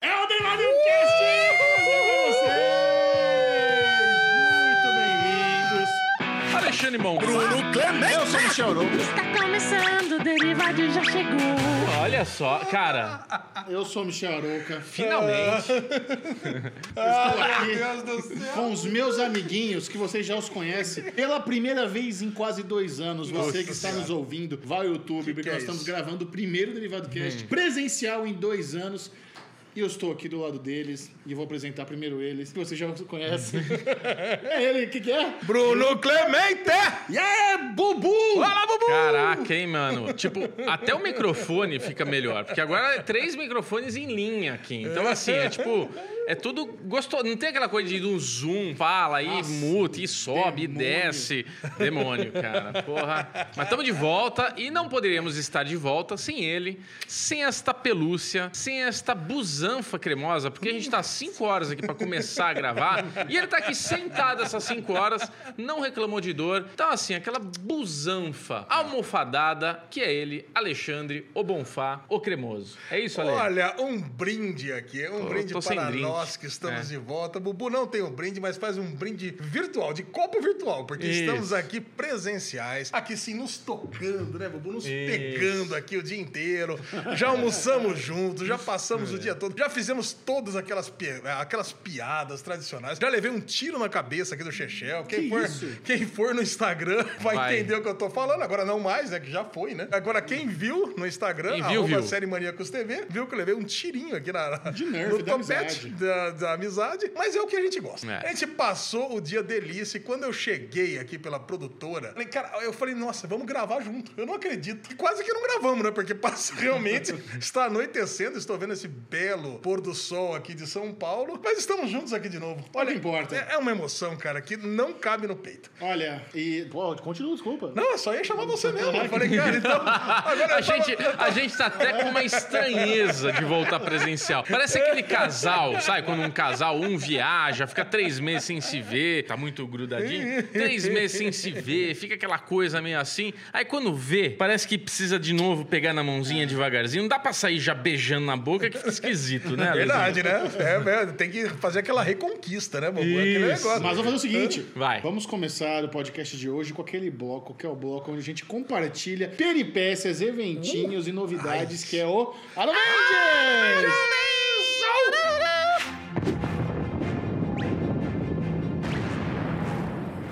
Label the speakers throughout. Speaker 1: É
Speaker 2: Ladrocast! Prazer pra vocês! Muito bem-vindos! Alexandre Mão, Bruno Clemente! Eu sou o Michel Arouca.
Speaker 3: Está começando, o Derivado já chegou.
Speaker 2: Olha só, cara,
Speaker 1: Eu sou Michel Arouca.
Speaker 2: finalmente.
Speaker 1: Estou aqui com os meus amiguinhos, que vocês já os conhecem. Pela primeira vez em quase dois anos, você que está nos ouvindo, vai ao YouTube, porque
Speaker 4: é
Speaker 1: nós
Speaker 4: isso?
Speaker 1: estamos gravando o primeiro Derivado Cast presencial em dois anos. E eu estou aqui do lado deles e vou apresentar primeiro eles, que vocês já os conhecem. é ele, o que, que é?
Speaker 4: Bruno Clemente!
Speaker 1: Yeah, Bubu!
Speaker 4: Fala, Bubu!
Speaker 2: Caraca, hein, mano? Tipo, até o microfone fica melhor. Porque agora é três microfones em linha aqui. Então, assim, é tipo, é tudo gostoso. Não tem aquela coisa de ir um zoom, fala, e muta, e sobe, e
Speaker 1: demônio.
Speaker 2: desce. Demônio, cara. Porra. Mas estamos de volta e não poderíamos estar de volta sem ele, sem esta pelúcia, sem esta busanfa cremosa, porque a gente tá cinco horas aqui para começar a gravar e ele tá aqui sentado essas cinco horas, não reclamou de dor. Então, assim, aquela busanfa almofadada que é ele, Alexandre, o Bonfá, o cremoso. É isso, Ale?
Speaker 4: Olha, um brinde aqui, um
Speaker 2: Tô-
Speaker 4: brinde
Speaker 2: tô sem
Speaker 4: para
Speaker 2: drink.
Speaker 4: nós que estamos
Speaker 2: É.
Speaker 4: de volta. Bubu não tem um brinde, mas faz um brinde virtual, de copo virtual, porque
Speaker 2: Isso.
Speaker 4: estamos aqui presenciais, aqui sim nos tocando, né, Bubu? Nos pegando aqui o dia inteiro. Já almoçamos juntos, já passamos
Speaker 2: É.
Speaker 4: o dia todo, já fizemos todas aquelas, pi- aquelas piadas tradicionais. Já levei um tiro na cabeça aqui do Chechel. Quem,
Speaker 1: Que
Speaker 4: for,
Speaker 1: isso?
Speaker 4: quem for no Instagram vai,
Speaker 2: Vai.
Speaker 4: entender o que eu tô falando. Agora não mais, né? Que já foi, né? Agora quem viu no Instagram,
Speaker 2: Quem viu,
Speaker 4: arroba
Speaker 2: viu.
Speaker 4: Ah, série Maníacos TV, viu que eu levei um tirinho aqui na,
Speaker 1: De nerf,
Speaker 4: no
Speaker 1: da
Speaker 4: topete
Speaker 1: amizade.
Speaker 4: da, da amizade, mas é o que a gente gosta.
Speaker 2: É.
Speaker 4: A gente passou o dia delícia e quando eu cheguei aqui pela produtora, falei, cara, eu falei, nossa, vamos gravar junto. Eu não acredito. E quase que não gravamos, né? Porque passa, realmente está anoitecendo, estou vendo esse belo pôr do sol aqui de São Paulo, mas estamos juntos aqui de novo. Olha,
Speaker 1: importa.
Speaker 4: É, é uma emoção, cara, que não cabe no peito.
Speaker 1: Olha, e. Pô, continua, desculpa.
Speaker 4: Não, eu só ia chamar você mesmo. Eu falei, cara, então. Agora
Speaker 2: A
Speaker 4: eu tava-
Speaker 2: gente, a gente tá até com uma estranheza de voltar presencial. Parece aquele casal, sabe? Quando um casal, um viaja, fica três meses sem se ver, tá muito grudadinho, três meses sem se ver, fica aquela coisa meio assim. Aí quando vê, parece que precisa de novo pegar na mãozinha devagarzinho. Não dá pra sair já beijando na boca, que fica esquisito, né? Alezinho?
Speaker 4: Verdade, né? É, é, tem que fazer aquela reconquista, né, Bobo? Aquele
Speaker 2: Isso.
Speaker 4: negócio.
Speaker 1: Mas vamos fazer o seguinte.
Speaker 2: Vai.
Speaker 1: Vamos começar o podcast de hoje com aquele bloco, que é o bloco onde a gente compartilha peripécias, eventinhos e novidades, que é o Arumendes!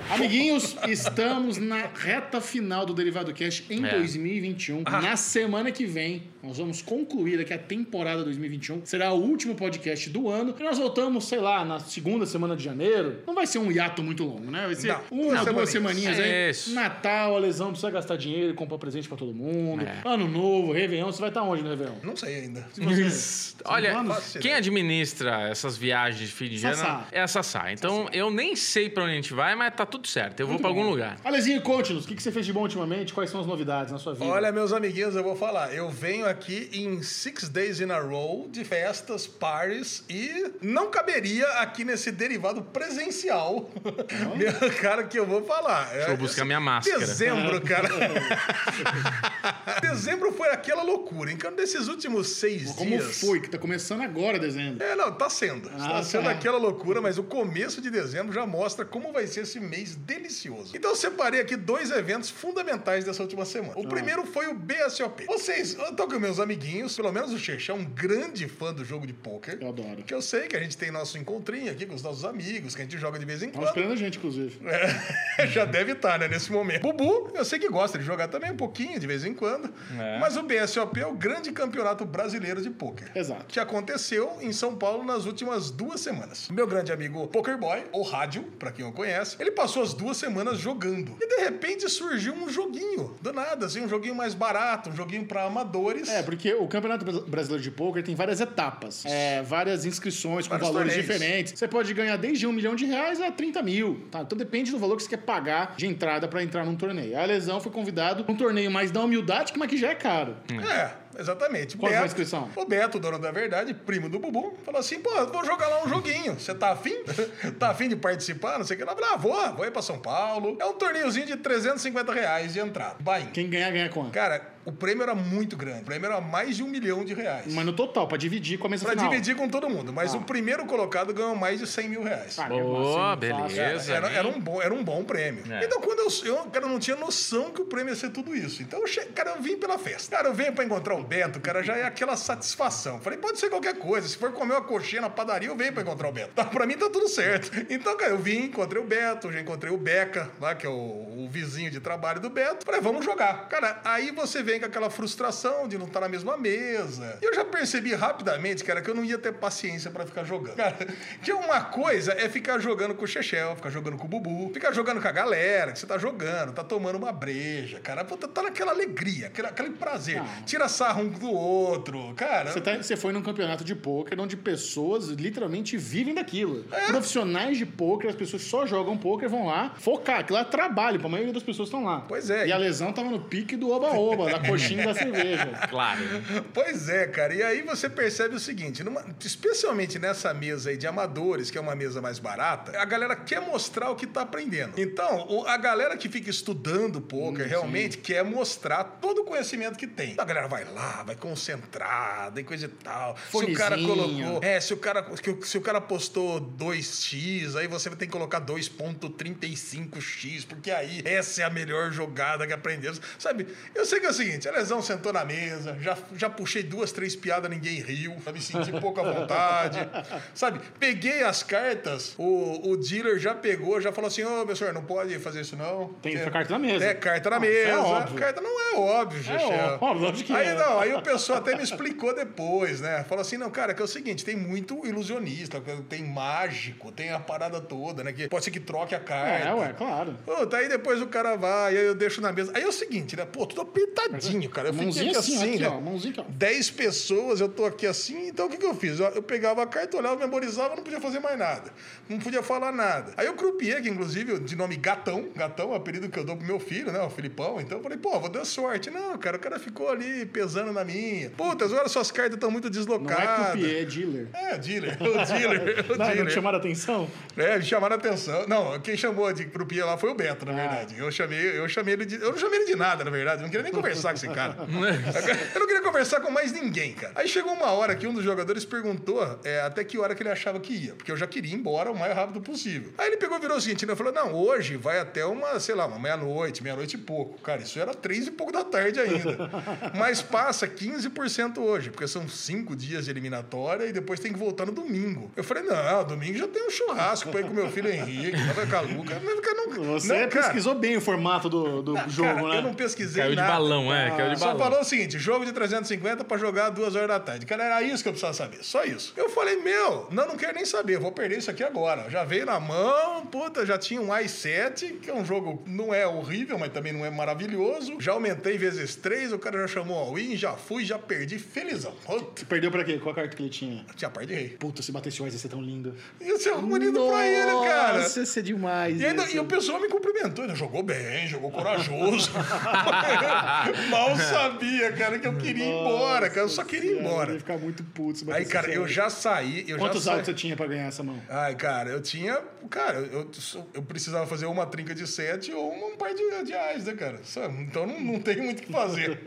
Speaker 1: Amiguinhos, estamos na reta final do Derivado Cash em
Speaker 2: É.
Speaker 1: 2021.
Speaker 4: Ah.
Speaker 1: Na semana que vem, nós vamos concluir aqui a temporada 2021. Será o último podcast do ano. E nós voltamos, sei lá, na segunda semana de janeiro. Não vai ser um hiato muito longo, né? Vai ser
Speaker 4: Não.
Speaker 1: uma,
Speaker 4: Não,
Speaker 1: duas
Speaker 2: semaninhas.
Speaker 1: semaninhas aí.
Speaker 2: Isso.
Speaker 1: Natal, a lesão precisa gastar dinheiro e comprar presente pra todo mundo.
Speaker 2: É.
Speaker 1: Ano novo, Réveillon. Você vai estar onde no Réveillon?
Speaker 4: Não sei ainda.
Speaker 2: Olha,
Speaker 4: planos?
Speaker 2: quem administra essas viagens de fim de ano
Speaker 1: Sassá.
Speaker 2: é a Sassá. Então eu nem sei pra onde a gente vai, mas tá tudo certo. Eu vou pra algum lugar.
Speaker 1: Alezinho, conte-nos. O que que você fez de bom ultimamente? Quais são as novidades na sua vida?
Speaker 4: Olha, meus amiguinhos, eu vou falar. Eu venho aqui em Six Days in a Row de festas, pares e não caberia aqui nesse derivado presencial. Meu cara, que eu vou falar. É
Speaker 2: Deixa eu buscar minha máscara.
Speaker 4: Dezembro, cara. Dezembro foi aquela loucura. Então, desses últimos seis
Speaker 1: Como
Speaker 4: dias.
Speaker 1: foi? Que tá começando agora dezembro.
Speaker 4: É, não, tá sendo.
Speaker 1: Ah,
Speaker 4: tá sendo
Speaker 1: tá.
Speaker 4: aquela loucura, mas o começo de dezembro já mostra como vai ser esse mês delicioso. Então eu separei aqui dois eventos fundamentais dessa última semana.
Speaker 1: Ah.
Speaker 4: O primeiro foi o BSOP. Vocês, eu tô com meus amiguinhos, pelo menos o Xexé é um grande fã do jogo de pôquer.
Speaker 1: Eu adoro.
Speaker 4: Que eu sei que a gente tem nosso encontrinho aqui com os nossos amigos, que a gente joga de vez em
Speaker 1: Tava
Speaker 4: quando.
Speaker 1: esperando a gente, inclusive.
Speaker 4: É, já deve estar, né, nesse momento. Bubu, eu sei que gosta de jogar também um pouquinho, de vez em quando. Mas o BSOP é o grande campeonato brasileiro de pôquer.
Speaker 1: Exato.
Speaker 4: Que aconteceu em São Paulo nas últimas duas semanas. Meu grande amigo Poker Boy, ou Rádio, pra quem o conhece, ele passou as duas semanas jogando. E de repente surgiu um joguinho, do nada, assim, um joguinho mais barato, um joguinho pra amadores.
Speaker 1: É, porque o Campeonato Bras- Brasileiro de Poker tem várias etapas, é, várias inscrições com
Speaker 4: Vários
Speaker 1: valores
Speaker 4: torneios.
Speaker 1: diferentes. Você pode ganhar desde um milhão de reais a 30 mil, tá? Então depende do valor que você quer pagar de entrada pra entrar num torneio. A Lesão foi convidado pra um torneio mais da humildade, mas que já é caro.
Speaker 4: É, exatamente.
Speaker 1: Qual foi a inscrição?
Speaker 4: O Beto, dono da verdade, primo do Bubu, falou assim: pô, eu vou jogar lá um joguinho. Você tá afim? tá afim de participar? Não sei o que lá. Eu falei, Ah, vou, vou ir pra São Paulo. É um torneiozinho de 350 reais de entrada. Bahia.
Speaker 1: Quem ganhar, ganha quanto?
Speaker 4: Cara, o prêmio era muito grande. O prêmio era mais de um milhão de reais.
Speaker 1: Mas no total, pra dividir com a mesa
Speaker 4: Pra
Speaker 1: final.
Speaker 4: dividir com todo mundo. Mas o primeiro colocado ganhou mais de 100 mil reais.
Speaker 1: Ah, mesmo
Speaker 2: Boa,
Speaker 1: assim, fácil.
Speaker 2: beleza.
Speaker 4: Era,
Speaker 2: hein?
Speaker 4: era um bom, era um bom prêmio.
Speaker 5: É.
Speaker 4: Então, quando eu, eu cara, não tinha noção que o prêmio ia ser tudo isso. Então, eu che... cara, eu vim pela festa. Cara, eu venho pra encontrar o Beto, cara, já é aquela satisfação. Falei, pode ser qualquer coisa. Se for comer uma coxinha na padaria, eu venho pra encontrar o Beto. Tá, pra mim tá tudo certo. Então, cara, eu vim, encontrei o Beto, já encontrei o Beca, lá, que é o, o vizinho de trabalho do Beto. Falei, vamos jogar. Cara, aí você vem com aquela frustração de não estar na mesma mesa. E eu já percebi rapidamente, cara, que eu não ia ter paciência pra ficar jogando. Cara, que uma coisa é ficar jogando com o Chechel, ficar jogando com o Bubu, ficar jogando com a galera que você tá jogando, tá tomando uma breja, cara. Puta, tá naquela alegria, aquele, aquele prazer. Tira sarro um do outro, cara.
Speaker 1: Você, tá- você foi num campeonato de pôquer onde pessoas literalmente vivem daquilo.
Speaker 4: É.
Speaker 1: Profissionais de pôquer, as pessoas só jogam pôquer, vão lá focar. Aquilo é trabalho, pra maioria das pessoas estão lá.
Speaker 4: Pois é.
Speaker 1: E a lesão tava no pique do oba-oba, da coxinha e da cerveja.
Speaker 2: Claro.
Speaker 4: Pois é, cara. E aí você percebe o seguinte, numa- especialmente nessa mesa aí de amadores, que é uma mesa mais barata, a galera quer mostrar o que tá aprendendo. Então, o- a galera que fica estudando poker realmente quer mostrar todo o conhecimento que tem. A galera vai lá, vai concentrada e coisa e tal. Se o cara
Speaker 1: Fonezinho.
Speaker 4: colocou, é, se o cara, que o- se o cara postou 2x, aí você tem que colocar 2.35x, porque aí essa é a melhor jogada que aprendemos. Sabe, eu sei que é o seguinte, a lesão sentou na mesa, já, já puxei duas, três piadas, ninguém riu, sabe, senti pouca vontade. Sabe, peguei as cartas, o, o dealer já pegou, já falou assim, ô, meu senhor, não pode fazer isso não.
Speaker 1: Tem que
Speaker 4: Porque-
Speaker 1: ter carta na mesa.
Speaker 4: É, carta na
Speaker 1: Ah, isso é
Speaker 4: mesa.
Speaker 1: óbvio.
Speaker 4: Carta não é óbvio, Xexé.
Speaker 1: óbvio, lógico que
Speaker 4: aí,
Speaker 1: é.
Speaker 4: Não, aí o pessoal até me explicou depois, né? Falou assim, não, cara, que é o seguinte, tem muito ilusionista, tem mágico, tem a parada toda, né? Que pode ser que troque a carta.
Speaker 1: É, ué, claro.
Speaker 4: Puta, aí depois o cara vai, aí eu deixo na mesa. Aí é o seguinte, né? Pô, tudo apertadinho, cara. Eu fiquei
Speaker 1: Mãozinha
Speaker 4: aqui
Speaker 1: assim,
Speaker 4: assim,
Speaker 1: aqui,
Speaker 4: né?
Speaker 1: ó. Mãozinha aqui, ó.
Speaker 4: 10 pessoas, eu tô aqui assim, então o que, que eu fiz? Eu, eu pegava a carta, olhava, memorizava, não podia fazer mais nada. Não podia falar nada. Aí o croupier, que inclusive de nome Gatão, Gatão é o apelido que eu dou pro meu filho, né, o Filipão, então eu falei, pô, vou dar sorte. Não, cara, o cara ficou ali pesando na minha. Putz, olha, suas cartas estão muito
Speaker 1: Não é
Speaker 4: deslocadas.
Speaker 1: croupier, é dealer.
Speaker 4: É, dealer, o dealer, É o
Speaker 1: Não, não te
Speaker 4: dealer.
Speaker 1: chamaram a atenção?
Speaker 4: É, me chamaram a atenção. Não, quem chamou de croupier lá foi o Beto,
Speaker 1: Ah,
Speaker 4: na verdade. Eu chamei, eu chamei ele de. Eu não chamei ele de nada, na verdade. Eu não queria nem conversar com esse cara. eu não queria conversar com mais ninguém, cara. Aí chegou uma hora que um dos jogadores perguntou é, até que hora que ele achava que ia, porque eu já queria ir embora o mais rápido possível. Aí ele pegou e virou o seguinte, né? Falou: não, hoje vai até uma, sei lá, uma meia-noite, meia-noite e pouco. Cara, isso era três e pouco da tarde ainda. Mas passa 15% hoje, porque são cinco dias de eliminatória e depois tem que voltar no domingo. Eu falei, não, domingo já tem um churrasco pra ir com meu filho Henrique, vai com a Luca. Mas, cara, não,
Speaker 1: Você é
Speaker 4: não, cara,
Speaker 1: pesquisou bem o formato do, do jogo,
Speaker 4: cara,
Speaker 1: né?
Speaker 4: Eu não pesquisei
Speaker 2: Caiu de
Speaker 4: nada. Ah,
Speaker 2: balão, é. Caiu de
Speaker 4: Só
Speaker 2: balão.
Speaker 4: falou o seguinte: jogo de 350 pra jogar duas horas da tarde. Cara, era isso que eu precisava saber, só isso. Eu falei, meu, não, não quero nem saber, vou perder isso aqui agora. Já veio na mão, puta, já tinha um i7, que é um jogo, não é horrível, mas também não é maravilhoso. Já aumentei vezes três, o cara já chamou all in, já fui, já perdi, felizão. Puta,
Speaker 1: Perdeu pra quê? Qual a carta que ele tinha?
Speaker 4: tinha par de rei.
Speaker 1: Puta, se batesse o Wise ia ser tão lindo.
Speaker 4: Ia ser bonito pra ele, cara.
Speaker 1: Nossa, ia ser demais. né,
Speaker 4: E, ainda-
Speaker 1: ia ser
Speaker 4: e o pessoal me cumprimentou, ainda jogou bem, jogou corajoso. Mal sabia, cara, que eu queria ir embora, cara. Eu só queria ir
Speaker 1: Nossa, Eu ia
Speaker 4: embora.
Speaker 1: ficar muito puto. se
Speaker 4: Aí,
Speaker 1: batesse
Speaker 4: cara,
Speaker 1: esse
Speaker 4: eu
Speaker 1: áudio.
Speaker 4: já saí. Eu
Speaker 1: assim, Quantos
Speaker 4: já saí.
Speaker 1: altos você tinha pra ganhar essa mão?
Speaker 4: Ai, cara, eu tinha. Cara, eu, eu precisava fazer uma trinca de sete ou um par de, de ais, né, cara? Só- Então não, não tem muito o que fazer.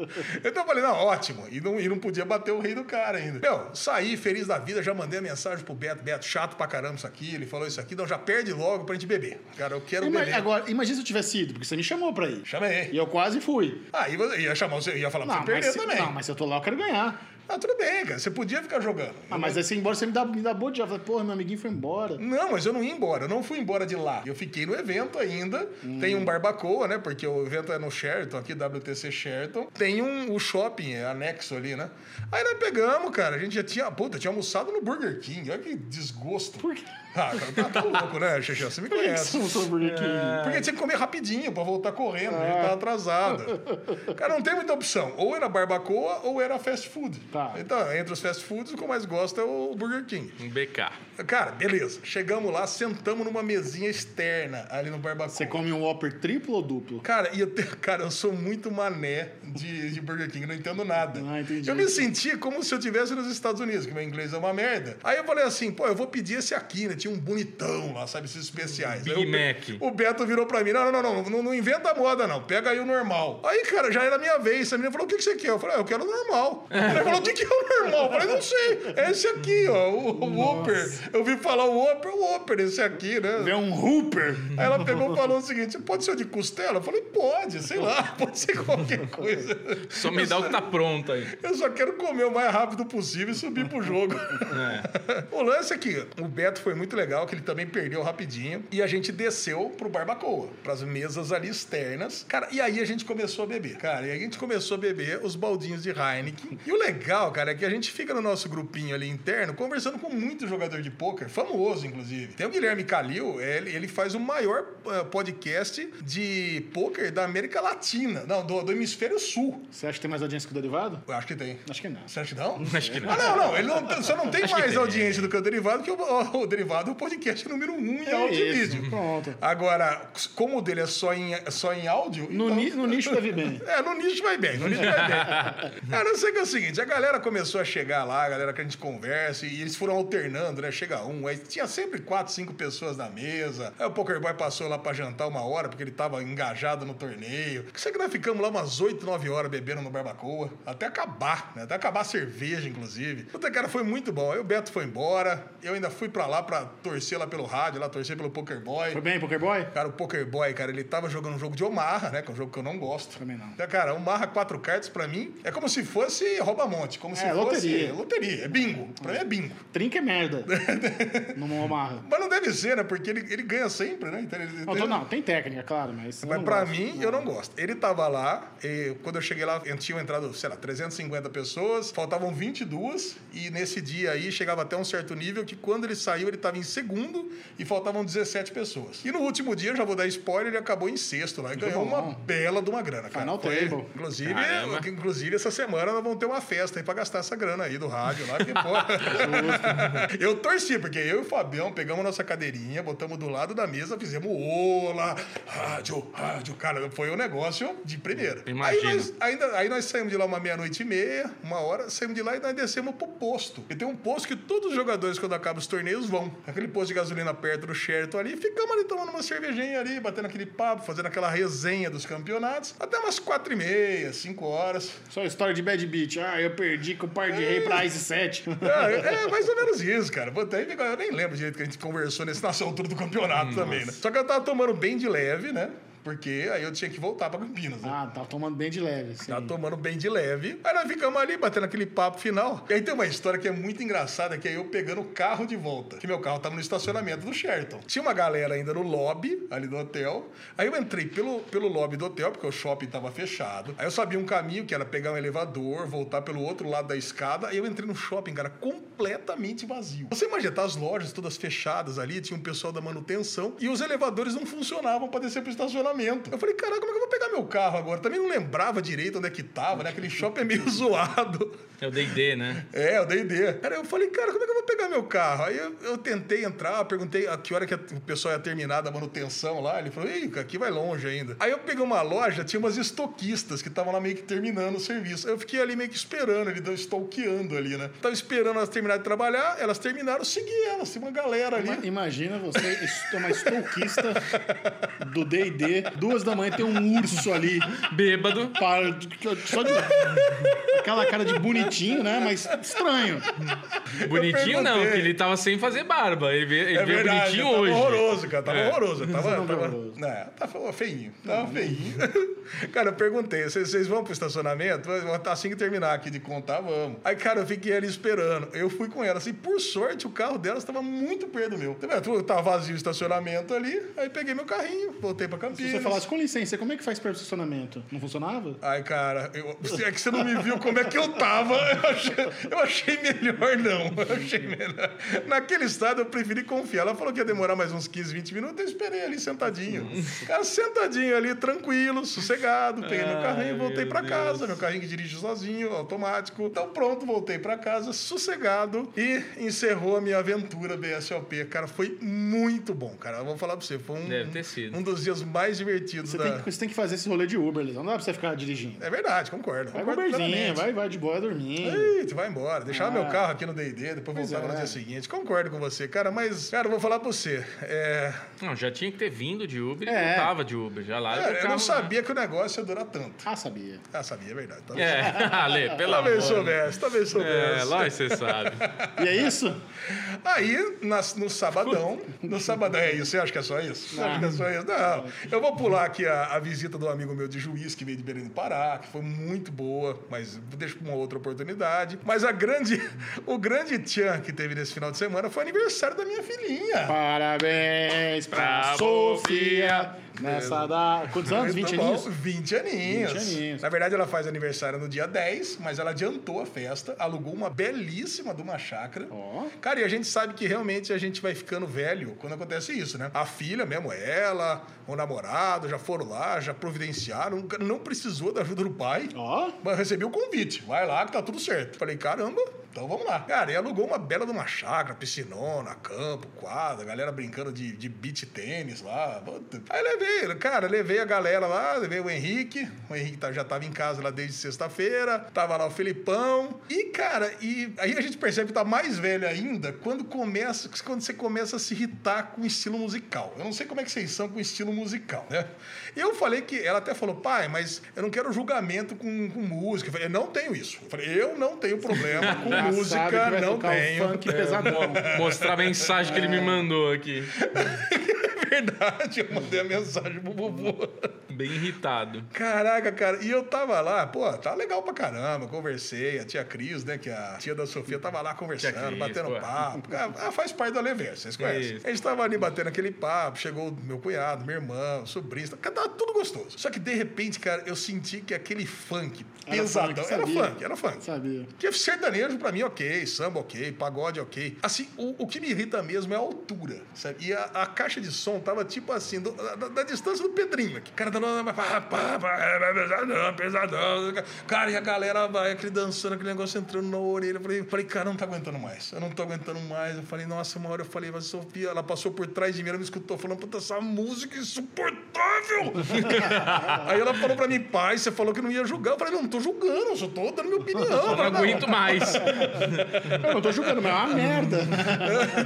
Speaker 4: Então eu falei, não, ótimo. E não, e não podia bater o rei do cara ainda. Meu, saí feliz da vida, já mandei a mensagem pro Beto. Beto, chato pra caramba isso aqui. Ele falou isso aqui, então já perde logo pra gente beber. Cara, eu quero
Speaker 1: Ima-
Speaker 4: beber.
Speaker 1: agora, imagina se eu tivesse ido, porque você me chamou pra ir.
Speaker 4: Chamei.
Speaker 1: E eu quase fui.
Speaker 4: Aí você ia chamar, você ia falar pra
Speaker 1: Não,
Speaker 4: você perder
Speaker 1: mas se,
Speaker 4: também.
Speaker 1: não, mas se eu tô lá, eu quero ganhar.
Speaker 4: Ah, tudo bem, cara. Você podia ficar jogando.
Speaker 1: Ah, mas aí você ia embora, você me dá, me dá boa de já. Porra, meu amiguinho foi embora.
Speaker 4: Não, mas eu não ia embora, eu não fui embora de lá. Eu fiquei no evento ainda.
Speaker 1: Hum.
Speaker 4: Tem um barbacoa, né? Porque o evento é no Sheraton, aqui WTC Sheraton. Tem um, o shopping é anexo ali, né? Aí nós pegamos, cara. A gente já tinha. Puta, tinha almoçado no Burger King. Olha que desgosto. Por
Speaker 1: quê?
Speaker 4: Ah, cara, tá louco, né, Xixi? Você me
Speaker 1: Por que que
Speaker 4: conhece.
Speaker 1: você
Speaker 4: É.
Speaker 1: não soube aqui?
Speaker 4: Porque tinha que comer rapidinho pra voltar tá
Speaker 1: Ah.
Speaker 4: correndo, a gente tava atrasado. Cara, não tem muita opção. Ou era barbacoa ou era fast food.
Speaker 1: Tá. Tá.
Speaker 4: Então, entre os fast foods, o que eu mais gosto é o Burger King.
Speaker 2: Um BK.
Speaker 4: Cara, beleza. Chegamos lá, sentamos numa mesinha externa ali no barbacoa.
Speaker 1: Você come um Whopper triplo ou duplo?
Speaker 4: Cara, e eu te- cara, eu sou muito mané de, de Burger King, não entendo nada.
Speaker 1: Ah, entendi.
Speaker 4: Eu me senti como se eu estivesse nos Estados Unidos, que meu inglês é uma merda. Aí eu falei assim, pô, eu vou pedir esse aqui, né? Tinha um bonitão lá, sabe, esses especiais.
Speaker 2: Big
Speaker 4: Aí o Be-
Speaker 2: Mac.
Speaker 4: O Beto virou pra mim, não, não, não, não, não, não inventa moda, não. Pega aí o normal. Aí, cara, já era a minha vez. A menina falou, o que, que você quer? Eu falei, ah, eu quero o normal. Ela falou, o que, que é o normal? Eu falei, não sei. É esse aqui, ó, o, o Whopper. Eu vi falar o Whopper, o Whopper, esse aqui, né?
Speaker 1: Vê um Hooper.
Speaker 4: Aí ela pegou e falou o seguinte: pode ser o de costela? Eu falei, pode, sei lá, pode ser qualquer coisa.
Speaker 2: Só me dá o que tá pronto aí.
Speaker 4: Eu só quero comer o mais rápido possível e subir pro jogo. O lance é que o Beto foi muito legal, que ele também perdeu rapidinho. E a gente desceu pro barbacoa, pras mesas ali externas. Cara, e aí a gente começou a beber. Cara, e aí a gente começou a beber os baldinhos de Heineken. E o legal, cara, é que a gente fica no nosso grupinho ali interno conversando com muito jogador de pôquer, famoso inclusive. Tem o Guilherme Calil, ele, ele faz o maior eh, podcast de pôquer da América Latina. Não, do, do Hemisfério Sul.
Speaker 1: Você acha que tem mais audiência que o derivado?
Speaker 4: Eu acho que tem.
Speaker 1: Acho que não.
Speaker 4: Você acha que não?
Speaker 2: Acho que não.
Speaker 4: Ah, não, não. Ele não tem- só não tem
Speaker 2: Acho que
Speaker 4: mais
Speaker 2: tem.
Speaker 4: audiência do que o Derivado, que o, o Derivado é o podcast número um em
Speaker 2: É
Speaker 4: áudio e
Speaker 1: isso.
Speaker 4: vídeo.
Speaker 1: Pronto.
Speaker 4: Agora, como o dele é só em, é só em áudio...
Speaker 1: No,
Speaker 4: então-
Speaker 1: ni- no nicho deve bem.
Speaker 4: É, no nicho vai bem, no nicho vai bem. A não ser que é o seguinte, a galera começou a chegar lá, a galera que a gente conversa, e eles foram alternando, né? Chega um, aí tinha sempre quatro, cinco pessoas na mesa. Aí o Poker Boy passou lá pra jantar uma hora, porque ele tava engajado no torneio. Sei que nós ficamos lá umas oito, nove horas bebendo no barbacoa, até acabar, né? Até acabar a cerveja, inclusive. Puta, cara, foi muito bom. Aí o Beto foi embora, eu ainda fui pra lá pra torcer lá pelo rádio, lá torcer pelo Poker Boy.
Speaker 1: Foi bem, Pokerboy?
Speaker 4: Cara, o Poker Boy, cara, ele tava jogando um jogo de Omarra, né? Que é um jogo que eu não gosto.
Speaker 1: Também não.
Speaker 4: Então, cara, Omarra quatro cartas, pra mim, é como se fosse rouba-monte. Como se
Speaker 1: É,
Speaker 4: fosse
Speaker 1: loteria.
Speaker 4: loteria. É bingo. Pra mim é bingo.
Speaker 1: Trinca é merda. Numa amarra.
Speaker 4: Mas não deve ser, né? Porque ele, ele ganha sempre, né? Então, ele,
Speaker 1: Não, tô- não, tem técnica, claro, mas. eu
Speaker 4: Mas
Speaker 1: não
Speaker 4: pra
Speaker 1: gosto.
Speaker 4: mim, eu não gosto. Ele tava lá, e quando eu cheguei lá, tinham entrado, sei lá, 350 pessoas, faltavam 22, e nesse dia aí chegava até um certo nível que quando ele saiu, ele tava em segundo e faltavam 17 pessoas. E no último dia, eu já vou dar spoiler, ele acabou em sexto lá e ganhou
Speaker 1: bom.
Speaker 4: uma bela de uma grana, cara.
Speaker 1: Final table.
Speaker 4: Inclusive,
Speaker 2: Caramba.
Speaker 4: inclusive, essa semana nós vamos ter uma festa aí pra gastar essa grana aí do rádio lá, porque, pô. eu torci, porque eu e o Fabião pegamos nossa cadeirinha, botamos do lado da mesa, fizemos ola, rádio, rádio. Cara, foi um negócio de primeira.
Speaker 2: Imagino.
Speaker 4: Aí nós, ainda, aí nós saímos de lá uma meia-noite e meia, uma hora, saímos de lá e nós descemos pro posto. E tem um posto que todos os jogadores, quando acabam os torneios, vão. Aquele posto de gasolina perto do Sheraton ali, ficamos ali tomando uma cervejinha ali, batendo aquele papo, fazendo aquela resenha dos campeonatos, até umas quatro e meia, cinco horas.
Speaker 1: Só história de bad beat. Ah, eu perdi com o par de rei pra Ice 7.
Speaker 4: É, é mais ou menos isso, cara. Puta, aí fica- Eu nem lembro direito que a gente conversou nesse nessa altura do campeonato também, né? Só que eu tava tomando bem de leve, né? Porque aí eu tinha que voltar pra Campinas, né?
Speaker 1: Ah, tá tomando bem de leve. Assim.
Speaker 4: Tá tomando bem de leve. Aí nós ficamos ali batendo aquele papo final. E aí tem uma história que é muito engraçada, que é eu pegando o carro de volta. Que meu carro tava no estacionamento do Sheraton. Tinha uma galera ainda no lobby, ali do hotel. Aí eu entrei pelo, pelo lobby do hotel, porque o shopping tava fechado. Aí eu sabia um caminho, que era pegar um elevador, voltar pelo outro lado da escada. Aí eu entrei no shopping, cara, completamente vazio. Você imagina, tá as lojas todas fechadas ali, tinha um pessoal da manutenção. E os elevadores não funcionavam pra descer pro estacionamento. Eu falei, caraca, como é que eu vou pegar meu carro agora? Também não lembrava direito onde é que tava, né? Aquele shopping é meio zoado.
Speaker 2: É o D&D, né?
Speaker 4: É, o D&D. Cara, eu falei, cara, como é que eu vou pegar meu carro? Aí eu, eu tentei entrar, perguntei a que hora que a- o pessoal ia terminar da manutenção lá. Ele falou, ei, aqui vai longe ainda. Aí eu peguei uma loja, tinha umas estoquistas que estavam lá meio que terminando o serviço. Eu fiquei ali meio que esperando, ele deu estoqueando ali, né? Tava esperando elas terminarem de trabalhar, elas terminaram, eu segui elas, tinha uma galera ali.
Speaker 1: Ima- Imagina você est- uma stalkista do D&D, duas da manhã tem um urso ali,
Speaker 2: Bêbado.
Speaker 1: para- só de... Aquela cara de bonitinho, né? Mas estranho.
Speaker 2: Bonitinho não,
Speaker 4: perguntei.
Speaker 2: porque ele tava sem fazer barba. Ele veio, ele veio bonitinho
Speaker 4: É tava
Speaker 2: hoje.
Speaker 4: horroroso, cara. Tava
Speaker 2: É.
Speaker 4: horroroso. Tava,
Speaker 1: não viu
Speaker 4: tava,
Speaker 1: horroroso.
Speaker 4: É, tava feinho. Tava feinho. cara, eu perguntei, vocês vocês vão pro estacionamento? Eu- Assim que terminar aqui de contar, vamos. Aí, cara, eu fiquei ali esperando. Eu fui com elas. E, por sorte, o carro delas tava muito perto do meu. Tá vendo? Tava vazio o estacionamento ali. Aí, peguei meu carrinho, voltei pra Campinas.
Speaker 1: Se você
Speaker 4: filhos.
Speaker 1: falasse, com licença, como é que faz para estacionamento? Não funcionava?
Speaker 4: Ai, cara, eu- se é que você não me viu como é que eu tava. Eu achei, eu achei melhor, não. Eu achei melhor. Naquele estado, eu preferi confiar. Ela falou que ia demorar mais uns 15, 20 minutos. Eu esperei ali sentadinho. Cara, sentadinho ali, tranquilo, sossegado. Peguei meu carrinho e voltei pra casa. Meu carrinho que dirige sozinho, automático. Então, pronto, voltei pra casa, sossegado. E encerrou a minha aventura BSOP. Cara, foi muito bom, cara. Eu vou falar pra você. Foi um,
Speaker 2: Deve ter sido.
Speaker 4: um dos dias mais divertidos
Speaker 1: Você,
Speaker 4: da.
Speaker 1: tem que, você tem que fazer esse rolê de Uber, Lisão. Não dá pra você ficar dirigindo.
Speaker 4: É verdade, concordo.
Speaker 1: Vai com
Speaker 4: concordo
Speaker 1: Uberzinho,
Speaker 4: plenamente.
Speaker 1: vai, vai de boa dormindo.
Speaker 4: Ih, tu vai embora. Deixava
Speaker 1: Ah.
Speaker 4: meu carro aqui no D&D, depois
Speaker 1: Pois
Speaker 4: voltava
Speaker 1: é.
Speaker 4: no dia seguinte. Concordo com você, cara, mas, cara, eu vou falar pra você. É,
Speaker 2: Não, já tinha que ter vindo de Uber e
Speaker 1: É.
Speaker 2: não tava de Uber. Já lá
Speaker 4: cara,
Speaker 2: o
Speaker 4: É, eu
Speaker 2: carro,
Speaker 4: não
Speaker 2: né?
Speaker 4: sabia que o negócio ia durar tanto.
Speaker 1: Ah, sabia.
Speaker 4: Ah, sabia, é verdade. Talvez,
Speaker 2: É, Ale, pelo amor.
Speaker 4: talvez soubesse, talvez soubesse.
Speaker 2: É, lá você sabe.
Speaker 1: E é isso?
Speaker 4: Aí, nas- no sabadão, no sabadão, é isso, você acha que é só isso? Você acha que é só isso? Não, eu vou pular aqui a, a visita do amigo meu de juiz, que veio de Belém do Pará, que foi muito boa, mas deixo pra uma outra oportunidade. Mas a grande, o grande tchan que teve nesse final de semana foi aniversário da minha filhinha.
Speaker 1: Parabéns pra
Speaker 2: Bravo,
Speaker 1: Sofia. Nessa da. Quantos anos? é 20
Speaker 4: Muito Tá bom,
Speaker 1: aninhos?
Speaker 4: 20 aninhos.
Speaker 1: 20 aninhos.
Speaker 4: Na verdade, ela faz aniversário no dia 10, mas ela adiantou a festa, alugou uma belíssima de uma chácara.
Speaker 1: Ó.
Speaker 4: Cara, e a gente sabe que realmente a gente vai ficando velho quando acontece isso, né? A filha mesmo, é ela, o namorado, já foram lá, já providenciaram, não precisou da ajuda do pai.
Speaker 1: Ó.
Speaker 4: Mas recebi o convite, vai lá que tá tudo certo. Falei, caramba, então vamos lá. Cara, e alugou uma bela de uma chácara, piscinona, campo, quadra, galera brincando de, de beach tênis lá. Puta. Aí levei, cara, levei a galera lá, levei o Henrique. O Henrique tá- já tava em casa lá desde sexta-feira. Tava lá o Felipão. E, cara, e aí a gente percebe que tá mais velho ainda quando começa, quando você começa a se irritar com o estilo musical. Eu não sei como é que vocês são com o estilo musical, né? Eu falei que ela até falou, pai, mas eu não quero julgamento com, com música. Eu falei, eu não tenho isso. Eu falei, eu não tenho problema com
Speaker 1: Já sabe
Speaker 4: música,
Speaker 1: que vai
Speaker 4: não
Speaker 1: tocar
Speaker 4: tenho.
Speaker 1: um funk pesadão.
Speaker 2: Mostrar a mensagem que ele me mandou aqui.
Speaker 4: É verdade, eu mandei a mensagem pro Bubu.
Speaker 2: Bem irritado.
Speaker 4: Caraca, cara. E eu tava lá, pô, tá legal pra caramba. Conversei, a tia Cris, né, que a tia da Sofia tava lá conversando,
Speaker 2: Tia Cris,
Speaker 4: batendo
Speaker 2: pô.
Speaker 4: papo. Ah, faz parte do Aleverso, vocês conhecem.
Speaker 2: Isso.
Speaker 4: A gente tava ali batendo aquele papo, chegou meu cunhado, minha irmã, o sobrinho, cara, tava tudo gostoso. Só que de repente, cara, eu senti que aquele funk
Speaker 1: Era
Speaker 4: pesadão,
Speaker 1: funk,
Speaker 4: era
Speaker 1: sabia.
Speaker 4: funk, era funk.
Speaker 1: Sabia.
Speaker 4: Porque sertanejo, pra mim, é ok. Samba, ok. Pagode, ok. Assim, o, o que me irrita mesmo é a altura, sabe? E a, a caixa de som tava tipo assim, do- da, da distância do Pedrinho. aqui. O cara dando... uma- pá, pá, pá, é Pesadão, pesadão. Cara, e a galera vai, aquele dançando, aquele negócio entrando na orelha. Eu falei, falei, cara, eu não tá aguentando mais. Eu não tô aguentando mais. Eu falei, nossa, uma hora eu falei, mas Sofia, ela passou por trás de mim, ela me escutou falando, puta, essa música é insuportável. Aí ela falou pra mim, pai, você falou que não ia julgar. Eu falei, não, não tô julgando, eu só tô dando minha opinião. Eu
Speaker 2: Eu não
Speaker 4: falei,
Speaker 2: aguento mais.
Speaker 1: Eu não tô julgando, mas é uma merda.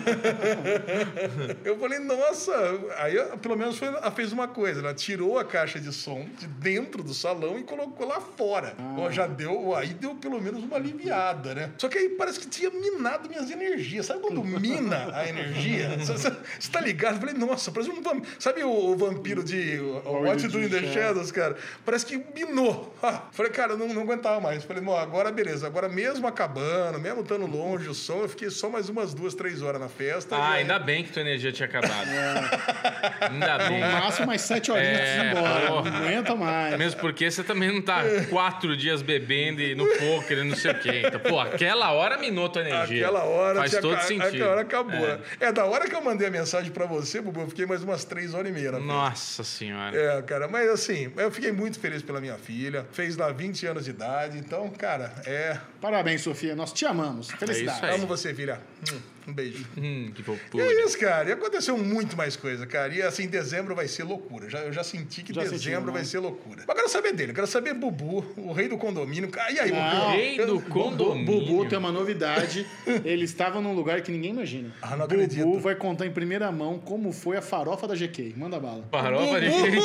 Speaker 4: Eu falei, nossa. Aí, pelo menos, foi, ela fez uma coisa. Ela tirou a caixa de som de dentro do salão e colocou lá fora. Ó, já deu... Aí deu, pelo menos, uma aliviada, né? Só que aí parece que tinha minado minhas energias. Sabe quando mina a energia? Você tá ligado? Eu falei, nossa, parece um... vam- Sabe o, o vampiro de o- o What Do in the Shadows, cara? Parece que minou. Ah, falei, cara, eu não, não aguentava mais. Falei, não, agora beleza. Agora mesmo acabando, mesmo estando longe o som, eu fiquei só mais umas duas, três horas na festa.
Speaker 2: Ah,
Speaker 4: E aí-
Speaker 2: ainda bem que tua energia tinha acabado.
Speaker 4: É.
Speaker 2: Ainda
Speaker 1: No
Speaker 2: bem.
Speaker 1: máximo mais sete horinhas pra você ir
Speaker 2: É,
Speaker 4: Tá
Speaker 1: embora.
Speaker 2: porra.
Speaker 1: Não aguenta mais.
Speaker 2: Mesmo porque você também não tá quatro dias bebendo e no poker e não sei o quê. Então, pô, aquela hora minou tua energia.
Speaker 4: Aquela hora
Speaker 2: Faz
Speaker 4: tinha
Speaker 2: todo
Speaker 4: ca-
Speaker 2: sentido.
Speaker 4: Aquela hora acabou. né? É. da hora que eu mandei a mensagem pra você, Bubu, eu fiquei mais umas três horas e meia. na fila.
Speaker 2: Nossa senhora.
Speaker 4: É, cara, mas assim, eu fiquei muito feliz pela minha filha. Fez lá 20 anos de idade, então, cara, é.
Speaker 1: Parabéns, Sofia. Nós te amamos. Felicidades.
Speaker 2: É isso
Speaker 4: Amo você, filha. Hum, Um beijo.
Speaker 2: Hum, que fofura.
Speaker 4: É isso, cara. E aconteceu muito mais coisa, cara. E assim, dezembro vai ser loucura. Já, eu já senti que
Speaker 1: Já
Speaker 4: dezembro
Speaker 1: sentiu, né?
Speaker 4: vai ser loucura. Mas eu quero saber dele, eu quero saber Bubu, o rei do condomínio. Ah, E aí,
Speaker 1: Não.
Speaker 4: Bubu?
Speaker 2: Rei
Speaker 4: Eu-
Speaker 2: do condomínio.
Speaker 1: Bubu tem uma novidade. Ele estava num lugar que ninguém imagina.
Speaker 4: Ah, não
Speaker 1: Bubu
Speaker 4: acredito.
Speaker 1: vai contar em primeira mão como foi a farofa da GK. Manda
Speaker 4: um
Speaker 1: bala.
Speaker 2: Farofa de
Speaker 4: Bubu!
Speaker 2: queijo.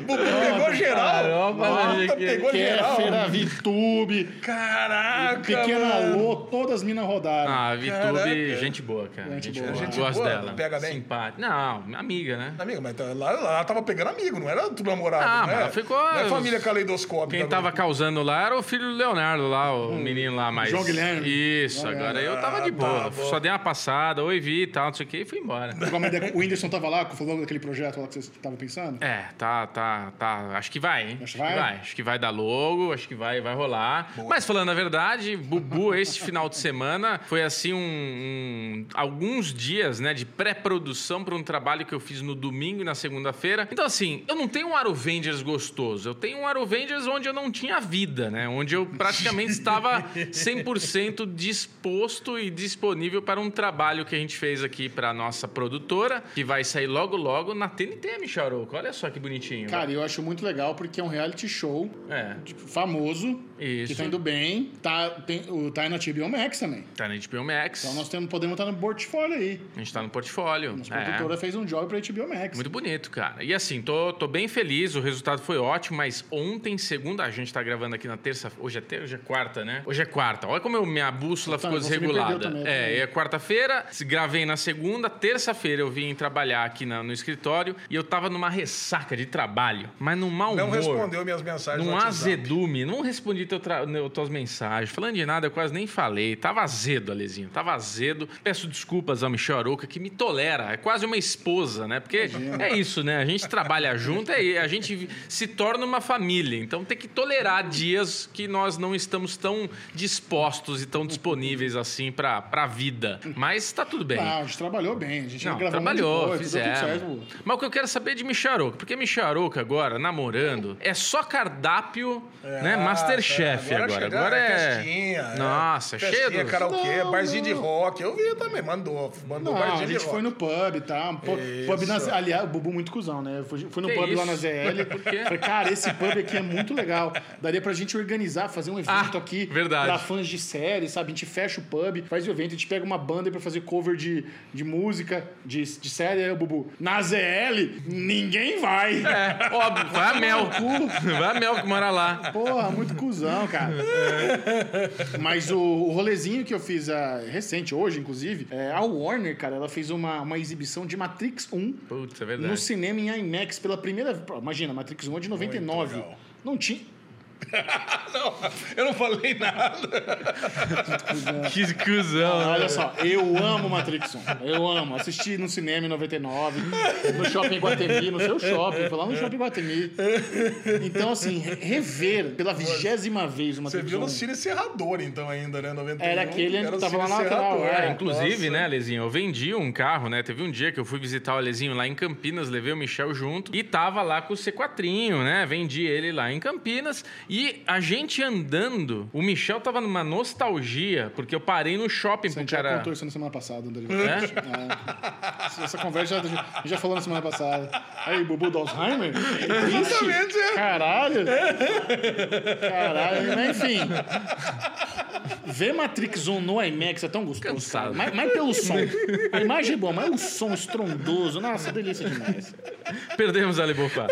Speaker 4: Bubu pegou geral.
Speaker 2: Farofa,
Speaker 4: Nossa,
Speaker 1: é
Speaker 2: né, que-
Speaker 4: pegou geral.
Speaker 1: Kéfera, Vitube,
Speaker 4: Caraca,
Speaker 1: Pequena
Speaker 4: mano.
Speaker 1: Lô, todas as minas rodaram.
Speaker 2: Ah, a Vitube,
Speaker 4: Caraca.
Speaker 2: gente boa, cara.
Speaker 1: Gente
Speaker 2: Gente,
Speaker 1: boa.
Speaker 2: boa.
Speaker 4: Gente
Speaker 2: Gosto
Speaker 4: boa,
Speaker 2: dela.
Speaker 4: pega bem?
Speaker 2: Simpática. Não, amiga, né?
Speaker 4: Amiga, mas tá- lá, lá ela tava pegando amigo, não era tudo namorado.
Speaker 2: Ah,
Speaker 4: não
Speaker 2: mas
Speaker 4: é?
Speaker 2: ela ficou-
Speaker 4: Não é família caleidoscópica.
Speaker 2: Quem tava causando lá era o filho do Leonardo lá, o menino lá, mas...
Speaker 1: João Guilherme.
Speaker 2: Isso, agora eu tava de
Speaker 4: Hum. Ah, tá
Speaker 2: boa.
Speaker 4: bom.
Speaker 2: Só dei uma passada, oi, vi e tal, não sei o que, e fui embora.
Speaker 1: Trocou uma ideia com- O Whindersson tava lá, falou daquele projeto lá que vocês estavam pensando?
Speaker 2: É, tá, tá, tá. Acho que vai, hein?
Speaker 1: Acho
Speaker 2: Acho
Speaker 1: que
Speaker 2: que
Speaker 1: vai?
Speaker 2: vai. Acho que vai dar logo, acho que vai, vai rolar. Mas falando a verdade, Bubu, esse final de semana, foi assim um. um- alguns dias, né, de pré-produção para um trabalho que eu fiz no domingo e na segunda-feira. Então, assim, eu não tenho um Arovengers gostoso. Eu tenho um Arovengers onde eu não tinha vida, né? Onde eu praticamente estava 100% disposto e disponível para um trabalho que a gente fez aqui para nossa produtora, que vai sair logo, logo na TNT, Micharoco. Olha só que bonitinho.
Speaker 1: Cara, eu acho muito legal porque é um reality show
Speaker 2: É,
Speaker 1: tipo, famoso,
Speaker 2: Isso.
Speaker 1: que tá indo bem. Tá, tem, o, tá aí na HBO Max também.
Speaker 2: tá na HBO Max.
Speaker 1: Então nós temos, podemos estar no portfólio aí.
Speaker 2: A gente tá no portfólio.
Speaker 1: Nossa
Speaker 2: É.
Speaker 1: produtora fez um job pra HBO Max.
Speaker 2: Muito bonito, cara. E assim, tô, tô bem feliz, o resultado foi ótimo, mas ontem, segunda, a gente tá gravando aqui na terça, hoje é, ter, hoje é quarta, né? Hoje é quarta. Olha como eu, minha bússola
Speaker 1: Tá,
Speaker 2: ficou
Speaker 1: você me
Speaker 2: desregulada.
Speaker 1: perdeu também, eu também.
Speaker 2: é, é quarta-feira, se- gravei na segunda, terça-feira eu vim trabalhar aqui na- no escritório e eu tava numa ressaca de trabalho, mas num mau
Speaker 4: Não
Speaker 2: humor.
Speaker 4: respondeu minhas mensagens
Speaker 2: Num
Speaker 4: no WhatsApp.
Speaker 2: azedume, não respondi teu tra... neu- tuas mensagens. Falando de nada, eu quase nem falei. Tava azedo, Alezinho. Tava azedo. Peço desculpas ao Michel Aroca, que me tolera. É quase uma esposa, né? Porque é isso, né? A gente trabalha junto, é... a gente se torna uma família. Então tem que tolerar dias que nós não estamos tão dispostos e tão disponíveis assim pra, pra vida. Mas tá tudo bem.
Speaker 1: Ah, a gente trabalhou bem. A gente
Speaker 2: Não,
Speaker 1: gravou um muito
Speaker 2: trabalhou,
Speaker 1: boa, tudo certo,
Speaker 2: fizemos.
Speaker 1: pô.
Speaker 2: Mas o que eu quero saber é de Micharoca, porque Micharoca agora, namorando, é só cardápio, né? Masterchef
Speaker 4: É,
Speaker 2: agora.
Speaker 4: Agora
Speaker 2: Agora,
Speaker 4: chegaram,
Speaker 2: é.
Speaker 4: Festinha,
Speaker 2: Nossa,
Speaker 4: é.
Speaker 2: cheio
Speaker 4: Festinha,
Speaker 2: do-
Speaker 4: karaokê,
Speaker 1: Não,
Speaker 4: barzinho de
Speaker 1: não.
Speaker 4: rock. Eu vi também, mandou. Mandou
Speaker 1: Não,
Speaker 4: barzinho
Speaker 1: a
Speaker 4: de
Speaker 1: gente
Speaker 4: rock.
Speaker 1: foi no pub e tá? tal. Pub
Speaker 4: Isso.
Speaker 1: na, aliás, ah, o Bubu muito cuzão, né? Eu fui, fui no
Speaker 2: Que
Speaker 1: pub lá
Speaker 2: isso?
Speaker 1: na ZL.
Speaker 2: Por quê?
Speaker 1: Falei, cara, esse pub aqui é muito legal. Daria pra gente organizar, fazer um evento
Speaker 2: Ah,
Speaker 1: aqui
Speaker 2: verdade.
Speaker 1: pra fãs de série, sabe? A gente fecha o pub, faz o evento, a gente pega uma banda aí pra fazer cover de, de música, de, de série. Aí o Bubu, na ZL, ninguém vai.
Speaker 2: É, óbvio, vai a Mel. Vai a Mel que mora lá.
Speaker 1: Porra, muito cuzão, cara. Mas o, o rolezinho que eu fiz ah, recente, hoje, inclusive, é, a Warner, cara, ela fez uma, uma exibição de Matrix 1
Speaker 2: Putz, é
Speaker 1: no
Speaker 2: verdade.
Speaker 1: cinema em IMAX pela primeira vez. Imagina, Matrix 1 é de 99.
Speaker 4: Né? Muito legal.
Speaker 1: Não tinha.
Speaker 4: Ah, Não, eu não falei nada.
Speaker 2: Que cuzão.
Speaker 1: Olha só, eu amo Matrix 1. Eu amo. Assisti no cinema em 99, no shopping Guatemi, no seu shopping, foi lá no shopping Guatemi. Então, assim, rever pela vigésima vez o
Speaker 4: Você
Speaker 1: Matrix
Speaker 4: viu
Speaker 1: 1.
Speaker 4: no Cine Serrador, então, ainda, né? 91,
Speaker 1: Era aquele
Speaker 4: era
Speaker 1: que
Speaker 4: o
Speaker 1: tava
Speaker 4: Cine
Speaker 1: lá na lateral,
Speaker 4: Serrador.
Speaker 1: é.
Speaker 2: Inclusive,
Speaker 4: Nossa.
Speaker 2: né, Alezinho, eu vendi um carro, né? Teve um dia que eu fui visitar o Alezinho lá em Campinas, levei o Michel junto e tava lá com o C4, né? Vendi ele lá em Campinas e a gente andando, o Michel tava numa nostalgia, porque eu parei no shopping pro
Speaker 1: Santiago
Speaker 2: cara.
Speaker 1: contou isso na semana passada, André.
Speaker 2: É?
Speaker 1: É. Essa conversa já, já falou na semana passada. Aí, Bubu do Alzheimer?
Speaker 4: Exatamente, é.
Speaker 1: Caralho! Caralho, mas enfim. Ver Matrix 1 no IMAX é tão gostoso.
Speaker 2: Cansado.
Speaker 1: Mas, mas pelo som. A imagem é boa, mas o som estrondoso. Nossa, delícia demais.
Speaker 2: Perdemos a Lebofá.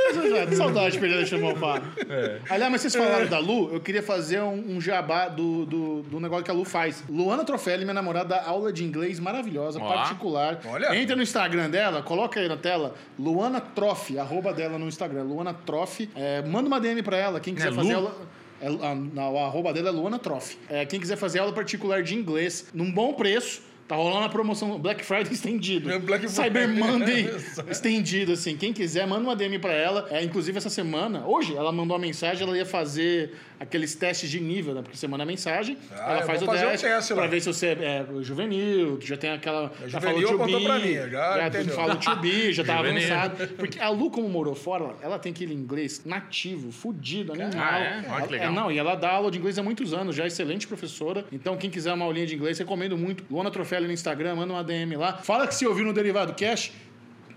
Speaker 1: Saudade de perder a Alexandre Bonfá.
Speaker 4: É.
Speaker 1: Aliás, mas vocês falaram da Lu, eu queria fazer um, um jabá do, do, do negócio que a Lu faz. Luana Trofelli, minha namorada, dá aula de inglês maravilhosa,
Speaker 2: Ó.
Speaker 1: particular.
Speaker 4: Olha.
Speaker 1: Entra no Instagram dela, coloca aí na tela, Luana Troff, arroba dela no Instagram, Luana Troff. É, manda uma DM pra ela, quem
Speaker 4: Né,
Speaker 1: quiser
Speaker 2: Não é
Speaker 1: fazer
Speaker 2: Lu?
Speaker 1: aula... É, a, a, a arroba dela é Luana Troff. É, quem quiser fazer aula particular de inglês, num bom preço, tá rolando a promoção Black Friday estendido.
Speaker 4: É, Black Friday.
Speaker 1: Cyber Monday
Speaker 4: Isso.
Speaker 1: estendido, assim. Quem quiser, manda uma DM pra ela. É, inclusive, essa semana, hoje, ela mandou uma mensagem, ela ia fazer aqueles testes de nível, né? Porque você manda a mensagem,
Speaker 4: Ah,
Speaker 1: ela
Speaker 4: eu
Speaker 1: faz o
Speaker 4: vou fazer um
Speaker 1: teste,
Speaker 4: teste lá. É
Speaker 1: pra ver se você é juvenil, já tem aquela... Já
Speaker 4: juvenil,
Speaker 1: fala o
Speaker 4: contou
Speaker 1: to be,
Speaker 4: pra mim, já entendeu.
Speaker 1: fala o to be, já tá
Speaker 2: Juvenil.
Speaker 1: avançado. Porque a Lu, como morou fora, ela- ela tem aquele inglês nativo, fudido, animal.
Speaker 2: Ah, é? Olha que legal.
Speaker 1: não, não, e ela dá aula de inglês há muitos anos, já é excelente professora. Então, quem quiser uma aulinha de inglês, recomendo muito. Luana Trofelli no Instagram, manda um uma DM lá. Fala que se ouviu no Derivado Cash,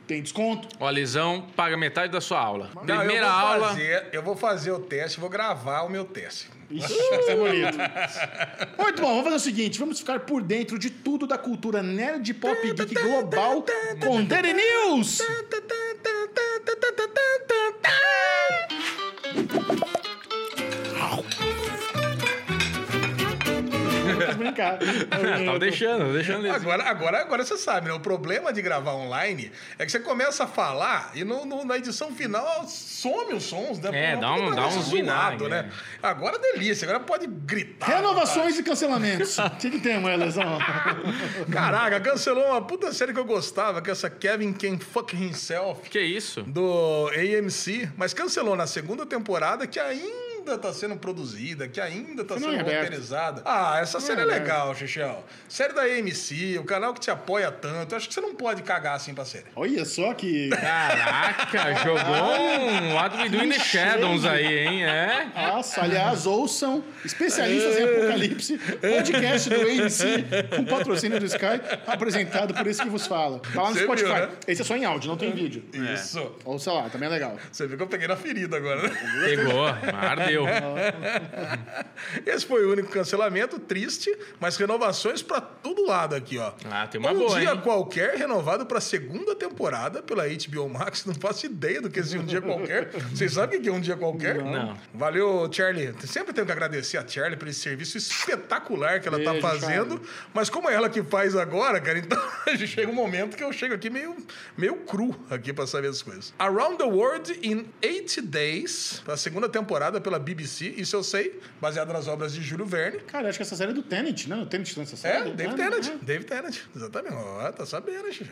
Speaker 1: tem desconto.
Speaker 2: Ó, Alisão, paga metade da sua aula.
Speaker 4: Não,
Speaker 2: Primeira
Speaker 4: eu vou
Speaker 2: aula.
Speaker 4: Fazer, eu vou fazer o teste, vou gravar o meu teste.
Speaker 1: Isso, isso é bonito. Muito bom, vamos fazer o seguinte: vamos ficar por dentro de tudo da cultura nerd pop geek global com Dere News. brincar.
Speaker 2: Tava Tá deixando, tava deixando isso.
Speaker 4: Agora, agora, agora você sabe, né? O problema de gravar online é que você começa a falar e no, no- na edição final some os sons, né?
Speaker 2: É,
Speaker 4: Pô,
Speaker 2: dá um-
Speaker 4: um
Speaker 2: dá
Speaker 4: negócio
Speaker 2: uns vinagre,
Speaker 4: né? Agora é delícia, agora pode gritar.
Speaker 1: Renovações e cancelamentos. O que, que temos, Elezão?
Speaker 4: Caraca, cancelou uma puta série que eu gostava, que é essa Kevin Can Fuck Himself,
Speaker 2: Que isso?
Speaker 4: do AMC, mas cancelou na segunda temporada que ainda tá sendo produzida, que ainda tá
Speaker 1: Não
Speaker 4: sendo
Speaker 1: é aberto.
Speaker 4: roteirizada. Ah, essa série é
Speaker 1: é aberto.
Speaker 4: legal, Xixel. Série da AMC, o canal que te apoia tanto. Eu acho que você não pode cagar assim pra série.
Speaker 1: Olha só que.
Speaker 2: Caraca, jogou um What We Do in the Shadows aí, hein? É.
Speaker 1: Nossa, aliás, ouçam especialistas
Speaker 4: É.
Speaker 1: em apocalipse, podcast do AMC, com patrocínio do Sky, apresentado por esse que vos fala. Tá lá no
Speaker 4: Você viu,
Speaker 1: Spotify.
Speaker 4: né?
Speaker 1: Esse é só em áudio, não tem vídeo.
Speaker 4: Isso.
Speaker 1: Ouça lá, também é legal.
Speaker 4: Você viu que eu peguei na ferida agora, né?
Speaker 2: Pegou, ardeu.
Speaker 4: É. Esse foi o único cancelamento, triste, mas renovações pra todo lado aqui, ó.
Speaker 2: Ah, tem uma
Speaker 4: um
Speaker 2: boa,
Speaker 4: dia
Speaker 2: hein?
Speaker 4: qualquer renovado pra segunda temporada pela HBO Max. Não faço ideia do que é esse um dia qualquer. Vocês sabem o que é um dia qualquer?
Speaker 2: Não.
Speaker 4: Valeu, Charlie. Sempre tenho que agradecer a Charlie por esse serviço espetacular que ela tá
Speaker 1: Beijo,
Speaker 4: fazendo. Mas como é ela que faz agora, cara, então chega um momento que eu chego aqui meio, meio cru aqui pra saber as coisas. Around the World in 8 Days, a segunda temporada pela BBC. Isso eu sei, baseado nas obras de Júlio Verne.
Speaker 1: Cara, acho que essa série é do Tenet, não? O Tenet lança essa série?
Speaker 4: É,
Speaker 1: Do
Speaker 4: David
Speaker 1: Tenet,
Speaker 4: Tennant.
Speaker 1: né?
Speaker 4: David Tennant, exatamente. Ó, tá sabendo, hein, Xuxa?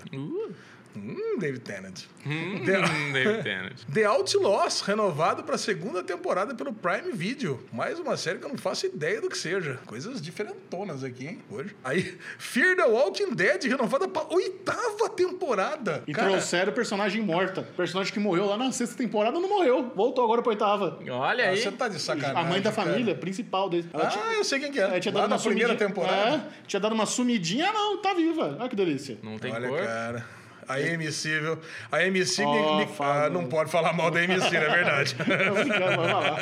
Speaker 4: Hum, David Tennant. The,
Speaker 2: Hum, David Tennant.
Speaker 4: The Outlaws, renovado pra segunda temporada pelo Prime Video. Mais uma série que eu não faço ideia do que seja. Coisas diferentonas aqui, hein, hoje. Aí, Fear the Walking Dead, renovada pra oitava temporada.
Speaker 1: E
Speaker 4: Cara,
Speaker 1: trouxeram personagem morta. Personagem que morreu lá na sexta temporada não morreu. Voltou agora pra oitava.
Speaker 2: Olha aí.
Speaker 4: você tá de sacanagem.
Speaker 1: a mãe da
Speaker 4: cara.
Speaker 1: família, principal dele. Ela
Speaker 4: Ah, eu sei quem que é.
Speaker 1: ela tinha
Speaker 4: Lá
Speaker 1: dado
Speaker 4: na
Speaker 1: uma
Speaker 4: primeira
Speaker 1: sumidinha-
Speaker 4: temporada.
Speaker 1: É, tinha dado uma sumidinha. Ah, não, tá viva. Olha que delícia.
Speaker 2: Não tem
Speaker 4: Olha,
Speaker 2: cor.
Speaker 4: cara. A MC, viu? A MC me-
Speaker 1: Ó,
Speaker 4: me-
Speaker 1: fala.
Speaker 4: Ah, não pode falar mal da MC, não é verdade.
Speaker 1: Eu brincando, vai lá.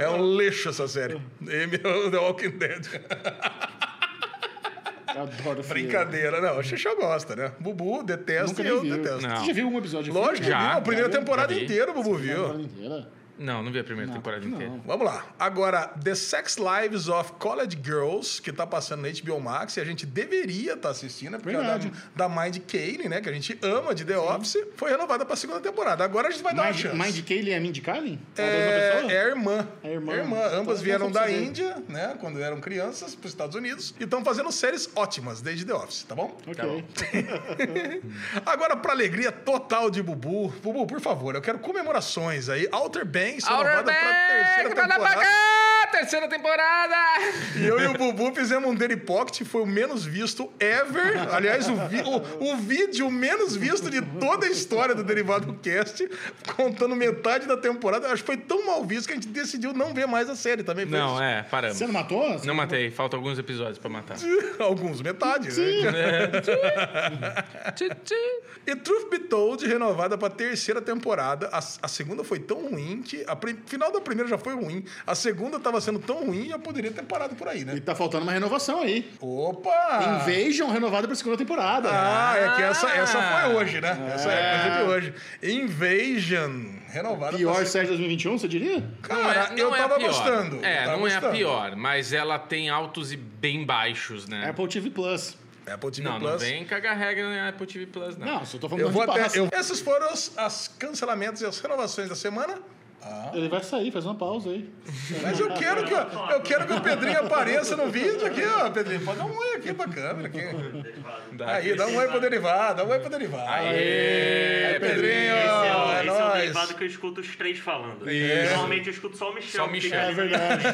Speaker 4: É um lixo essa série.
Speaker 1: É.
Speaker 4: M- The Walking Dead.
Speaker 1: Eu Adoro filme.
Speaker 4: Brincadeira, não. O Xixão gosta, né? Bubu detesta
Speaker 1: Nunca
Speaker 4: e
Speaker 1: nem
Speaker 4: eu
Speaker 1: viu.
Speaker 4: detesto.
Speaker 2: Não.
Speaker 1: Você já viu um episódio? de
Speaker 4: Lógico que
Speaker 2: Já,
Speaker 4: viu. A primeira
Speaker 2: já vi,
Speaker 4: temporada
Speaker 2: já vi.
Speaker 4: inteira, o Bubu
Speaker 1: filme?
Speaker 4: viu.
Speaker 1: Inteira?
Speaker 2: Não, não vi a primeira temporada inteira.
Speaker 4: Vamos lá. Agora, The Sex Lives of College Girls, que tá passando na HBO Max, e a gente deveria estar assistindo, né? porque é da,
Speaker 1: Verdade.
Speaker 4: da Mind Kane, né? Que a gente ama de The Office, foi renovada pra segunda temporada. Agora a gente vai dar uma
Speaker 1: Mind,
Speaker 4: chance.
Speaker 1: Mind Kaling é a Mindy Kaling? É, a
Speaker 4: É,
Speaker 1: mesma
Speaker 4: é
Speaker 1: pessoa?
Speaker 4: a irmã.
Speaker 1: É a irmã.
Speaker 4: Ambas
Speaker 1: Então,
Speaker 4: vieram
Speaker 1: não sei
Speaker 4: da
Speaker 1: se você-
Speaker 4: Índia, né? Quando eram crianças, para os Estados Unidos. E estão fazendo séries ótimas desde The Office, tá bom?
Speaker 1: Ok.
Speaker 4: Agora, para alegria total de Bubu. Bubu, por favor, eu quero comemorações aí. Outer Banks,
Speaker 2: Outer
Speaker 4: renovada para
Speaker 2: Banks,
Speaker 4: terceira
Speaker 2: manda pra
Speaker 4: temporada.
Speaker 2: cá! Terceira temporada!
Speaker 4: E eu e o Bubu fizemos um Daily Pocket, foi o menos visto ever. Aliás, o, vi- o- o vídeo menos visto de toda a história do Derivado Cast, contando metade da temporada. Acho que foi tão mal visto que a gente decidiu não ver mais a série também. foi isso?
Speaker 2: Não, é, paramos.
Speaker 1: Você não matou? Você
Speaker 2: Não matei, faltam alguns episódios pra matar.
Speaker 4: Alguns, metade. Né?
Speaker 2: Tchê, tchê.
Speaker 4: E Truth Be Told, renovada pra terceira temporada. A, a segunda foi tão ruim que... A prim- final da primeira já foi ruim. A segunda tava sendo tão ruim, eu poderia ter parado por aí,
Speaker 1: E
Speaker 4: né?
Speaker 1: tá faltando uma renovação aí.
Speaker 4: Opa!
Speaker 1: Invasion renovada pra segunda temporada.
Speaker 4: Ah, é que essa,
Speaker 2: Ah!
Speaker 4: essa foi hoje, né? Essa é a coisa de hoje. Invasion, renovada.
Speaker 1: Pior
Speaker 4: pra...
Speaker 1: série de 2021, você diria?
Speaker 2: Não é-
Speaker 4: Cara,
Speaker 2: não é
Speaker 4: eu
Speaker 2: a
Speaker 4: tava
Speaker 2: pior.
Speaker 4: gostando.
Speaker 2: É,
Speaker 4: eu tava
Speaker 2: não é a
Speaker 4: gostando.
Speaker 2: pior, mas ela tem altos e bem baixos,
Speaker 4: É,
Speaker 2: né?
Speaker 1: Apple TV Plus.
Speaker 4: Apple TV
Speaker 2: não,
Speaker 4: Plus.
Speaker 2: não vem cagar regra na Apple TV Plus, não.
Speaker 1: Não, só tô falando
Speaker 4: Eu
Speaker 1: de
Speaker 4: vou até...
Speaker 1: barra-
Speaker 4: eu- Esses foram os as cancelamentos e as renovações da semana.
Speaker 1: Ele vai sair, faz uma pausa aí.
Speaker 4: Mas eu quero que, eu quero que o Pedrinho apareça no vídeo aqui, ó. Pedrinho, pode dar um oi aqui pra câmera. Aqui.
Speaker 2: Dá
Speaker 4: Aí,
Speaker 2: aquele-
Speaker 4: dá um oi pro derivado, dá um oi pro derivado.
Speaker 2: Aê,
Speaker 4: Aí, Pedrinho,
Speaker 2: Pedrinho!
Speaker 5: Esse é,
Speaker 4: é
Speaker 5: o- esse é o
Speaker 4: nóis.
Speaker 5: derivado que eu escuto os três falando.
Speaker 2: Isso.
Speaker 5: Normalmente eu escuto só o Michel.
Speaker 2: Só o Michel.
Speaker 5: Fica
Speaker 1: É
Speaker 5: ali.
Speaker 1: verdade.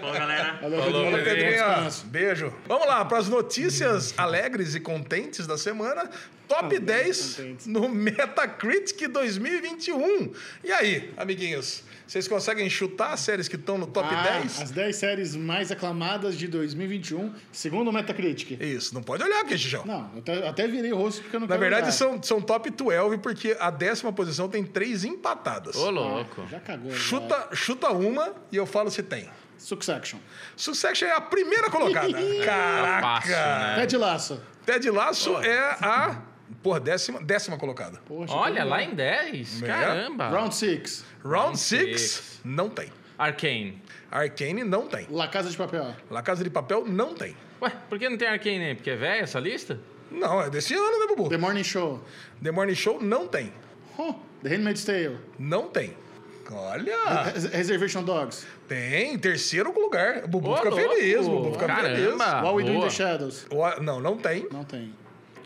Speaker 5: Bom, galera.
Speaker 1: Valeu,
Speaker 2: Falou,
Speaker 1: Pedrinho.
Speaker 2: Pedrinho.
Speaker 4: Pedrinho, beijo. Vamos lá, para as notícias alegres e contentes da semana. Top 10 no Metacritic 2021. E aí, amiguinhos, vocês conseguem chutar as séries que estão no top
Speaker 1: Ah,
Speaker 4: 10?
Speaker 1: As 10 séries mais aclamadas de 2021, segundo o Metacritic.
Speaker 4: Isso, não pode olhar aqui, Xixão.
Speaker 1: Não, eu até, eu até virei o rosto porque eu não
Speaker 4: Na
Speaker 1: quero
Speaker 4: verdade,
Speaker 1: olhar.
Speaker 4: são, são top 12, porque a décima posição tem três empatadas.
Speaker 2: Ô, louco.
Speaker 1: Já cagou. já.
Speaker 4: Chuta, chuta uma e eu falo se tem.
Speaker 1: Succession.
Speaker 4: Succession é a primeira colocada. Caraca!
Speaker 2: fácil, né? É.
Speaker 1: Ted Lasso.
Speaker 4: Ted Laço é a. Porra, décima, décima colocada.
Speaker 1: Poxa,
Speaker 2: Olha,
Speaker 1: que
Speaker 2: lá em 10,
Speaker 4: É.
Speaker 2: caramba.
Speaker 1: legal. Round 6.
Speaker 4: Round 6,
Speaker 2: six.
Speaker 4: não tem.
Speaker 2: Arcane.
Speaker 4: Arcane não tem.
Speaker 1: La Casa de Papel.
Speaker 4: La Casa de Papel não tem.
Speaker 2: Ué, por que não tem Arcane aí? Porque é velha essa lista?
Speaker 4: Não, é desse ano, né, Bubu?
Speaker 1: The Morning Show.
Speaker 4: The Morning Show não tem.
Speaker 1: Oh, The Handmaid's Tale.
Speaker 4: Não tem. Olha!
Speaker 1: Res- Reservation Dogs.
Speaker 4: Tem, terceiro lugar. O Bubu
Speaker 2: Ô,
Speaker 4: fica
Speaker 2: louco!
Speaker 4: feliz, o Bubu fica
Speaker 2: Caramba!
Speaker 4: Ah,
Speaker 1: What We Do in
Speaker 2: boa.
Speaker 1: the Shadows.
Speaker 4: feliz. O- Não, não tem.
Speaker 1: Não tem.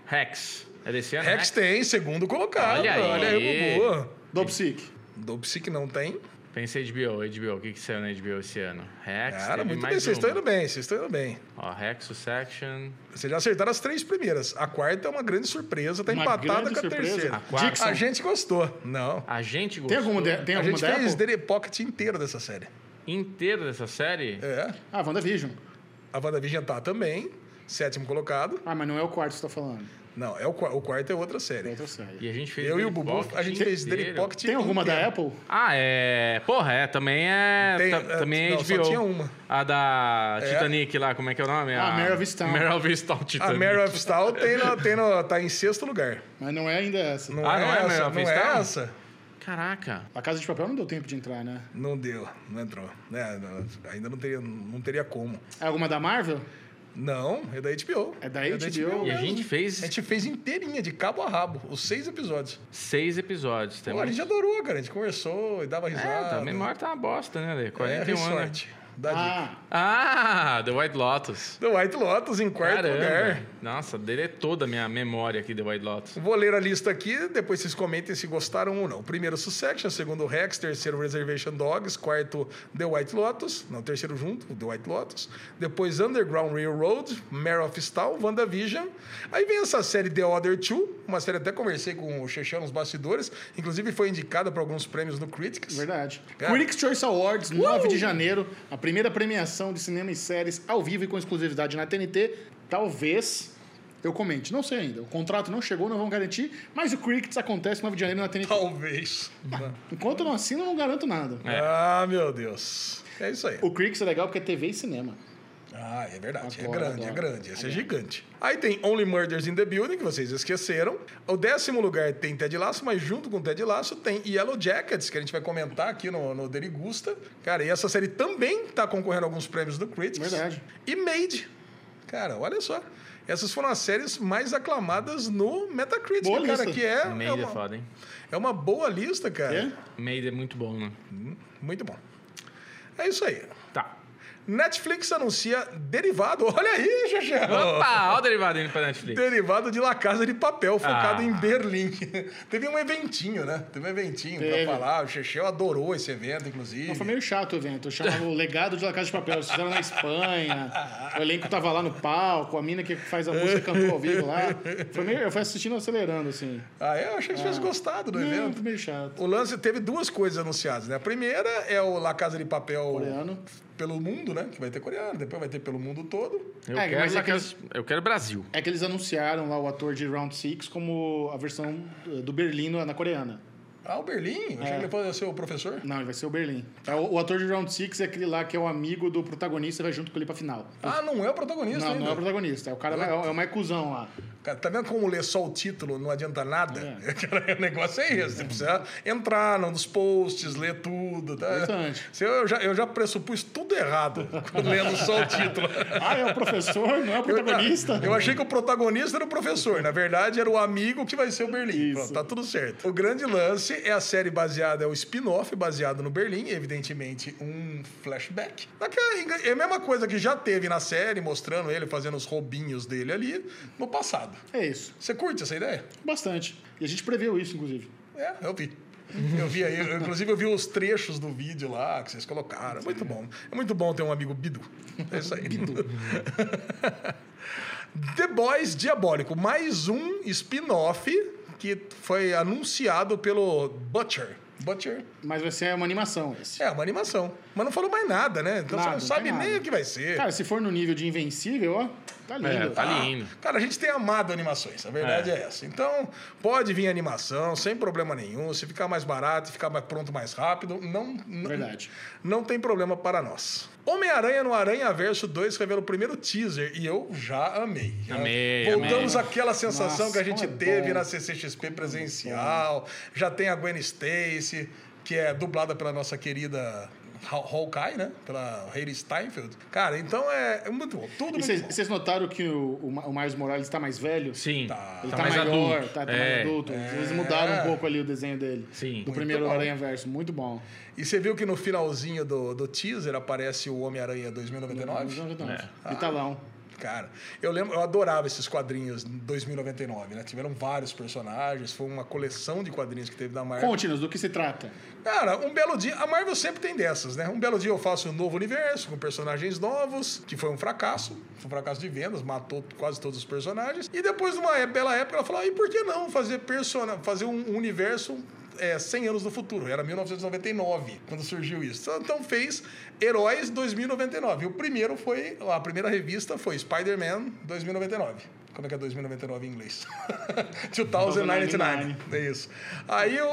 Speaker 2: Rex. É desse ano?
Speaker 4: Rex tem, segundo colocado.
Speaker 2: Olha
Speaker 4: Olha
Speaker 2: aí.
Speaker 4: aí, Bubu.
Speaker 1: Dope Sick.
Speaker 4: Dopsic não tem.
Speaker 2: Pensei HBO, HBO. O que, que saiu na HBO esse ano? Rex,
Speaker 4: Cara,
Speaker 2: teve
Speaker 4: Ah, muito bem.
Speaker 2: mais
Speaker 4: Vocês estão
Speaker 2: uma.
Speaker 4: indo bem, vocês estão indo bem.
Speaker 2: Ó, Rex, Succession...
Speaker 4: Vocês já acertaram as três primeiras. A quarta é uma grande surpresa, tá
Speaker 1: Uma
Speaker 4: empatada
Speaker 1: grande
Speaker 4: com a
Speaker 1: surpresa.
Speaker 4: terceira.
Speaker 2: A quarta. é
Speaker 4: A gente gostou. Não.
Speaker 2: A gente
Speaker 1: Tem
Speaker 2: gostou
Speaker 1: alguma, de, tem
Speaker 4: A
Speaker 1: alguma
Speaker 4: gente
Speaker 1: da
Speaker 4: fez
Speaker 1: Apple?
Speaker 4: Daily Pocket inteiro dessa série.
Speaker 2: inteira dessa série?
Speaker 4: É.
Speaker 1: Ah, WandaVision.
Speaker 4: A WandaVision tá também. Sétimo colocado.
Speaker 1: Ah, mas não é o quarto que você tá falando.
Speaker 4: Não, é o, qua- o quarto é outra
Speaker 1: É
Speaker 4: série.
Speaker 1: outra série.
Speaker 2: E a gente Então, fez
Speaker 4: Eu e
Speaker 2: Daily
Speaker 4: o Bubu,
Speaker 2: Pocket
Speaker 4: a gente fez Daily
Speaker 2: inteiro.
Speaker 4: Pocket
Speaker 1: Tem alguma da
Speaker 4: inteiro.
Speaker 1: Apple?
Speaker 2: Ah, é. Porra, é. Também é.
Speaker 4: Tem,
Speaker 2: ta-
Speaker 4: é,
Speaker 2: também é
Speaker 4: não,
Speaker 2: HBO.
Speaker 4: só tinha uma.
Speaker 2: A da Titanic lá, como é que é o nome?
Speaker 1: Ah, Mare of Easttown.
Speaker 2: Mare of Easttown Titanic.
Speaker 4: A Mary of Style tem no, tem no- tá em sexto lugar.
Speaker 1: Mas não é ainda essa.
Speaker 4: Não
Speaker 2: Ah,
Speaker 4: é
Speaker 2: não é Mary
Speaker 4: essa,
Speaker 2: of
Speaker 4: não
Speaker 2: Style?
Speaker 4: é essa.
Speaker 2: Caraca.
Speaker 1: A Casa de Papel não deu tempo de entrar, né?
Speaker 4: Não deu, não entrou. É, não, ainda não teria, não teria como.
Speaker 1: É alguma da Marvel?
Speaker 4: Não, é da HBO.
Speaker 1: É da HBO?
Speaker 2: E a
Speaker 4: mesmo.
Speaker 2: gente
Speaker 4: A
Speaker 2: fez
Speaker 4: gente fez inteirinha, de cabo a rabo, os seis episódios.
Speaker 2: seis episódios
Speaker 4: Pô, a
Speaker 2: também.
Speaker 4: gente adorou, cara. A gente conversou e dava
Speaker 2: É,
Speaker 4: risada.
Speaker 2: tá, a memória tá uma bosta, né, Lê?
Speaker 4: ah, É,
Speaker 2: 41 anos.
Speaker 4: sorte. Dá dica.
Speaker 1: Ah,
Speaker 2: Ah, The White Lotus.
Speaker 4: The White Lotus em quarto
Speaker 2: Caramba.
Speaker 4: lugar.
Speaker 2: Nossa, deletou da minha memória aqui The White Lotus.
Speaker 4: Vou ler a lista aqui, depois vocês comentem se gostaram ou não. Primeiro, Succession. Segundo, Rex. Terceiro, Reservation Dogs. Quarto, The White Lotus. Não, terceiro junto, The White Lotus. Depois, Underground Railroad, Mare of Stall, WandaVision. Aí vem essa série The Other Two, uma série até conversei com o Chechão nos bastidores. Inclusive, foi indicada para alguns prêmios no Critics.
Speaker 1: verdade.
Speaker 4: Cara.
Speaker 1: Critics' Choice Awards, 9 de janeiro. A primeira premiação de cinema e séries ao vivo e com exclusividade na TNT. Talvez eu comente. Não sei ainda. O contrato não chegou, não vão garantir. Mas o Critics acontece 9 de janeiro na TNT.
Speaker 4: Talvez.
Speaker 1: Enquanto eu não assino, eu não garanto nada.
Speaker 2: É.
Speaker 4: Ah, meu Deus. É isso aí.
Speaker 1: O Critics é legal porque é TV e cinema.
Speaker 4: Ah, é verdade.
Speaker 1: Adoro,
Speaker 4: é grande,
Speaker 1: adoro.
Speaker 4: é grande. Esse é gigante. Aí tem Only Murders in the Building, que vocês esqueceram. O décimo lugar tem Ted Lasso, mas junto com Ted Lasso tem Yellow Jackets, que a gente vai comentar aqui no, no Derigusta. Cara, e essa série também tá concorrendo a alguns prêmios do Critics.
Speaker 1: Verdade.
Speaker 4: E Made. Cara, olha só. Essas foram as séries mais aclamadas no Metacritic,
Speaker 1: Boa
Speaker 4: cara,
Speaker 1: lista.
Speaker 4: que é,
Speaker 2: Made
Speaker 4: é,
Speaker 2: é
Speaker 4: uma,
Speaker 2: foda, hein?
Speaker 4: é uma boa lista, cara.
Speaker 1: É?
Speaker 2: Made é muito bom, né?
Speaker 4: Muito bom. É isso aí.
Speaker 2: Tá.
Speaker 4: Netflix anuncia Derivado. Olha aí, Xuxa!
Speaker 2: Opa, Tá, olha o derivado indo pra Netflix.
Speaker 4: Derivado de La Casa de Papel, focado
Speaker 2: Ah.
Speaker 4: em Berlim. Teve um eventinho, né? Teve um eventinho
Speaker 1: Teve.
Speaker 4: pra falar. O Chechel adorou esse evento, inclusive.
Speaker 1: Não, foi meio chato o evento. Eu chamava o legado de La Casa de Papel. Eles fizeram na Espanha. O elenco tava lá no palco. A mina que faz a música cantou ao vivo lá. Foi meio, eu fui assistindo acelerando, assim.
Speaker 4: Ah, eu achei que tivesse gostado do
Speaker 1: Não,
Speaker 4: evento.
Speaker 1: foi meio chato.
Speaker 4: O lance teve duas coisas anunciadas, né? A primeira é o La Casa de Papel
Speaker 1: Coreano.
Speaker 4: pelo mundo, né? Que vai ter coreano, depois vai ter pelo mundo todo.
Speaker 2: Eu,
Speaker 1: É,
Speaker 2: quero
Speaker 1: mas é que
Speaker 2: aquelas- eu quero Brasil.
Speaker 1: É que eles anunciaram lá o ator de Round Six como a versão eh, do Berlim na na coreana.
Speaker 4: Ah, o Berlim?
Speaker 1: É.
Speaker 4: Eu Achei que ele fosse ser o professor.
Speaker 1: Não, ele vai ser o Berlim. É, O, o ator de Round Six é aquele lá que é o amigo do protagonista e vai junto com ele pra final.
Speaker 4: Ah, não é o protagonista
Speaker 1: Não,
Speaker 4: ainda.
Speaker 1: não é o protagonista. É o cara é, o- é o mais cuzão lá.
Speaker 4: Cara, tá vendo como ler só o título não adianta nada? Cara, o negócio é esse. Você precisa entrar nos posts, ler tudo. Tá?
Speaker 1: Importante.
Speaker 4: Se Eu, eu já, eu já pressupus tudo errado quando lendo só o título.
Speaker 1: Ah, é o professor, não é o
Speaker 4: Eu já-
Speaker 1: protagonista?
Speaker 4: Eu, achei que o protagonista era o professor. Na verdade, era o amigo que vai ser o Berlim. Pronto, tá tudo certo. O grande lance é a série baseada, é o spin-off baseado no Berlim, evidentemente um flashback. Daquela- É a mesma coisa que já teve na série, mostrando ele fazendo os roubinhos dele ali no passado.
Speaker 1: É isso.
Speaker 4: Você curte essa ideia?
Speaker 1: Bastante. E a gente previu isso, inclusive.
Speaker 4: É, eu vi. Eu vi aí, eu- inclusive eu vi os trechos do vídeo lá que vocês colocaram. Muito bom. É muito bom ter um amigo Bidu. É isso aí. Bidu. The Boys Diabólico, mais um spin-off que foi anunciado pelo Butcher. Butcher.
Speaker 1: Mas vai ser uma animação esse.
Speaker 4: É, uma animação. Mas não falou mais nada, né? Então
Speaker 1: Nada,
Speaker 4: você não
Speaker 1: não
Speaker 4: sabe
Speaker 1: tem
Speaker 4: nem
Speaker 1: nada.
Speaker 4: o que vai ser.
Speaker 1: Cara, se for no nível de Invencível, ó, tá lindo.
Speaker 2: É, tá
Speaker 4: Ah,
Speaker 2: lindo.
Speaker 4: Cara, a gente tem amado animações, a verdade é. essa. Então, pode vir animação, sem problema nenhum. Se ficar mais barato, ficar mais pronto mais rápido, não, não,
Speaker 1: É Verdade.
Speaker 4: não tem problema para nós. Homem-Aranha no Aranha Verso 2 revela o primeiro teaser e eu já amei.
Speaker 2: Amei,
Speaker 4: Voltamos àquela sensação
Speaker 1: Nossa,
Speaker 4: que a gente
Speaker 1: como é
Speaker 4: teve
Speaker 1: bom.
Speaker 4: na CCXP presencial. Já tem a Gwen Stacy, que é dublada pela nossa querida Haw- Hawkeye, né? Pela Hayley Steinfeld. Cara, então é, é muito bom. Tudo
Speaker 1: E
Speaker 4: muito
Speaker 1: vocês-
Speaker 4: bom.
Speaker 1: vocês notaram que o, o Ma- o Miles Morales tá mais velho?
Speaker 2: Sim.
Speaker 4: Tá.
Speaker 1: Ele
Speaker 2: tá
Speaker 1: tá,
Speaker 2: mais
Speaker 1: maior,
Speaker 2: adulto.
Speaker 1: tá, tá
Speaker 2: É.
Speaker 1: mais adulto. Eles mudaram um pouco ali o desenho dele.
Speaker 2: Sim.
Speaker 1: Do
Speaker 2: Muito
Speaker 1: primeiro
Speaker 4: bom.
Speaker 1: Aranha Verso. Muito bom.
Speaker 4: E você viu que no finalzinho do, do teaser aparece o Homem-Aranha 2099?
Speaker 2: É.
Speaker 1: E tá lá. um.
Speaker 4: Cara, eu lembro, eu adorava esses quadrinhos em 2099, né? Tiveram vários personagens, foi uma coleção de quadrinhos que teve da Marvel.
Speaker 1: Conte-nos, do que se trata?
Speaker 4: Cara, um belo dia, a Marvel sempre tem dessas, né? Um belo dia eu faço um novo universo com personagens novos, que foi um fracasso, foi um fracasso de vendas, matou quase todos os personagens. E depois de uma é- bela época ela falou: "E por que não fazer persona, fazer um universo é, 100 anos do futuro, era 1999 quando surgiu isso. Então fez Heróis 2099. O primeiro foi, a primeira revista foi Spider-Man 2099. Como é que é 2099 em inglês? 2099. É isso. Aí o,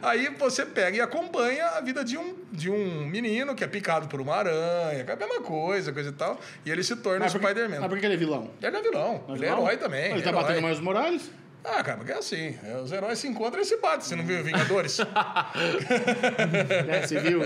Speaker 4: aí você pega e acompanha a vida de um, de um menino que é picado por uma aranha, que é a mesma coisa, coisa e tal, e ele se torna o
Speaker 1: por que-
Speaker 4: Spider-Man.
Speaker 1: Mas por que ele é vilão?
Speaker 4: Ele não é vilão, ele é
Speaker 1: vilão?
Speaker 4: herói também.
Speaker 1: Ele tá
Speaker 4: herói.
Speaker 1: batendo mais os Morales?
Speaker 4: Ah, cara, porque é assim. é, Os heróis se encontram e se batem. Você não viu Vingadores?
Speaker 1: É, você viu?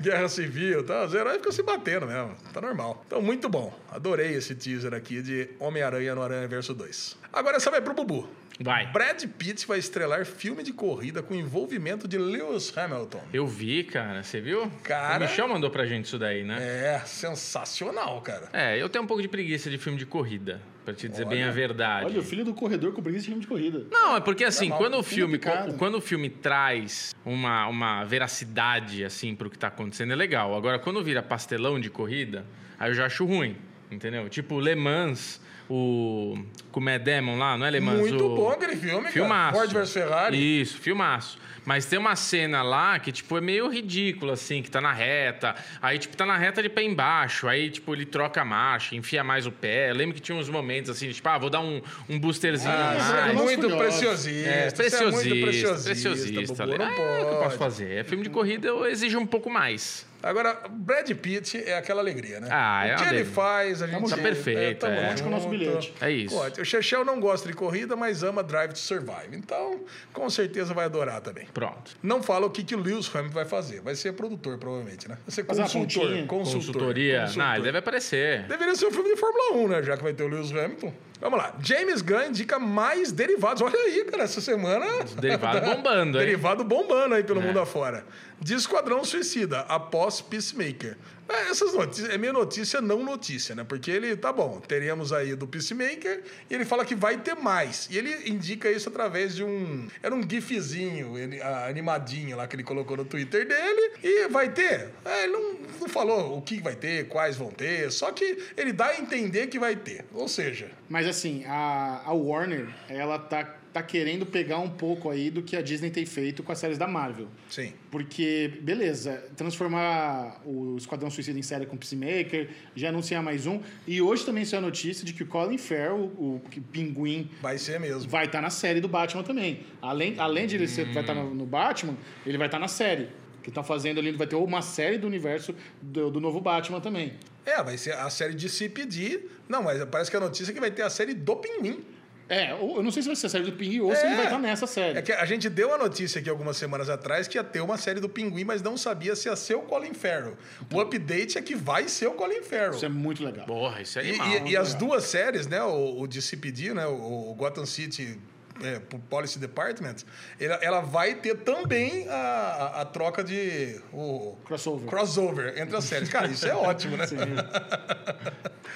Speaker 4: Guerra Civil e tal. Os heróis ficam se batendo mesmo. Tá normal. Então, muito bom. Adorei esse teaser aqui de Homem-Aranha no Aranha Verso 2. Agora essa vai pro Bubu.
Speaker 2: Vai.
Speaker 4: Brad Pitt vai estrelar filme de corrida com envolvimento de Lewis Hamilton.
Speaker 2: Eu vi, cara. Você viu?
Speaker 4: Cara.
Speaker 2: O Michel mandou pra gente isso daí, né?
Speaker 4: É, sensacional, cara.
Speaker 2: É. eu tenho um pouco de preguiça de filme de corrida, pra te dizer bem a verdade.
Speaker 1: Olha, o filho do corredor com preguiça de time de corrida.
Speaker 2: Não, é porque assim, quando o filme,
Speaker 1: picado.
Speaker 2: co- quando o filme traz uma, uma veracidade assim pro que tá acontecendo é legal. Agora quando vira pastelão de corrida, aí eu já acho ruim, entendeu? Tipo Le Mans, o como é Demon lá, não é Le Mans?
Speaker 4: muito
Speaker 2: o...
Speaker 4: bom aquele filme, cara.
Speaker 2: Filmaço.
Speaker 4: Ford vs Ferrari.
Speaker 2: Isso, filmaço. Mas tem uma cena lá que, tipo, é meio ridícula, assim, que tá na reta. Aí, tipo, tá na reta de pé embaixo. Aí, tipo, ele troca a marcha, enfia mais o pé. Eu lembro que tinha uns momentos, assim, tipo, ah, vou dar um, um boosterzinho
Speaker 4: Ah,
Speaker 2: a
Speaker 1: isso
Speaker 2: mais.
Speaker 1: é
Speaker 4: muito
Speaker 1: Furiosos.
Speaker 4: preciosista.
Speaker 2: É,
Speaker 4: Você é
Speaker 2: preciosista,
Speaker 4: muito preciosista.
Speaker 2: preciosista. né?
Speaker 4: Bubu, não
Speaker 2: É, o que eu
Speaker 4: pode.
Speaker 2: posso fazer? É filme de corrida, eu exijo um pouco mais.
Speaker 4: Agora, Brad Pitt é aquela alegria, né?
Speaker 2: Ah, é
Speaker 4: o que
Speaker 2: uma
Speaker 4: ele
Speaker 2: alegria.
Speaker 4: faz, a gente...
Speaker 2: Tá perfeito,
Speaker 4: tamo
Speaker 2: é.
Speaker 4: junto.
Speaker 1: Com o nosso bilhete.
Speaker 2: É isso.
Speaker 4: Ótimo. O Chechel não gosta de corrida, mas ama Drive to Survive. Então, com certeza vai adorar também.
Speaker 2: Pronto.
Speaker 4: Não fala o que, que o Lewis Hamilton vai fazer. Vai ser produtor, provavelmente, né? Vai ser
Speaker 1: Fazer uma
Speaker 4: consultor.
Speaker 1: pontinha.
Speaker 4: Consultor.
Speaker 2: Consultoria.
Speaker 4: consultor.
Speaker 2: Não, ele deve aparecer.
Speaker 4: Deveria ser um filme de Fórmula 1, né? Já que vai ter o Lewis Hamilton. Vamos lá. James Gunn indica mais derivados. Olha aí, cara, essa semana.
Speaker 2: Derivado bombando, hein?
Speaker 4: Derivado bombando aí pelo mundo afora. De Esquadrão Suicida, após Peacemaker. É, Essas notícias, é minha notícia, não notícia, né? Porque ele, tá bom, teremos aí do Peacemaker, e ele fala que vai ter mais. E ele indica isso através de um. Era um gifzinho ele- ah, animadinho lá que ele colocou no Twitter dele. E vai ter? É, ele não, não falou o que vai ter, quais vão ter, só que ele dá a entender que vai ter. Ou seja,
Speaker 1: Mas assim, a, a Warner, ela tá, tá querendo pegar um pouco aí do que a Disney tem feito com as séries da Marvel.
Speaker 4: sim.
Speaker 1: Porque, beleza, transformar o Esquadrão Suicida em série com o Peacemaker, já anunciar mais um. E hoje também saiu a notícia de que o Colin Farrell, o o pinguim,
Speaker 4: Vai ser mesmo.
Speaker 1: vai estar na série do Batman também. Além, além de ele ser, vai estar no, no Batman, ele vai estar na série. Que estão fazendo ali, vai ter uma série do universo do, do novo Batman também.
Speaker 4: É, vai ser a série de CPD. Não, mas parece que a notícia é que vai ter a série do Pinguim.
Speaker 1: É, ou- eu não sei se vai ser a série do Pinguim ou se
Speaker 4: É.
Speaker 1: ele vai estar nessa série.
Speaker 4: É que a gente deu a notícia aqui algumas semanas atrás que ia ter uma série do Pinguim, mas não sabia se ia ser o Colin Farrell. O update é que vai ser o Colin Farrell.
Speaker 1: Isso é muito legal.
Speaker 2: Porra, isso é
Speaker 4: E-
Speaker 2: animal.
Speaker 4: E, e as duas séries, né? O, o de CPD, né? O, o Gotham City é, po- Policy Department, ela, ela vai ter também a, a- a troca de. O,
Speaker 1: Crossover.
Speaker 4: crossover entre as séries. Cara, isso é ótimo, né?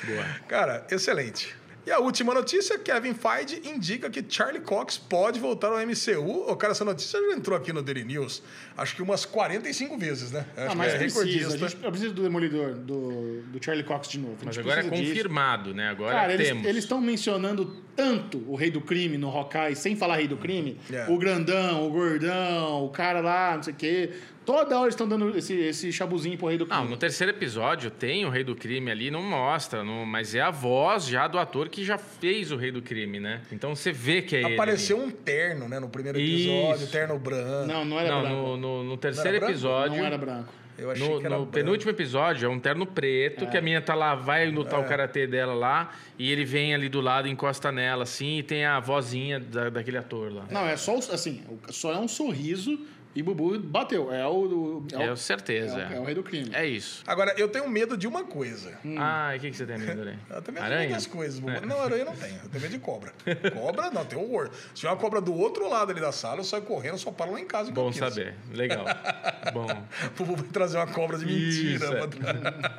Speaker 2: Boa.
Speaker 4: Cara, excelente. E a última notícia, Kevin Feige indica que Charlie Cox pode voltar ao MCU. Ô, cara, essa notícia já entrou aqui no Daily News, acho que umas 45 vezes, né? Acho
Speaker 1: Ah,
Speaker 4: que
Speaker 1: mas
Speaker 4: é
Speaker 1: precisa. A
Speaker 4: recordista.
Speaker 1: gente precisa do Demolidor, do, do Charlie Cox de novo. A gente
Speaker 2: Mas agora é
Speaker 1: precisa disso.
Speaker 2: confirmado, né? Agora
Speaker 1: Cara,
Speaker 2: temos.
Speaker 1: eles estão mencionando tanto o Rei do Crime no Hawkeye, sem falar Rei do
Speaker 2: Hum,
Speaker 1: Crime.
Speaker 4: É.
Speaker 1: O grandão, o gordão, o cara lá, não sei o quê. Toda hora eles estão dando esse, esse chabuzinho pro Rei do Crime.
Speaker 2: Não, no terceiro episódio tem o Rei do Crime ali, não mostra, não- mas é a voz já do ator que já fez o Rei do Crime, né? Então você vê que é ele.
Speaker 4: Apareceu um terno, né, no primeiro episódio,
Speaker 2: Isso.
Speaker 4: terno branco.
Speaker 1: não, não era
Speaker 2: Não,
Speaker 1: branco.
Speaker 2: no, no- no terceiro
Speaker 4: branco?
Speaker 2: episódio.
Speaker 1: Não era branco. É.
Speaker 4: Eu achei
Speaker 2: No,
Speaker 4: que era
Speaker 2: no
Speaker 4: branco.
Speaker 2: penúltimo episódio, é um terno preto, que a menina tá lá, vai lutar o karatê dela lá, e ele vem ali do lado, encosta nela, assim, e tem a vozinha da- daquele ator lá.
Speaker 1: Não, é só, o- assim, o- só é um sorriso E Bubu bateu. É o. É o,
Speaker 2: Eu certeza.
Speaker 1: é o- Hum. é o rei do crime.
Speaker 2: É isso.
Speaker 4: Agora, eu tenho medo de uma coisa.
Speaker 2: Ah, e o que, que você tem medo, Aranha? É.
Speaker 4: Eu também tenho medo das coisas. Bubu. Não, aranha não tem. Eu tenho medo de cobra. Cobra, não, tem horror. Se tiver uma cobra do outro lado ali da sala, eu saio correndo, só paro lá em casa. que eu
Speaker 2: Bom
Speaker 4: quis.
Speaker 2: saber. Legal. Bom.
Speaker 4: O Bubu vai trazer uma cobra de mentira.
Speaker 2: Isso, é.
Speaker 4: pra-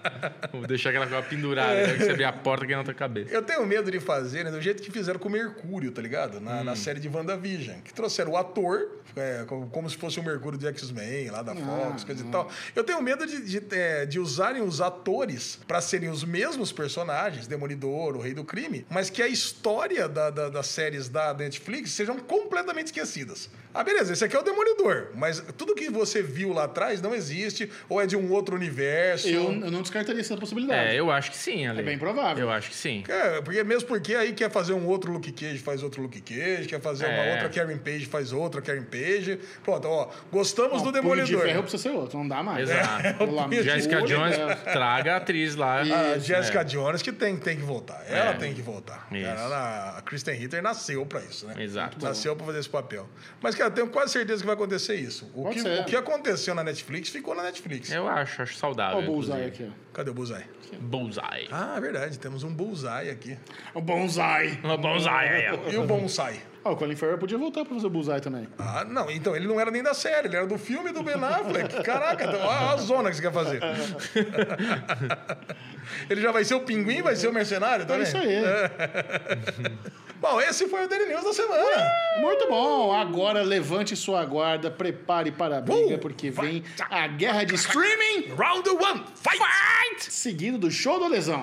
Speaker 2: Vou deixar aquela coisa pendurada. É. que você abrir a porta que é na tua cabeça.
Speaker 4: Eu tenho medo de fazer, né, do jeito que fizeram com o Mercúrio, tá ligado? Na, na série de WandaVision. Que trouxeram o ator, é, como, como se fosse o Mercúrio de X-Men, lá da Fox, coisa e tal. Eu tenho medo de, de, é, de usarem os atores pra serem os mesmos personagens, Demolidor, o Rei do Crime, mas que a história da- da- das séries da Netflix sejam completamente esquecidas. Ah, beleza, esse aqui é o Demolidor, mas tudo que você viu lá atrás não existe, ou é de um outro universo.
Speaker 1: Eu, eu não descartaria essa possibilidade.
Speaker 2: É, eu acho que sim, Ale.
Speaker 1: É bem provável.
Speaker 2: Eu acho que sim.
Speaker 4: É, porque mesmo porque aí quer fazer um outro Luke Cage, faz outro Luke Cage, quer fazer
Speaker 2: É.
Speaker 4: uma outra Karen Page, faz outra Karen Page. Pronto, ó, gostamos
Speaker 1: Não,
Speaker 4: do
Speaker 1: Punho de
Speaker 4: Demolidor.
Speaker 1: ferro precisa ser outro, não dá mais. É,
Speaker 2: Exato.
Speaker 1: Pelo amor de
Speaker 2: Jessica
Speaker 1: Deus.
Speaker 2: Jones, traga a atriz lá.
Speaker 4: A
Speaker 2: Isso,
Speaker 4: Jessica
Speaker 2: é.
Speaker 4: Jones que tem, tem que voltar. Ela
Speaker 2: É.
Speaker 4: tem que voltar.
Speaker 2: Isso.
Speaker 4: Ela- a Kristen Ritter nasceu pra isso, né?
Speaker 2: Exato.
Speaker 4: Nasceu pra fazer esse papel. Mas, cara, eu tenho quase certeza que vai acontecer isso. O,
Speaker 1: Pode
Speaker 4: que,
Speaker 1: ser.
Speaker 4: o que aconteceu na Netflix ficou na Netflix.
Speaker 2: Eu acho, acho saudável.
Speaker 1: Olha o Bullseye
Speaker 2: É, inclusive.
Speaker 1: aqui.
Speaker 4: Cadê o Bullseye?
Speaker 2: Bullseye.
Speaker 4: Ah, é verdade, temos um Bullseye aqui. Uhum.
Speaker 1: ó. O Bonsai.
Speaker 2: O Bullseye aí, ó.
Speaker 4: E o Bonsai?
Speaker 1: Ó, o Colin Farrell podia voltar pra fazer o Bullseye também.
Speaker 4: Ah, não, então ele não era nem da série, ele era do filme do Ben Affleck. Caraca, então, olha a zona que você quer fazer. ele já vai ser o pinguim, vai ser o mercenário
Speaker 1: É
Speaker 4: também.
Speaker 1: isso aí.
Speaker 4: Bom, esse foi o Daily News da semana.
Speaker 1: Muito bom! Agora levante sua guarda, prepare para a briga,
Speaker 4: Uh,
Speaker 1: porque vem a guerra de streaming,
Speaker 4: Round one, fight!
Speaker 1: seguido do show do lesão.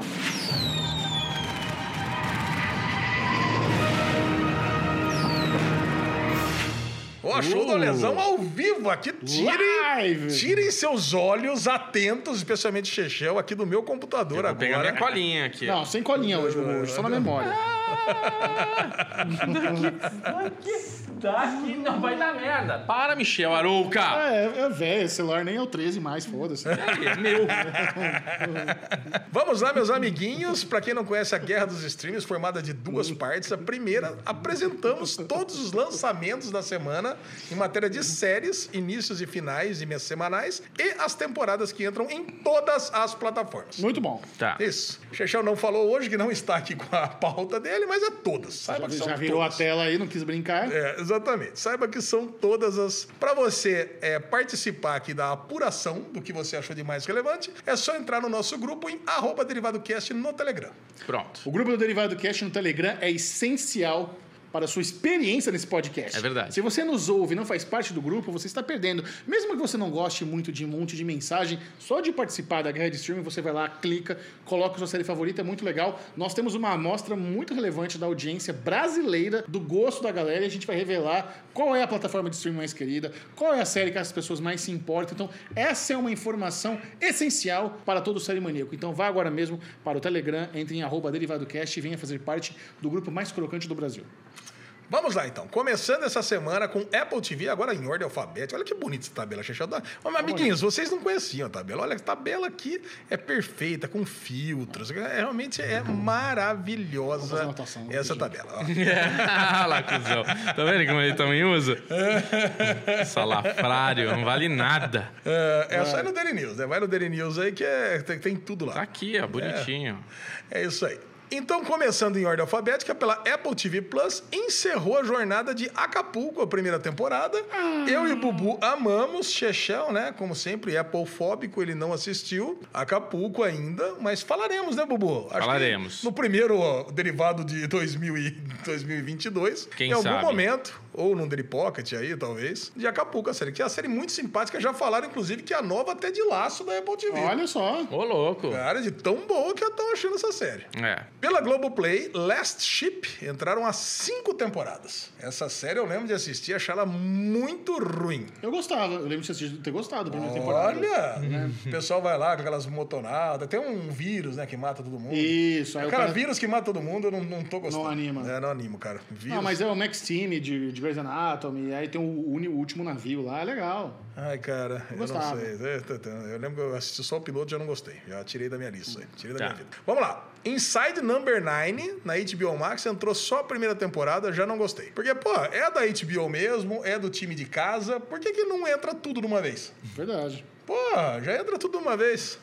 Speaker 4: Ó, show da lesão ao vivo aqui. Tirem,
Speaker 1: Uh. Live.
Speaker 4: tirem seus olhos atentos, especialmente Chechel, aqui do meu computador
Speaker 2: Vou pegar
Speaker 4: agora.
Speaker 2: Tá minha colinha aqui. ó.
Speaker 1: Não, sem colinha hoje, Bubu, hoje só na memória.
Speaker 2: Tá aqui, não vai dar merda. Para, Michel Arouca.
Speaker 1: É, é velho, esse celular nem é o 13 mais, foda-se.
Speaker 2: É meu.
Speaker 4: Vamos lá, meus amiguinhos. Pra quem não conhece, a Guerra dos Streams, formada de duas partes. A primeira, apresentamos todos os lançamentos da semana em matéria de séries, inícios e finais e meses semanais e as temporadas que entram em todas as plataformas.
Speaker 1: Muito bom.
Speaker 2: Tá.
Speaker 4: Isso. Chechel não falou hoje que não está aqui com a pauta dele, mas é todas. Saiba que são
Speaker 1: Já virou a
Speaker 4: todas.
Speaker 1: tela aí, não quis brincar.
Speaker 4: É, exatamente. Saiba que são todas as. Para você é, participar aqui da apuração do que você achou de mais relevante, é só entrar no nosso grupo em arroba derivadocast no Telegram.
Speaker 2: Pronto.
Speaker 1: O grupo do Derivado Cast no Telegram é essencial para a sua experiência nesse podcast.
Speaker 2: É verdade.
Speaker 1: Se você nos ouve e não faz parte do grupo, você está perdendo. Mesmo que você não goste muito de um monte de mensagem, só de participar da guerra de streaming, você vai lá, clica, coloca sua série favorita, é muito legal. Nós temos uma amostra muito relevante da audiência brasileira, do gosto da galera, e a gente vai revelar qual é a plataforma de streaming mais querida, qual é a série que as pessoas mais se importam. Então, essa é uma informação essencial para todo série maníaco. Então, vá agora mesmo para o Telegram, entre em arroba derivadocast e venha fazer parte do grupo mais crocante do Brasil.
Speaker 4: Vamos lá então, começando essa semana com Apple TV, agora em ordem alfabética. Olha que bonita essa tabela, Xixi. Mas, amiguinhos, vocês não conheciam a tabela. Olha, a tabela aqui é perfeita, com filtros. É, realmente é
Speaker 1: fazer
Speaker 4: maravilhosa
Speaker 1: Uhum. uma anotação, vou
Speaker 4: essa
Speaker 1: pedir.
Speaker 4: tabela. ó.
Speaker 2: Ah, lá, cuzão. Tá vendo como ele também usa? Salafrário, não vale nada.
Speaker 4: É, é só ir no Daily News, né? Vai no Daily News aí que é- tem, tem tudo lá.
Speaker 2: Tá aqui, ó, bonitinho.
Speaker 4: É isso aí. Então, começando em ordem alfabética, pela Apple TV Plus, encerrou a jornada de Acapulco, a primeira temporada. Eu e o Bubu amamos. Chechel, né? Como sempre, é apofóbico, ele não assistiu. Acapulco ainda, mas falaremos, né, Bubu? Acho que
Speaker 2: Falaremos.
Speaker 4: No primeiro ó, derivado de 2000 e 2022.
Speaker 2: Quem
Speaker 4: em algum
Speaker 2: sabe?
Speaker 4: momento, ou num Daily Pocket aí, talvez, de Acapulco, a série. Que é uma série muito simpática. Já falaram, inclusive, que é a nova até de laço da Apple TV.
Speaker 1: Olha só.
Speaker 2: É. Ô, louco.
Speaker 4: Cara, de tão boa que eu tô achando essa série.
Speaker 2: É.
Speaker 4: Pela Globoplay, Last Ship entraram as cinco temporadas. Essa série eu lembro de assistir e achar ela muito ruim.
Speaker 1: Eu gostava, eu lembro de vocês ter gostado da primeira temporada.
Speaker 4: Olha! O pessoal vai lá com aquelas motonadas. Tem um vírus, né, que mata todo mundo.
Speaker 1: Isso, aí o
Speaker 4: É Cara,
Speaker 1: cara-
Speaker 4: vírus que mata todo mundo, eu não, não tô gostando.
Speaker 1: Não anima.
Speaker 4: É, não animo, cara. Vírus.
Speaker 1: Ah, mas é o Max Team de, de Grey's Anatomy, aí tem o, uni- o último navio lá, é legal.
Speaker 4: Ai, cara, eu, não
Speaker 1: gostava.
Speaker 4: sei. Eu, tô- tô- eu lembro que eu assisti só o piloto e já não gostei. Já tirei da minha lista. Tirei da
Speaker 2: Tá.
Speaker 4: minha vida. Vamos lá. Inside Number 9, na HBO Max, entrou só a primeira temporada, já não gostei. Porque, pô, é da HBO mesmo, é do time de casa, por que, que não entra tudo de uma vez?
Speaker 1: Verdade.
Speaker 4: Pô, já entra tudo de uma vez.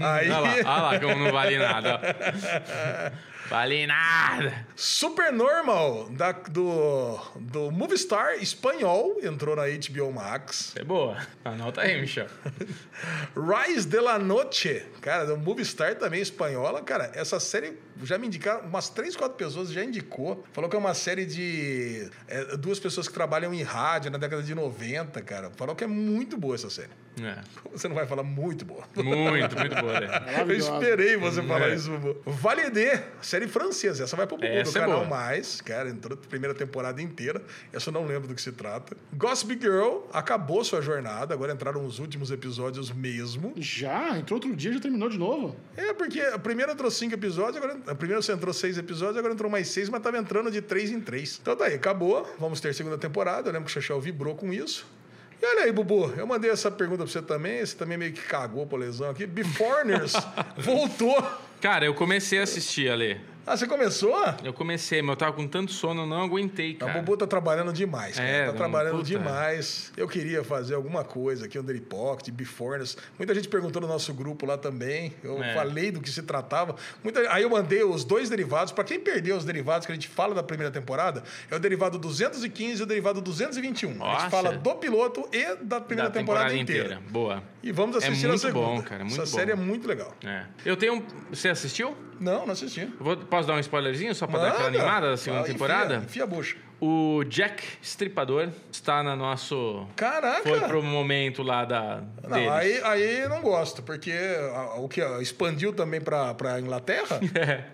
Speaker 4: Aí,
Speaker 2: Olha Uhum. lá, olha lá como não vale nada. ó. vale nada.
Speaker 4: Supernormal, da, do, do Movistar espanhol, entrou na HBO Max.
Speaker 2: Isso é boa. Anota aí, Michel.
Speaker 4: Rise de la Noche, cara, do Movistar também espanhola, cara. Essa série já me indicaram, umas três, quatro pessoas já indicou. Falou que é uma série de é, duas pessoas que trabalham em rádio na década de 90, cara. Falou que é muito boa essa série.
Speaker 2: É.
Speaker 4: Você não vai falar muito boa.
Speaker 2: Muito, muito boa. né?
Speaker 4: Eu
Speaker 1: Maravilhosa.
Speaker 4: esperei você falar
Speaker 2: É.
Speaker 4: isso, Bubu. Validé, série francesa. Essa vai pro Bubu do
Speaker 2: Essa é
Speaker 4: canal
Speaker 2: boa.
Speaker 4: mais. Cara, entrou a primeira temporada inteira. Essa eu não lembro do que se trata. Gossip Girl acabou sua jornada. Agora entraram os últimos episódios mesmo.
Speaker 1: Já? Entrou outro dia, já terminou de novo?
Speaker 4: É, porque a primeira entrou cinco episódios, agora. A primeira você entrou seis episódios, agora entrou mais seis, mas tava entrando de três em três. Então tá aí, acabou. Vamos ter segunda temporada. Eu lembro que o Chachel vibrou com isso. E olha aí, Bubu, eu mandei essa pergunta pra você também. Você também meio que cagou pra lesão aqui. Beforeners voltou.
Speaker 2: Cara, eu comecei a assistir, Ale.
Speaker 4: Ah, você começou?
Speaker 2: Eu comecei, mas eu tava com tanto sono, eu não aguentei,
Speaker 4: A
Speaker 2: cara.
Speaker 4: Bubu tá trabalhando demais, cara.
Speaker 2: É,
Speaker 4: tá
Speaker 2: não,
Speaker 4: trabalhando
Speaker 2: puta.
Speaker 4: demais. Eu queria fazer alguma coisa aqui, Under Pocket, Beforeness. Muita gente perguntou no nosso grupo lá também. Eu
Speaker 2: É.
Speaker 4: falei do que se tratava. Muita- Aí eu mandei os dois derivados. Pra quem perdeu os derivados que a gente fala da primeira temporada, é o derivado 215 e o derivado 221. A
Speaker 2: Nossa.
Speaker 4: gente fala do piloto e da primeira
Speaker 2: Da
Speaker 4: temporada, inteira.
Speaker 2: Boa.
Speaker 4: E vamos assistir
Speaker 2: É
Speaker 4: a
Speaker 2: muito
Speaker 4: segunda.
Speaker 2: bom, cara, é muito
Speaker 4: Essa
Speaker 2: bom.
Speaker 4: série é muito legal.
Speaker 2: É. Eu tenho. um- Você assistiu?
Speaker 4: Não, não assisti.
Speaker 2: Eu vou- posso dar um spoilerzinho só pra dar aquela
Speaker 4: Manda.
Speaker 2: animada da segunda
Speaker 4: Ah, enfia-
Speaker 2: temporada?
Speaker 4: Enfia, a bucha.
Speaker 2: O Jack Stripador está na nosso.
Speaker 4: Caraca!
Speaker 2: Foi pro momento lá da.
Speaker 4: Não,
Speaker 2: deles.
Speaker 4: aí, aí não gosto, porque a- o que ó, expandiu também pra, pra Inglaterra?
Speaker 2: É.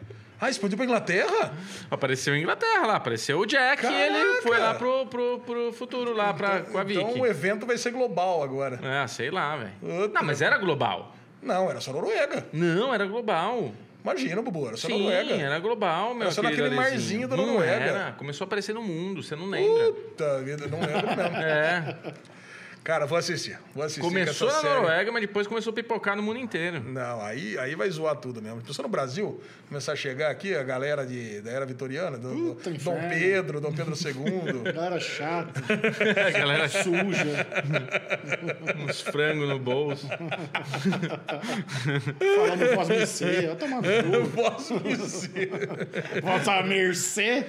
Speaker 4: ah, expandiu pra Inglaterra?
Speaker 2: Apareceu em Inglaterra lá, apareceu o Jack e ele
Speaker 4: Caraca!
Speaker 2: foi lá pro, pro, pro futuro lá pra, Ah, com a Vicky.
Speaker 4: Então Hum. o evento vai ser global agora.
Speaker 2: Ah, sei lá, velho.
Speaker 4: Outra.
Speaker 2: Não, mas era global.
Speaker 4: Não, era só Noruega.
Speaker 2: Não, era global.
Speaker 4: Imagina, Bubu, era só
Speaker 2: Sim,
Speaker 4: Noruega.
Speaker 2: era global, meu
Speaker 4: Era só
Speaker 2: querido
Speaker 4: naquele
Speaker 2: Alezinho.
Speaker 4: é marzinho da
Speaker 2: Não
Speaker 4: Noruega.
Speaker 2: era, Começou a aparecer no mundo, você não lembra.
Speaker 4: Puta vida, não lembro mesmo.
Speaker 2: É,
Speaker 4: Cara, vou assistir. Vou assistir
Speaker 2: começou
Speaker 4: com
Speaker 2: na
Speaker 4: essa série.
Speaker 2: Noruega, mas depois começou a pipocar no mundo inteiro.
Speaker 4: Não, aí, aí vai zoar tudo mesmo. Pessoal no Brasil, começar a chegar aqui, a galera de, da era vitoriana, do,
Speaker 1: Puta
Speaker 4: Dom
Speaker 1: inferno.
Speaker 4: Pedro, Dom Pedro II.
Speaker 1: Galera chata,
Speaker 2: A galera
Speaker 1: suja,
Speaker 2: uns frangos no bolso.
Speaker 1: falando voz mercê. Eu tomo
Speaker 4: Eu posso dizer.
Speaker 1: vossa mercê.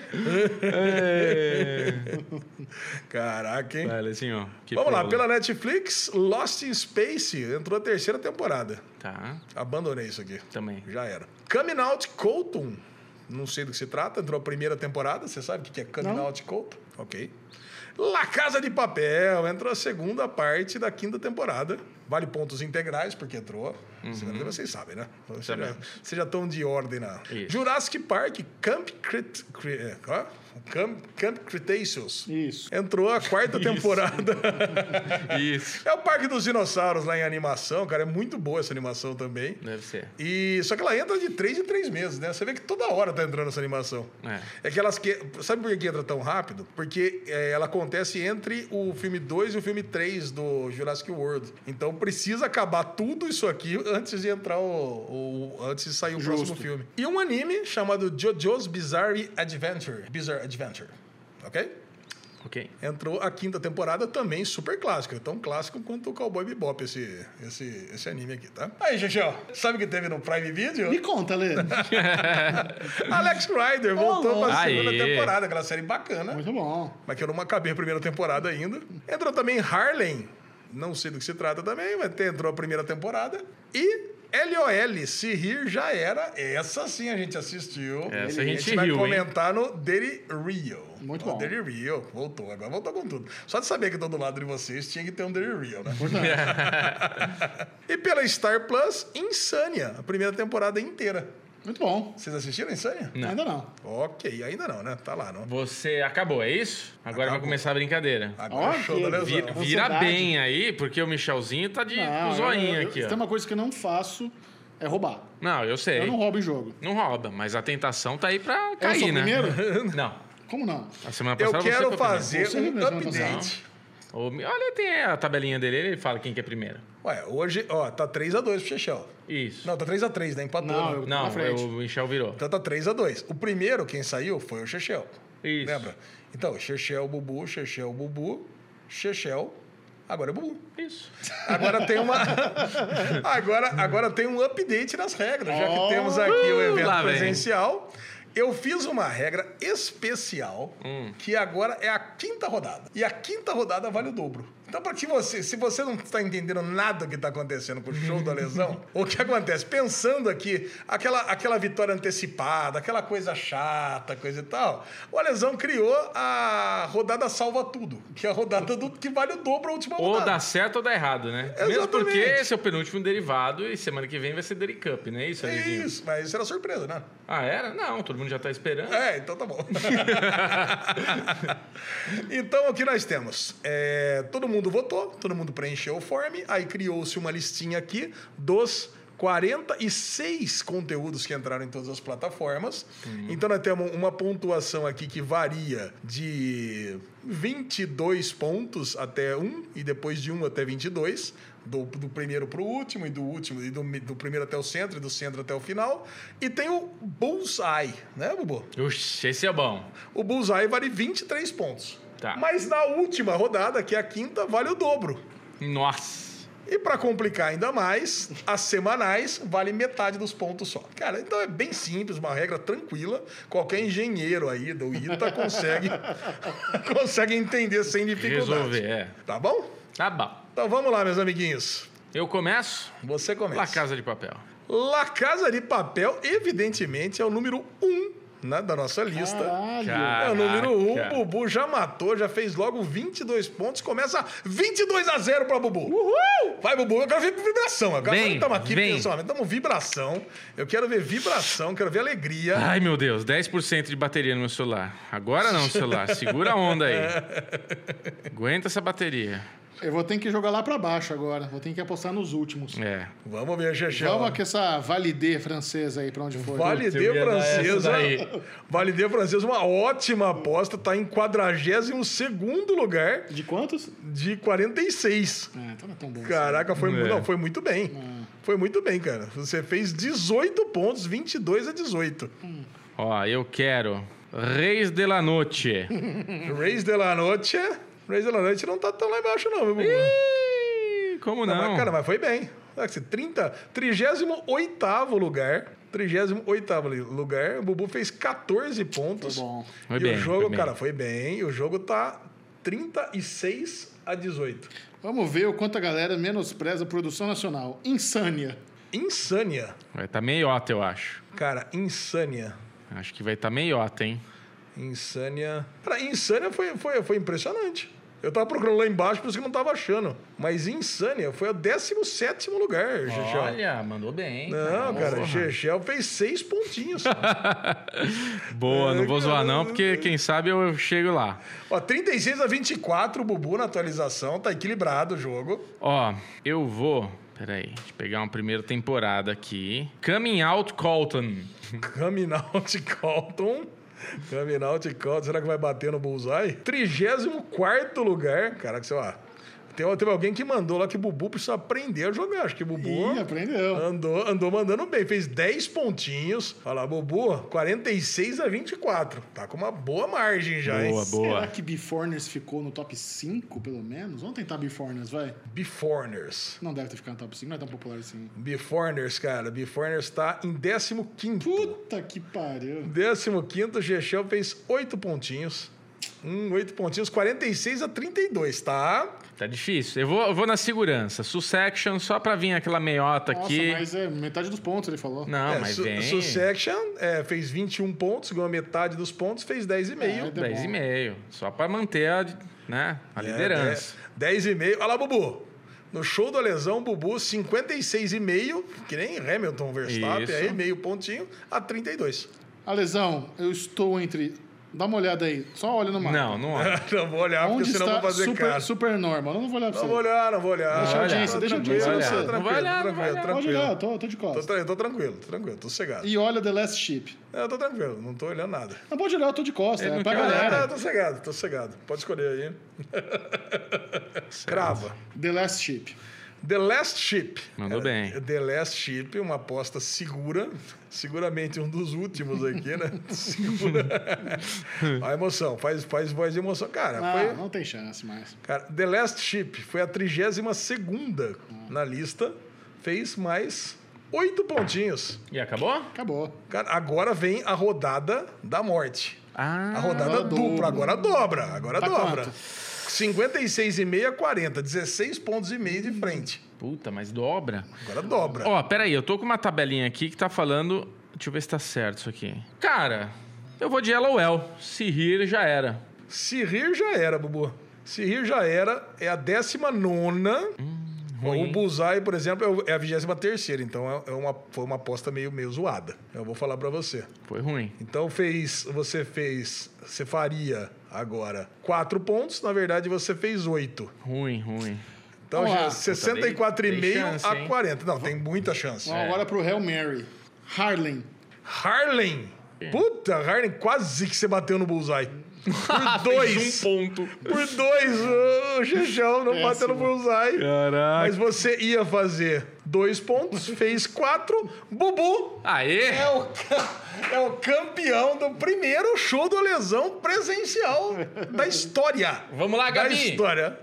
Speaker 4: Caraca, hein?
Speaker 2: Olha, assim, ó. que
Speaker 4: Vamos lá,
Speaker 2: problema.
Speaker 4: pela Netflix, Lost in Space entrou a terceira temporada.
Speaker 2: Tá,
Speaker 4: Abandonei isso aqui.
Speaker 2: também.
Speaker 4: Já era. Coming Out Colton. Não sei do que se trata, entrou a primeira temporada. Você sabe o que que é Coming
Speaker 1: Não.
Speaker 4: Out Colton? Ok. La Casa de Papel entrou a segunda parte da quinta temporada. Vale pontos integrais, porque entrou.
Speaker 2: Uhum.
Speaker 4: Vocês sabem, né? Vocês já, vocês já estão de ordem na.
Speaker 2: Isso.
Speaker 4: Jurassic Park, Camp, Crit, Cri- é, ó, Camp, Camp Cretaceous.
Speaker 1: Isso.
Speaker 4: Entrou a quarta temporada.
Speaker 2: Isso,
Speaker 4: É o Parque dos Dinossauros lá em animação, cara. É muito boa essa animação também.
Speaker 2: deve ser.
Speaker 4: E só que ela entra de três em três meses, né? Você vê que toda hora tá entrando essa animação.
Speaker 2: É.
Speaker 4: que elas que sabe por que entra tão rápido? Porque é, ela acontece entre o filme 2 e o filme 3 do Jurassic World. Então precisa acabar tudo isso aqui antes de entrar o, o- antes de sair o próximo filme. E um anime chamado JoJo's Bizarre Adventure, Bizarre Adventure, ok?
Speaker 2: Ok.
Speaker 4: Entrou a quinta temporada também super clássica. Tão clássico quanto o Cowboy Bebop, esse, esse, esse anime aqui, tá? Aí, Xuxão, sabe o que teve no Prime
Speaker 1: Me
Speaker 4: Video?
Speaker 1: conta, Lê.
Speaker 4: Alex Rider voltou
Speaker 1: louco.
Speaker 4: pra segunda
Speaker 2: Aê.
Speaker 4: temporada, aquela série bacana.
Speaker 1: Muito bom.
Speaker 4: Mas que eu não acabei a primeira temporada ainda. Entrou também Harlem. Não sei do que se trata também, mas te- entrou a primeira temporada. E LOL, Se Rir Já Era. Essa sim a gente assistiu.
Speaker 2: Essa a gente
Speaker 4: vai
Speaker 2: riu, hein?
Speaker 4: comentar no Daily Rio.
Speaker 1: Muito
Speaker 4: no
Speaker 1: bom.
Speaker 4: Daily Rio. Voltou, agora voltou com tudo. Só de saber que eu tô do lado de vocês, tinha que ter um Daily Rio, né? e pela Star Plus, Insânia. A primeira temporada inteira.
Speaker 1: Muito bom.
Speaker 4: Vocês assistiram Insânia?
Speaker 2: Não.
Speaker 1: Ainda não.
Speaker 4: Ok, ainda não, né? Tá lá, não.
Speaker 2: Você acabou, é isso? Agora vai
Speaker 4: Acabou.
Speaker 2: começar a brincadeira.
Speaker 4: Agora é
Speaker 1: Ok.
Speaker 4: show da lesão.
Speaker 2: Vi-
Speaker 1: Ansiedade.
Speaker 2: vira bem aí, porque o Michelzinho tá de com
Speaker 1: Não,
Speaker 2: o zoinho
Speaker 1: Ah, eu- eu-
Speaker 2: aqui,
Speaker 1: se
Speaker 2: ó.
Speaker 1: Tem uma coisa que eu não faço, é roubar.
Speaker 2: Não, eu sei.
Speaker 1: Eu não roubo em jogo.
Speaker 2: Não rouba, mas a tentação tá aí pra
Speaker 1: Eu sou
Speaker 2: cair,
Speaker 1: o
Speaker 2: né?
Speaker 1: primeiro?
Speaker 2: Não.
Speaker 1: Como não?
Speaker 2: A semana
Speaker 4: Eu
Speaker 2: passada você
Speaker 4: quero
Speaker 2: foi
Speaker 4: fazer
Speaker 1: Você
Speaker 4: um
Speaker 1: reclamou semana
Speaker 4: update.
Speaker 2: primeiro. O Mi- Olha, tem a tabelinha dele, ele fala quem que é primeiro.
Speaker 4: Ué, hoje, ó, tá 3x2 pro Chechel.
Speaker 2: Isso.
Speaker 4: Não, tá 3x3, né? Empatou.
Speaker 1: Não,
Speaker 4: né?
Speaker 1: eu-
Speaker 2: Não,
Speaker 1: Na frente.
Speaker 2: o Michel virou.
Speaker 4: Então tá 3x2. O primeiro, quem saiu, foi o Chechel.
Speaker 2: Isso.
Speaker 4: Lembra? Então, Chechel, Bubu, Chechel, Bubu, Chechel. Agora é Bubu.
Speaker 2: Isso.
Speaker 4: Agora tem uma. agora, agora tem um update nas regras, já que
Speaker 1: Oh.
Speaker 4: temos aqui o evento
Speaker 2: Lá vem.
Speaker 4: presencial. Eu fiz uma regra especial
Speaker 2: Hum.
Speaker 4: que agora é a quinta rodada. E a quinta rodada vale o dobro. Então, para que você, se você não está entendendo nada que está acontecendo com o show da lesão, o que acontece? Pensando aqui, aquela, aquela vitória antecipada, aquela coisa chata, coisa e tal, o lesão criou a rodada salva tudo, que é a rodada do que vale o dobro a última
Speaker 2: Ou
Speaker 4: rodada.
Speaker 2: dá certo ou dá errado, né? Mesmo
Speaker 4: Exatamente.
Speaker 2: porque esse é o penúltimo derivado e semana que vem vai ser Dairy Cup, não é isso,
Speaker 4: É
Speaker 2: Alizinho?
Speaker 4: isso, mas isso era surpresa, né?
Speaker 2: Ah, era? Não, todo mundo já tá esperando.
Speaker 4: É, então tá bom. então, o que nós temos? É, todo mundo votou, todo mundo preencheu o form, aí criou-se uma listinha aqui dos 46 conteúdos que entraram em todas as plataformas. Então, nós temos uma pontuação aqui que varia de 22 pontos até 1 e depois de 1 até 22. Do, do primeiro para o último, e do último, e do, do primeiro até o centro, e do centro até o final. E tem o Bullseye, né, Bubu?
Speaker 2: Oxi, esse é bom.
Speaker 4: O Bullseye vale 23 pontos.
Speaker 2: Tá.
Speaker 4: Mas na última rodada, que é a quinta, vale o dobro.
Speaker 2: Nossa.
Speaker 4: E pra complicar ainda mais, as semanais vale metade dos pontos só. Cara, então é bem simples, uma regra tranquila. Qualquer engenheiro aí do ITA consegue, consegue entender sem dificuldade.
Speaker 2: Resolver, é.
Speaker 4: Tá bom?
Speaker 2: Tá bom.
Speaker 4: Então vamos lá, meus amiguinhos.
Speaker 2: Eu começo?
Speaker 4: Você começa.
Speaker 2: La Casa de Papel.
Speaker 4: La Casa de Papel, evidentemente, é o número um né, da nossa lista.
Speaker 1: Caralho.
Speaker 2: Cara.
Speaker 4: É o número 1, um,
Speaker 2: Caraca.
Speaker 4: Bubu já matou, já fez logo 22 pontos, começa 22 a 0 pra Bubu. Uhul! Vai, Bubu, eu quero ver vibração. Agora
Speaker 2: Vem,
Speaker 4: estamos aqui,
Speaker 2: vem.
Speaker 4: pessoal, estamos vibração. Eu quero ver vibração, quero ver alegria.
Speaker 2: Ai, meu Deus, 10% de bateria no meu celular. Agora não, celular. Segura a onda aí. Aguenta essa bateria.
Speaker 1: Eu vou ter que jogar lá pra baixo agora. Vou ter que apostar nos últimos.
Speaker 2: É.
Speaker 4: Vamos ver,
Speaker 1: Vamos
Speaker 4: Xexão.
Speaker 1: com essa validez francesa aí pra onde foi.
Speaker 2: Eu
Speaker 4: Validê
Speaker 2: ia dar essa
Speaker 4: Francesa.
Speaker 2: daí.
Speaker 4: Validê Francesa, uma ótima aposta, tá em 42º lugar
Speaker 1: De quantos?
Speaker 4: de 46.
Speaker 1: Ah, então não é tão bom.
Speaker 4: Caraca, foi, mu-
Speaker 2: É.
Speaker 4: não, foi muito bem. Foi muito bem, cara. Você fez 18 pontos, 22 a 18.
Speaker 2: Ó, eu quero Reis de la Noche.
Speaker 4: Reis de la Noche. Reis de la Noche não tá tão lá embaixo, não, meu bubu.
Speaker 2: Ih, Como
Speaker 4: Não,
Speaker 2: não?
Speaker 4: Tá Mas, cara, mas foi bem. Olha que você, 30, 38 lugar. 38 lugar. O Bubu fez 14 pontos.
Speaker 1: Foi bom.
Speaker 2: Foi
Speaker 4: e
Speaker 2: bem,
Speaker 4: o jogo,
Speaker 2: foi bem.
Speaker 4: cara, foi bem. E o jogo tá 36 a 18.
Speaker 1: assim. Vamos ver o quanto a galera menospreza a produção nacional. Insânia.
Speaker 4: Insânia.
Speaker 2: Vai estar tá meiota, eu acho.
Speaker 4: Cara, insânia.
Speaker 2: Acho que vai estar tá meiota, hein?
Speaker 4: Insânia. Cara, Insânia foi, foi, foi impressionante. Eu tava procurando lá embaixo, por isso que eu não tava achando. Mas Insânia foi o 17 lugar, Xixi.
Speaker 2: Olha, mandou bem.
Speaker 4: Não, cara, Chechel fez seis pontinhos.
Speaker 2: Boa,
Speaker 4: É
Speaker 2: não vou zoar não, porque quem sabe eu chego lá.
Speaker 4: Ó, 36 a 24, o Bubu na atualização, tá equilibrado o jogo.
Speaker 2: Ó, eu vou... Peraí, deixa eu pegar uma primeira temporada aqui. Coming Out Colton.
Speaker 4: Coming out Colton. Coming out Colton, será que vai bater no bullseye? 34 lugar. Caraca, sei lá. Tem, teve alguém que mandou lá que o Bubu precisa aprender a jogar. Acho que o Bubu.
Speaker 1: Ih, aprendeu.
Speaker 4: Andou, andou mandando bem, fez 10 pontinhos. Olha lá, Bubu, 46 a 24. Tá com uma boa margem já, hein?
Speaker 2: Boa,
Speaker 1: Será
Speaker 2: boa.
Speaker 1: que Biforners ficou no top 5, pelo menos? Vamos tentar Biforners, vai.
Speaker 4: Beforners.
Speaker 1: Não deve ter ficado no top 5, não é tão popular assim.
Speaker 4: Beforners, cara. Beforners tá em 15.
Speaker 1: Puta que pariu.
Speaker 4: 15, Gexel fez 8 pontinhos. Hum, 8 pontinhos, 46 a 32, tá?
Speaker 2: Tá difícil. Eu vou, eu vou na segurança. Sussection, só pra vir aquela meiota
Speaker 1: Nossa,
Speaker 2: aqui.
Speaker 1: mas é metade dos pontos, ele falou.
Speaker 2: Não,
Speaker 4: é,
Speaker 2: Ah, mas
Speaker 4: Su-
Speaker 2: vem.
Speaker 4: Sussection é, fez 21 pontos, ganhou metade dos pontos, fez 10,5.
Speaker 1: É,
Speaker 2: 10 e meio. Só pra manter a, né,
Speaker 4: É,
Speaker 2: a liderança.
Speaker 4: 10,5. Olha lá, Bubu. No show da lesão, Bubu, 56,5, que nem Hamilton Verstappen,
Speaker 2: Isso.
Speaker 4: aí meio pontinho, a 32.
Speaker 1: Alesão, eu estou entre Dá uma olhada aí. Só olha no
Speaker 4: né?
Speaker 1: mapa.
Speaker 2: Não, não é. olha.
Speaker 4: Não vou olhar,
Speaker 1: Onde
Speaker 4: porque senão eu
Speaker 1: está
Speaker 4: vou fazer cara.
Speaker 1: super, super normal? Eu não vou olhar pra
Speaker 4: Não vou
Speaker 1: você.
Speaker 4: olhar, não vou olhar.
Speaker 1: Deixa a
Speaker 4: Tá
Speaker 1: audiência, deixa a
Speaker 4: tranquilo,
Speaker 1: audiência,
Speaker 4: tá
Speaker 1: você-
Speaker 2: Não vai olhar, não vai
Speaker 4: tranquilo,
Speaker 2: olhar.
Speaker 1: Pode
Speaker 4: tranquilo.
Speaker 1: olhar, eu tô, eu tô de
Speaker 4: Tô,
Speaker 1: costas.
Speaker 4: tra- tô tranquilo, tô tranquilo, tô sossegado.
Speaker 1: E olha The Last Ship.
Speaker 4: Eu tô tranquilo, não tô olhando nada.
Speaker 1: Não pode olhar, eu tô de costas.
Speaker 2: Ele
Speaker 1: É
Speaker 2: não
Speaker 1: pra
Speaker 2: quer olhar,
Speaker 1: galera.
Speaker 4: Ah, tô sossegado, tô sossegado. Pode escolher aí. Crava.
Speaker 1: The Last Ship.
Speaker 4: The Last Ship. É,
Speaker 2: Mandou bem.
Speaker 4: The Last Ship, uma aposta segura. Seguramente um dos últimos aqui, né? Segura. a emoção, faz, faz voz de emoção. Cara,
Speaker 1: Ah,
Speaker 4: foi,
Speaker 1: não tem chance mais.
Speaker 4: Cara, The Last Ship foi a 32 na lista, fez mais oito pontinhos.
Speaker 2: E acabou?
Speaker 1: Acabou.
Speaker 4: Cara, agora vem a rodada da morte.
Speaker 2: Ah.
Speaker 4: A rodada
Speaker 1: agora
Speaker 4: dupla,
Speaker 1: dobra.
Speaker 4: agora dobra, agora
Speaker 1: Tá
Speaker 4: dobra.
Speaker 1: quanto?
Speaker 4: 56,5 40, 16 pontos e meio de frente.
Speaker 2: Puta, mas dobra.
Speaker 4: Agora dobra.
Speaker 2: Ó, peraí, eu tô com uma tabelinha aqui que tá falando. Deixa eu ver se tá certo isso aqui. Cara, eu vou de LOL. Se rir, já era.
Speaker 4: Se rir já era, Bubu. Se rir já era, é a 19.
Speaker 2: ruim,
Speaker 4: o
Speaker 2: hein?
Speaker 4: Bullseye, por exemplo, é o- é a 23, então é- é uma, foi uma aposta meio, meio zoada. Eu vou falar pra você.
Speaker 2: Foi ruim.
Speaker 4: Então fez, você fez, você faria agora quatro pontos, na verdade você fez oito.
Speaker 2: Ruim, ruim.
Speaker 4: Então
Speaker 1: Vamos
Speaker 4: já
Speaker 1: lá.
Speaker 4: 64,5
Speaker 2: chance,
Speaker 4: a
Speaker 2: hein? É.
Speaker 4: 40. Não, tem muita chance.
Speaker 1: Vamos agora pro Hail Mary. Harlem.
Speaker 4: Harlem. Puta, Harlem, quase que você bateu no bullseye. Por dois.
Speaker 2: um ponto.
Speaker 4: Por dois, o Xixão não bateu
Speaker 1: Péssimo.
Speaker 4: no bullseye.
Speaker 2: Caraca.
Speaker 4: Mas você ia fazer dois pontos, fez quatro. Bubu
Speaker 2: Aê!
Speaker 4: É o, ca- é o campeão do primeiro show do lesão presencial da história.
Speaker 2: Vamos lá,
Speaker 4: Da
Speaker 2: Gabi!
Speaker 4: história.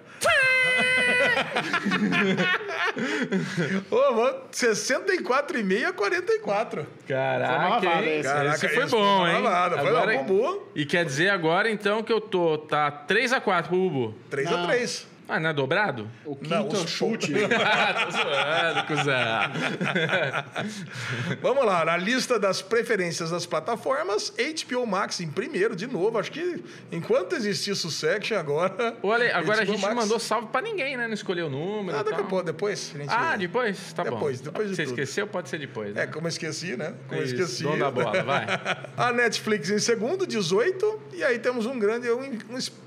Speaker 4: Ô, mano, 64,5 a 44.
Speaker 1: Foi uma
Speaker 2: Caraca,
Speaker 1: lavada
Speaker 2: hein?
Speaker 1: esse.
Speaker 2: Caraca,
Speaker 4: Caraca,
Speaker 2: esse foi
Speaker 4: esse
Speaker 2: bom,
Speaker 4: foi uma
Speaker 2: hein? é-
Speaker 4: lavada, foi uma boa.
Speaker 2: E quer dizer agora, então, que eu tô... Tá 3x4 pro Bubu.
Speaker 4: 3x3.
Speaker 2: Ah, não é dobrado?
Speaker 1: O quinto
Speaker 4: Não, os
Speaker 1: chute.
Speaker 2: Ah, tô zoando, cuzão.
Speaker 4: Vamos lá, na lista das preferências das plataformas, HBO Max em primeiro, de novo. Acho que enquanto existir Succession agora.
Speaker 2: Ô, Ale, agora a
Speaker 4: HBO
Speaker 2: gente
Speaker 4: Max-
Speaker 2: não mandou salve pra ninguém, né? Não escolheu o número
Speaker 4: Ah,
Speaker 2: e
Speaker 4: daqui a
Speaker 2: tal.
Speaker 4: pouco, depois? a gente-
Speaker 2: Então Ah, depois? Tá
Speaker 4: Depois,
Speaker 2: bom.
Speaker 4: depois de
Speaker 2: Você
Speaker 4: tudo.
Speaker 2: esqueceu? Pode ser depois, né?
Speaker 4: É, como eu esqueci, né? Como eu
Speaker 2: Isso,
Speaker 4: esqueci.
Speaker 2: dono da bola, vai.
Speaker 4: A Netflix em segundo, 18. E aí temos um grande, um, um-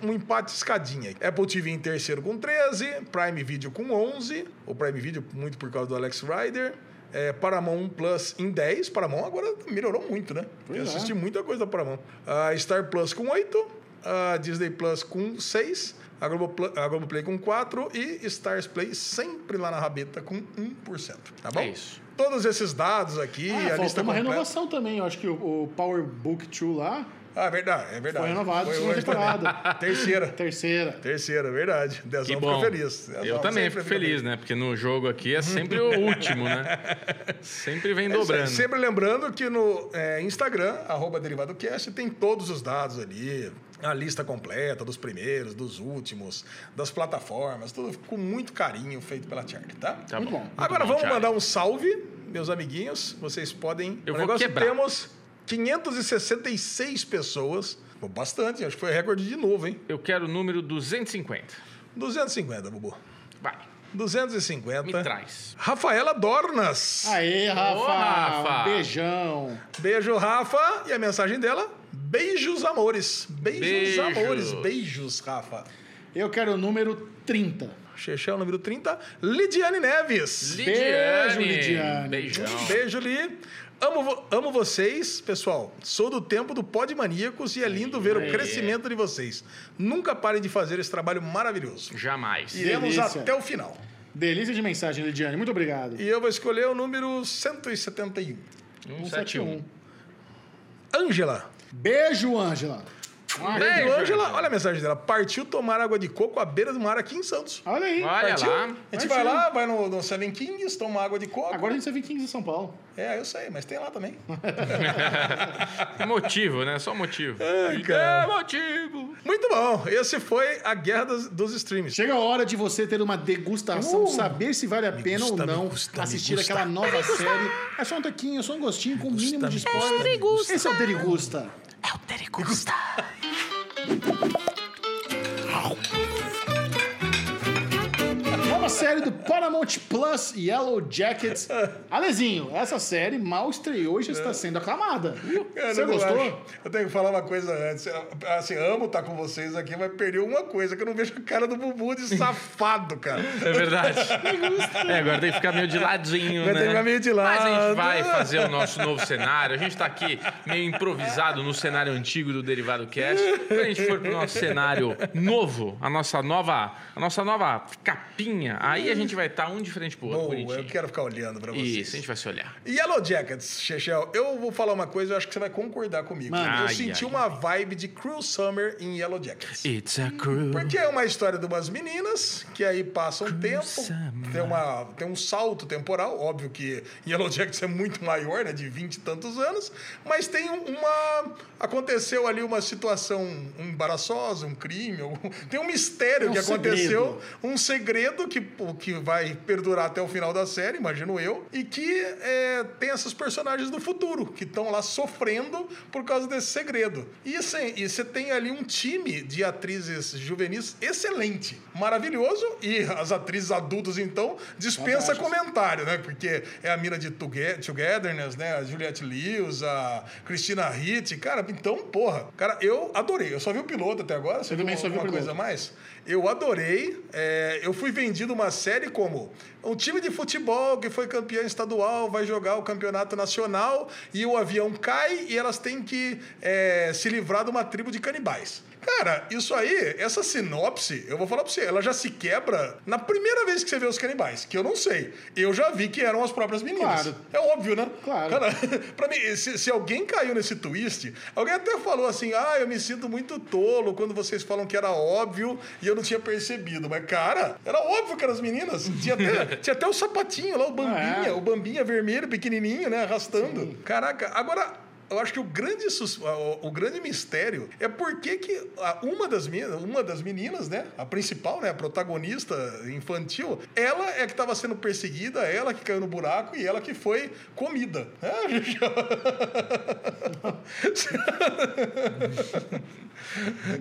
Speaker 4: um empate escadinha. Apple TV em terceiro com 13. Prime Video com 11. O Prime Video muito por causa do Alex Rider. É, Paramount Plus em 10. Paramount agora melhorou muito, né? Eu
Speaker 1: é.
Speaker 4: assisti muita coisa da Paramount. A Star Plus com 8. A Disney Plus com 6. A Globoplay, a Globoplay com 4. E Stars Play sempre lá na rabeta com 1%. Tá bom?
Speaker 2: É isso.
Speaker 4: Todos esses dados aqui,
Speaker 1: Ah,
Speaker 4: a
Speaker 1: faltou
Speaker 4: lista
Speaker 1: uma
Speaker 4: completa.
Speaker 1: renovação também. Eu acho que o, o Power Book 2 lá,
Speaker 4: Ah, verdade, é verdade.
Speaker 1: Foi renovado,
Speaker 4: Foi
Speaker 1: segunda
Speaker 4: hoje também.
Speaker 1: temporada.
Speaker 4: Terceira.
Speaker 1: terceira.
Speaker 4: Terceira, é verdade.
Speaker 2: Que
Speaker 4: Dezão
Speaker 2: bom.
Speaker 4: ficou feliz. Dezão
Speaker 2: Eu também
Speaker 4: sempre
Speaker 2: fico
Speaker 4: fica
Speaker 2: feliz, né? Porque no jogo aqui é sempre o último, né? Sempre vem
Speaker 4: É isso aí.
Speaker 2: dobrando.
Speaker 4: Sempre lembrando que no é, Instagram, arroba DerivadoCast, tem todos os dados ali. A lista completa dos primeiros, dos últimos, das plataformas, tudo com muito carinho feito pela Charlie, tá?
Speaker 2: Tá
Speaker 1: Muito bom.
Speaker 4: Agora
Speaker 2: bom,
Speaker 4: vamos
Speaker 2: Charlie.
Speaker 4: mandar um salve, meus amiguinhos. Vocês podem.
Speaker 2: Eu
Speaker 4: o
Speaker 2: vou
Speaker 4: negócio é
Speaker 2: quebrar.
Speaker 4: temos 566 pessoas. Pô, Bastante, acho que foi recorde de novo, hein?
Speaker 2: Eu quero o número 250.
Speaker 4: 250, Bubu.
Speaker 2: Vai, me
Speaker 4: 250.
Speaker 2: traz.
Speaker 4: Rafaela Dornas.
Speaker 1: Aê, Rafa!
Speaker 2: Rafa.
Speaker 1: Um beijão.
Speaker 4: Beijo, Rafa. E a mensagem dela? Beijos, amores. Beijos,
Speaker 2: Beijos.
Speaker 4: amores. Beijos, Rafa.
Speaker 1: Eu quero o número 30.
Speaker 4: Xexé é o número 30. Lidiane Neves.
Speaker 2: Lidiane.
Speaker 1: Lidiane.
Speaker 2: Beijão.
Speaker 4: Beijo, Li. Amo, vo- amo vocês, pessoal. Sou do tempo do Pod Maníacos e é lindo ver o crescimento de vocês. Nunca parem de fazer esse trabalho maravilhoso.
Speaker 2: Jamais.
Speaker 4: Iremos
Speaker 1: delícia.
Speaker 4: até o final.
Speaker 1: Delícia de mensagem, Lidiane. Muito obrigado.
Speaker 4: E eu vou escolher o número 171.
Speaker 2: 171.
Speaker 4: Ângela.
Speaker 1: Beijo, Ângela. Um
Speaker 2: Beijo.
Speaker 4: Beijo, Ângela.
Speaker 2: Ângela.
Speaker 4: Olha a mensagem dela. Partiu tomar água de coco à beira do mar aqui em Santos.
Speaker 1: Olha aí.
Speaker 2: Olha
Speaker 4: Partiu?
Speaker 2: lá.
Speaker 4: A gente vai lá, vai no, no Seven Kings, toma água de coco.
Speaker 1: Agora a gente vai vir 15 em São Paulo.
Speaker 4: É, eu sei, mas tem lá também.
Speaker 2: É motivo, né? Só motivo.
Speaker 4: cara.
Speaker 2: É motivo.
Speaker 4: Muito bom. Esse foi a guerra dos, dos streams.
Speaker 1: Chega a hora de você ter uma degustação,
Speaker 4: Uh!
Speaker 1: saber se vale a pena
Speaker 4: gusta,
Speaker 1: ou não
Speaker 4: me gusta, me
Speaker 1: assistir
Speaker 4: gusta.
Speaker 1: aquela nova série. É só um toquinho, é só um gostinho com o mínimo de
Speaker 4: me
Speaker 1: spoiler. Esse é o Derigusta.
Speaker 3: É o Terigusta.
Speaker 1: Vamos série do Paramount Plus Yellow Jackets. Alezinho, essa série mal estreou e já está sendo aclamada.
Speaker 4: Cara,
Speaker 1: Você
Speaker 4: eu não
Speaker 1: gostou?
Speaker 4: acho. Eu tenho que falar uma coisa antes. Assim, amo estar com vocês aqui, mas perdi uma coisa, que eu não vejo a cara do Bubu de safado, cara.
Speaker 2: É verdade. É, agora tem que ficar meio de ladinho,
Speaker 4: Agora
Speaker 2: né?
Speaker 4: tem que ficar meio de
Speaker 2: Mas a gente
Speaker 4: lado.
Speaker 2: vai fazer o nosso novo cenário. A gente tá aqui meio improvisado no cenário antigo do Derivado Cast. Quando a gente for pro nosso cenário novo, a nossa nova, a nossa nova capinha, aí a gente vai estar um de frente pro outro,
Speaker 4: Boa, eu
Speaker 2: bonitinho.
Speaker 4: quero ficar olhando pra vocês.
Speaker 2: Isso, a gente vai se olhar.
Speaker 4: Yellow Jackets, Chechel, eu vou falar uma coisa, eu acho que você vai concordar comigo.
Speaker 2: Mano.
Speaker 4: eu
Speaker 2: Ai,
Speaker 4: senti
Speaker 2: ai,
Speaker 4: uma vibe de Cruel Summer em Yellow Jackets.
Speaker 2: It's a crew.
Speaker 4: Porque é uma história de umas meninas que aí passam tempo,
Speaker 2: Summer.
Speaker 4: tem, uma, tem um salto temporal, óbvio que Yellow Jackets é muito maior, né, de 20 e tantos anos, mas tem um- uma... aconteceu ali uma situação embaraçosa, um crime, algum- tem um mistério
Speaker 1: É um
Speaker 4: que aconteceu,
Speaker 1: segredo.
Speaker 4: um segredo que, pô, que vai perdurar até o final da série, imagino eu, e que é, tem esses personagens do futuro que estão lá sofrendo por causa desse segredo. E assim, e você tem ali um time de atrizes juvenis excelente, maravilhoso, e as atrizes adultas, então, dispensa
Speaker 1: Fantásticas.
Speaker 4: comentário, né? Porque é a mina de Toge- Togetherness, né? A Juliette Lewis, a Christina Hitt, cara, então, porra. Cara, eu adorei. Eu só vi o piloto até agora, você
Speaker 1: Eu também
Speaker 4: viu
Speaker 1: só vi o
Speaker 4: alguma
Speaker 1: piloto.
Speaker 4: coisa a mais? Eu adorei. É, eu fui vendido uma série como um time de futebol que foi campeão estadual vai jogar o campeonato nacional e o avião cai e elas têm que é, se livrar de uma tribo de canibais. Cara, isso aí, essa sinopse, eu vou falar pra você, ela já se quebra na primeira vez que você vê os canibais, que eu não sei. Eu já vi que eram as próprias meninas.
Speaker 1: Claro.
Speaker 4: É óbvio, né?
Speaker 1: Claro.
Speaker 4: Cara, pra mim, se, se alguém caiu nesse twist, alguém até falou assim: ah, eu me sinto muito tolo quando vocês falam que era óbvio e eu não tinha percebido. Mas, cara, era óbvio que eram as meninas. Tinha até, tinha até o sapatinho lá, o bambinha,
Speaker 1: Ah, é.
Speaker 4: o bambinha vermelho, pequenininho, né? Arrastando. Caraca, agora. Eu acho que o grande, sus- o, o grande mistério é por que, que a- uma, das meninas, uma das meninas, né? A principal, né? A protagonista infantil, ela é que estava sendo perseguida, ela que caiu no buraco e ela que foi comida. Ah,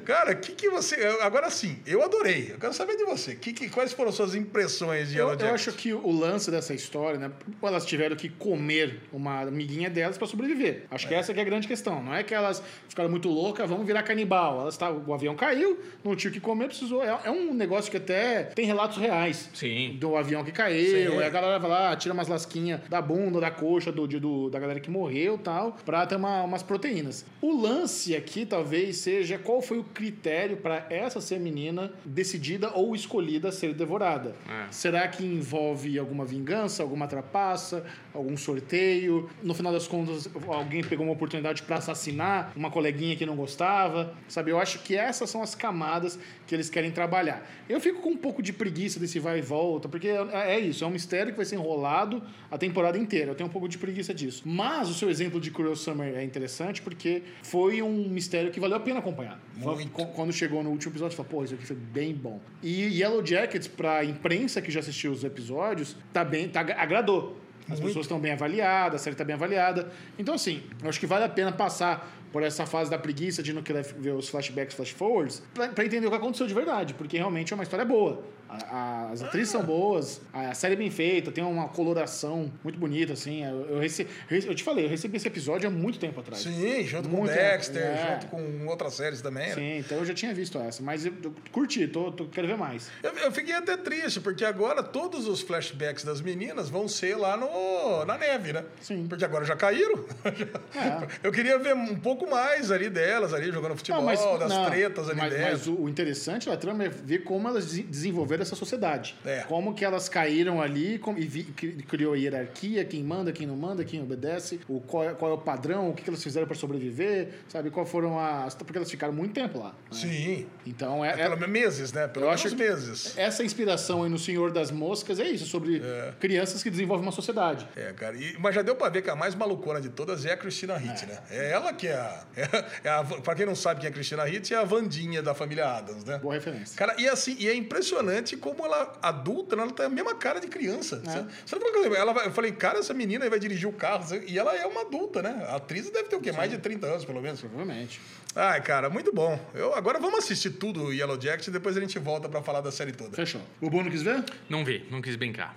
Speaker 4: Cara, o que, que você. Agora sim, eu adorei. Eu quero saber de você. Que, que- quais foram suas impressões de
Speaker 1: Eu,
Speaker 4: Yellow
Speaker 1: eu
Speaker 4: Jackets?
Speaker 1: acho que o lance dessa história, né? Elas tiveram que comer uma amiguinha delas pra sobreviver. Acho que essa que é a grande questão. Não é que elas ficaram muito loucas, vamos virar canibal. Elas tá, o avião caiu, não tinha o que comer, precisou. É, é um negócio que até tem relatos reais.
Speaker 2: Sim.
Speaker 1: Do avião que caiu,
Speaker 4: Sim.
Speaker 1: aí a galera vai lá, tira umas lasquinhas da bunda, da coxa, do, de- do- da galera que morreu e tal, pra ter uma- umas proteínas. O lance aqui talvez seja qual foi o critério pra essa ser menina decidida ou escolhida a ser devorada.
Speaker 2: É.
Speaker 1: Será que envolve alguma vingança, alguma trapaça, algum sorteio? No final das contas, alguém pegou uma oportunidade pra assassinar uma coleguinha que não gostava? Sabe, eu acho que essas são as camadas que eles querem trabalhar. Eu fico com um pouco de preguiça desse vai e volta, porque é é isso, é um mistério que vai ser enrolado a temporada inteira. Eu tenho um pouco de preguiça disso. Mas o seu exemplo de Cruel Summer é interessante porque foi um mistério que valeu a pena acompanhar.
Speaker 4: Muito.
Speaker 1: Qu- Quando chegou no último episódio, falou, pô, isso aqui foi bem bom. E Yellow Jackets, pra imprensa que já assistiu os episódios, tá bem, tá, agradou. As pessoas estão bem avaliadas, a série tá bem avaliada. Então, assim, eu acho que vale a pena passar por essa fase da preguiça de não querer ver os flashbacks, flash forwards, pra, pra entender o que aconteceu de verdade, porque realmente é uma história boa. A- a- as atrizes são boas, a, a série é bem feita, tem uma coloração muito bonita, assim. Eu, eu rece- rece- eu te falei, eu recebi esse episódio há muito tempo atrás.
Speaker 4: Sim, junto
Speaker 1: Muito,
Speaker 4: com Dexter,
Speaker 1: é.
Speaker 4: junto com outras séries também. né?
Speaker 1: Sim, então eu já tinha visto essa, mas eu, eu curti, tô, tô- quero ver mais.
Speaker 4: Eu, eu fiquei até triste, porque agora todos os flashbacks das meninas vão ser lá no, na neve, né?
Speaker 1: Sim. É.
Speaker 4: Porque agora já caíram. Eu queria ver um pouco mais ali delas, ali jogando futebol, das
Speaker 1: não,
Speaker 4: tretas ali
Speaker 1: mas, um,
Speaker 4: delas.
Speaker 1: mas o, o interessante da trama é ver como elas desen- desenvolveram essa sociedade.
Speaker 4: É.
Speaker 1: Como que elas caíram ali como- e vi- cri- criou hierarquia, quem manda, quem não manda, quem obedece, o, qual, é- qual é o padrão, o que, que elas fizeram para sobreviver, sabe? Qual foram as... Porque elas ficaram muito tempo lá. né?
Speaker 4: Sim.
Speaker 1: Então, é,
Speaker 4: É,
Speaker 1: é-
Speaker 4: pelo menos meses, né? Pelo
Speaker 1: eu
Speaker 4: menos
Speaker 1: acho que-
Speaker 4: meses.
Speaker 1: essa inspiração aí no Senhor das Moscas é isso, sobre crianças que desenvolvem uma sociedade.
Speaker 4: É, cara. e- mas já deu pra ver que a mais malucona de todas é a Christina Hitt, né? É ela que é a, a. É a pra quem não sabe quem é a Cristina Hitz, é a Vandinha da família Adams, né?
Speaker 1: Boa referência.
Speaker 4: Cara, e assim, e é impressionante como ela, adulta, né, ela tem a mesma cara de criança.
Speaker 1: É.
Speaker 4: Sabe? Sabe uma coisa? Ela vai- eu falei, cara, essa menina aí vai dirigir o carro. sabe? E ela é uma adulta, né? A atriz deve ter o quê? Mais de 30 anos, pelo menos.
Speaker 1: Provavelmente.
Speaker 4: Ai, cara, muito bom. Eu, agora vamos assistir tudo o Yellow Jacket e depois a gente volta pra falar da série toda.
Speaker 1: Fechou. O Bruno quis ver?
Speaker 2: Não vi, não quis brincar.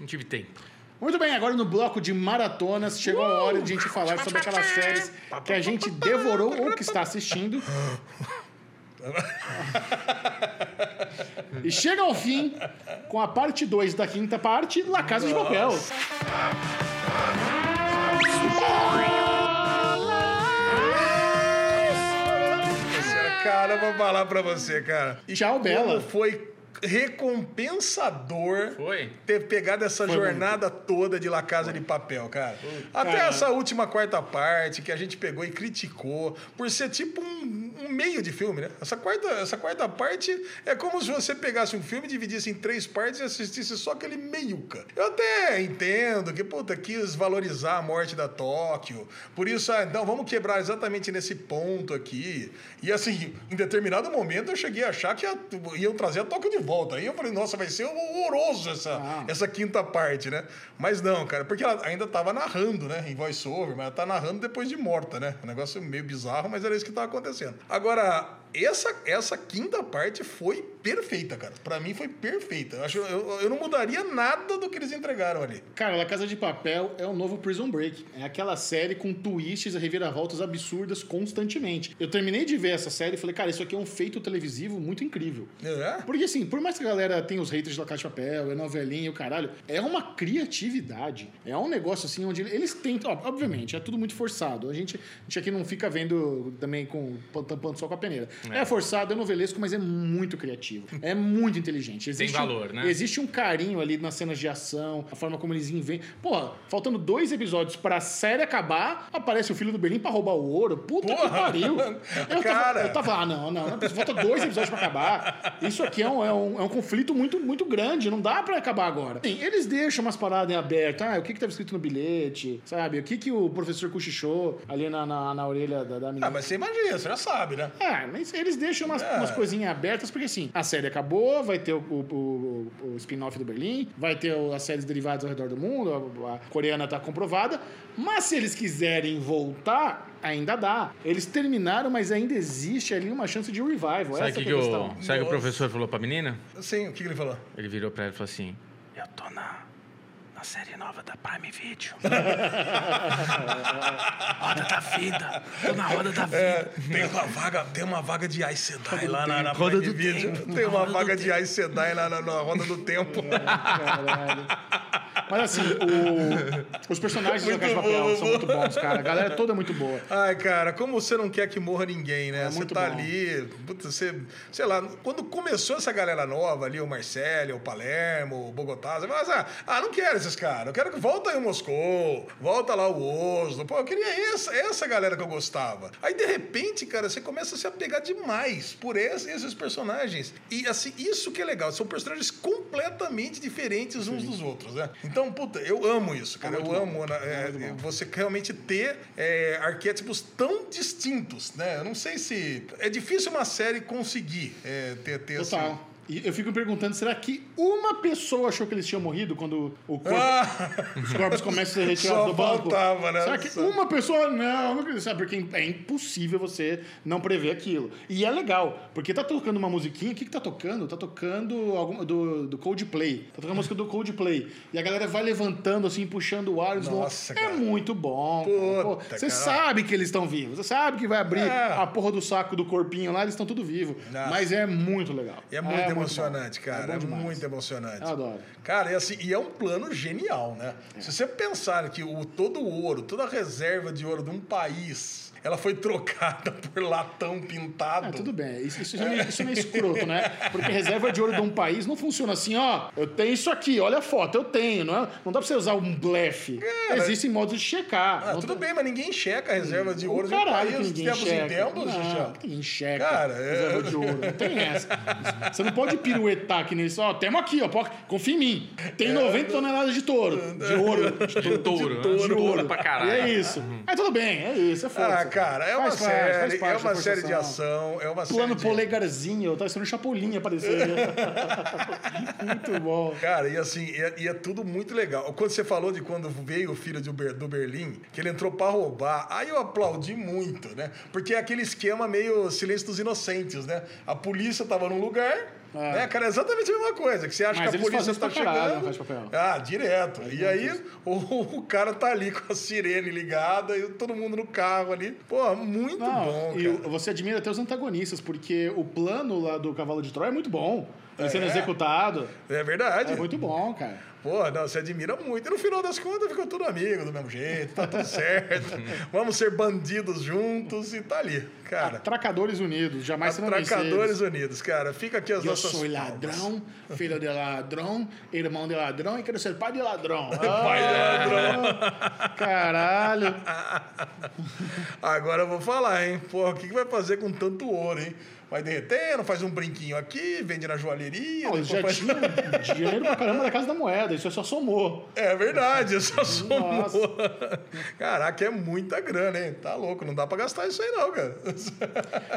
Speaker 2: Não tive tempo.
Speaker 1: Muito bem, agora no bloco de maratonas, chegou a hora de a gente falar sobre aquelas séries que a gente devorou ou que está assistindo. e chega ao fim com a parte 2 da quinta parte, La Casa de Papel.
Speaker 4: Cara, Cara, eu vou falar pra você, cara. E
Speaker 1: Tchau, Bela.
Speaker 4: como foi recompensador
Speaker 2: Foi?
Speaker 4: ter pegado essa jornada toda de La Casa de Papel, cara. Até
Speaker 1: Cara.
Speaker 4: essa última quarta parte que a gente pegou e criticou por ser tipo um, um meio de filme, né? Essa quarta, essa quarta parte é como se você pegasse um filme, dividisse em três partes e assistisse só aquele meiuca. Eu até entendo que, puta, quis valorizar a morte da Tóquio. Por isso, ah, então vamos quebrar exatamente nesse ponto aqui. E assim, em determinado momento eu cheguei a achar que a- iam trazer a Tóquio de volta. Aí eu falei, nossa, vai ser horroroso essa,
Speaker 1: Ah.
Speaker 4: essa quinta parte, né? Mas não, cara, porque ela ainda tava narrando, né? Em voice-over, mas ela tá narrando depois de morta, né? Um negócio meio bizarro, mas era isso que tava acontecendo. Agora, essa, essa quinta parte foi perfeita, cara. Pra mim foi perfeita. Eu, acho, eu, eu não mudaria nada do que eles entregaram ali.
Speaker 1: Cara, La Casa de Papel é o novo Prison Break. É aquela série com twists e reviravoltas absurdas constantemente. Eu terminei de ver essa série e falei, cara, isso aqui é um feito televisivo muito incrível.
Speaker 4: É?
Speaker 1: Porque assim, por mais que a galera tenha os haters de La Casa de Papel, é novelinha, e o caralho, é uma criatividade. É um negócio assim onde eles tentam. ó, obviamente, é tudo muito forçado. A gente, a gente aqui não fica vendo também com tampando só com a peneira. É, forçado, é novelesco, mas é muito criativo. É muito inteligente. Existe um-
Speaker 2: valor, né?
Speaker 1: Existe um carinho ali nas cenas de ação, a forma como eles inventam. Porra, faltando dois episódios pra série acabar, aparece o filho do Berlim pra roubar o ouro. Puta que
Speaker 4: Porra!
Speaker 1: pariu! Eu
Speaker 4: Cara!
Speaker 1: tava, eu tava, ah, não, não, não, falta dois episódios pra acabar. Isso aqui é um, é um, é um conflito muito, muito grande, não dá pra acabar agora. Assim, eles deixam umas paradas em aberto. Ah, o que que tava escrito no bilhete, sabe? O que que o professor cochichou ali na, na, na orelha da, da menina.
Speaker 4: Ah, mas você imagina, você já sabe, né?
Speaker 1: É, mas eles deixam umas,
Speaker 4: É.
Speaker 1: umas coisinhas abertas, porque assim, a série acabou, vai ter o, o- o- o spin-off do Berlim, vai ter o- as séries derivadas ao redor do mundo, a, a coreana tá comprovada, mas se eles quiserem voltar, ainda dá. Eles terminaram, mas ainda existe ali uma chance de revival.
Speaker 2: Sabe o
Speaker 1: Essa
Speaker 2: que,
Speaker 1: que
Speaker 2: que
Speaker 1: é a
Speaker 2: o-
Speaker 1: questão.
Speaker 2: sabe o que o
Speaker 4: Nossa.
Speaker 2: professor falou pra menina?
Speaker 4: Sim, Assim, o que que ele falou?
Speaker 2: Ele virou pra ela e falou assim: Eu tô na, na série nova da Prime Video. roda da vida. Tô na roda da vida.
Speaker 4: É, tem uma vaga, tem uma vaga de Ice Sedai lá na, na roda do vídeo. Tem uma vaga de Ice Sedai lá na, na roda do tempo.
Speaker 1: Caralho. Mas assim, o- os personagens da
Speaker 4: Muito
Speaker 1: Casa de Papel
Speaker 4: bom,
Speaker 1: são muito bons, cara. A galera toda é muito boa.
Speaker 4: Ai, cara, como você não quer que morra ninguém, né? você
Speaker 1: muito
Speaker 4: tá
Speaker 1: bom.
Speaker 4: ali, puta, você, sei lá, quando começou essa galera nova ali, o Marcelo, o Palermo, o Bogotá, você fala assim, ah, ah, não quero esses caras, eu quero que volta aí o Moscou, volta lá o Oslo, pô, eu queria essa, essa galera que eu gostava. Aí, de repente, cara, você começa a se apegar demais por esse- esses personagens. E, assim, isso que é legal, são personagens completamente diferentes uns dos outros, né? Então, puta, eu amo isso, cara, eu amo né, é, você realmente ter é, arquétipos tão distintos, né? Eu não sei se. É difícil uma série conseguir é, ter, ter esse-
Speaker 1: Total. E eu fico me perguntando, será que uma pessoa achou que eles tinham morrido quando o corpo
Speaker 4: Ah!
Speaker 1: Os corpos começam a ser retirados
Speaker 4: Só
Speaker 1: do banco.
Speaker 4: faltava, né?
Speaker 1: Será que
Speaker 4: Só-
Speaker 1: uma pessoa. Não, não acredito, sabe? Porque é impossível você não prever aquilo. E é legal, porque tá tocando uma musiquinha. O que, que tá tocando? Tá tocando alguma, do, do Coldplay. Tá tocando a música do Coldplay. E a galera vai levantando, assim, puxando o ar. eles vão-
Speaker 4: Nossa,
Speaker 1: é
Speaker 4: cara.
Speaker 1: muito bom. cara. Pô,
Speaker 4: Puta,
Speaker 1: Você
Speaker 4: cara.
Speaker 1: sabe que eles estão vivos. Você sabe que vai abrir
Speaker 4: É.
Speaker 1: a porra do saco do corpinho lá, eles estão tudo vivos.
Speaker 4: Nossa.
Speaker 1: Mas é muito legal.
Speaker 4: É muito
Speaker 1: bom.
Speaker 4: emocionante,
Speaker 1: É
Speaker 4: cara.
Speaker 1: bom
Speaker 4: É,
Speaker 1: demais.
Speaker 4: muito emocionante.
Speaker 1: Eu adoro. É.
Speaker 4: Cara, e, assim, e é um plano genial, né? Se você pensar que o, todo o ouro, toda a reserva de ouro de um país, ela foi trocada por latão pintado.
Speaker 1: Ah, tudo bem. Isso, isso, é meio, isso é meio escroto, né? Porque reserva de ouro de um país não funciona assim, ó. Eu tenho isso aqui, olha a foto, eu tenho, não é? Não dá pra você usar um blefe. Existem modos de checar.
Speaker 4: É, Ah,
Speaker 1: Não
Speaker 4: tudo
Speaker 1: tá-
Speaker 4: bem, mas ninguém checa a reserva de
Speaker 1: O
Speaker 4: ouro de um
Speaker 1: caralho,
Speaker 4: país.
Speaker 1: que ninguém
Speaker 4: tempos
Speaker 1: checa.
Speaker 4: em tempos,
Speaker 1: não,
Speaker 4: Xixão.
Speaker 1: que ninguém checa.
Speaker 4: Cara, é-
Speaker 1: reserva de ouro. Não tem essa. Você não pode piruetar que nem isso. Ó, temos aqui, ó. pode- Confia em mim.
Speaker 4: É.
Speaker 1: Tem 90 toneladas de touro. De ouro. De
Speaker 2: touro, né?
Speaker 1: De
Speaker 2: Touro
Speaker 1: ouro.
Speaker 2: pra caralho. Uhum.
Speaker 1: E é isso. É tudo bem, é isso. É foda.
Speaker 4: Ah, cara, é uma
Speaker 1: Faz parte,
Speaker 4: série.
Speaker 1: faz parte
Speaker 4: é uma
Speaker 1: da
Speaker 4: série de
Speaker 1: forçação.
Speaker 4: ação, é uma
Speaker 1: Plano
Speaker 4: série. De...
Speaker 1: polegarzinho, eu tava sendo chapolinha aparecer. Muito bom.
Speaker 4: Cara, e assim, e é, e é tudo muito legal. Quando você falou de quando veio o filho de Ber- do Berlim, que ele entrou pra roubar, aí eu aplaudi muito, né? Porque é aquele esquema meio silêncio dos inocentes, né? A polícia tava num lugar, né? Cara, é exatamente a mesma coisa, que você acha
Speaker 1: Mas
Speaker 4: que a
Speaker 1: eles fazem
Speaker 4: polícia
Speaker 1: isso
Speaker 4: tá
Speaker 1: pra caralho,
Speaker 4: chegando.
Speaker 1: né? Faz papel.
Speaker 4: Ah, direto. E aí o, o cara tá ali com a sirene ligada e todo mundo no carro ali. Pô, muito bom,
Speaker 1: Não,
Speaker 4: cara.
Speaker 1: e o- você admira até os antagonistas, porque o plano lá do Cavalo de Troia é muito bom. Ele sendo
Speaker 4: É.
Speaker 1: executado.
Speaker 4: É verdade.
Speaker 1: É muito bom, cara.
Speaker 4: Pô, não, você admira muito. E no final das contas ficou tudo amigo, do mesmo jeito, tá tudo certo. Vamos ser bandidos juntos e tá ali, cara.
Speaker 1: Atracadores Unidos, jamais serão
Speaker 4: Atracadores
Speaker 1: vencidos.
Speaker 4: unidos, cara. Fica aqui as
Speaker 1: Eu
Speaker 4: nossas.
Speaker 1: sou
Speaker 4: palmas.
Speaker 1: ladrão, filho de ladrão, irmão de ladrão e quero ser pai de ladrão.
Speaker 4: Pai
Speaker 1: Ah,
Speaker 4: ladrão. Ah,
Speaker 1: Caralho.
Speaker 4: Agora eu vou falar, hein? Pô, o que que vai fazer com tanto ouro, hein? Vai derretendo, faz um brinquinho aqui, vende na joalheria.
Speaker 1: Não,
Speaker 4: depois
Speaker 1: já
Speaker 4: faz-
Speaker 1: tinha dinheiro pra caramba da Casa da Moeda, isso só somou.
Speaker 4: É verdade, essa soma.
Speaker 1: Nossa.
Speaker 4: um Caraca, é muita grana, hein? Tá louco, não dá pra gastar isso aí, não, cara.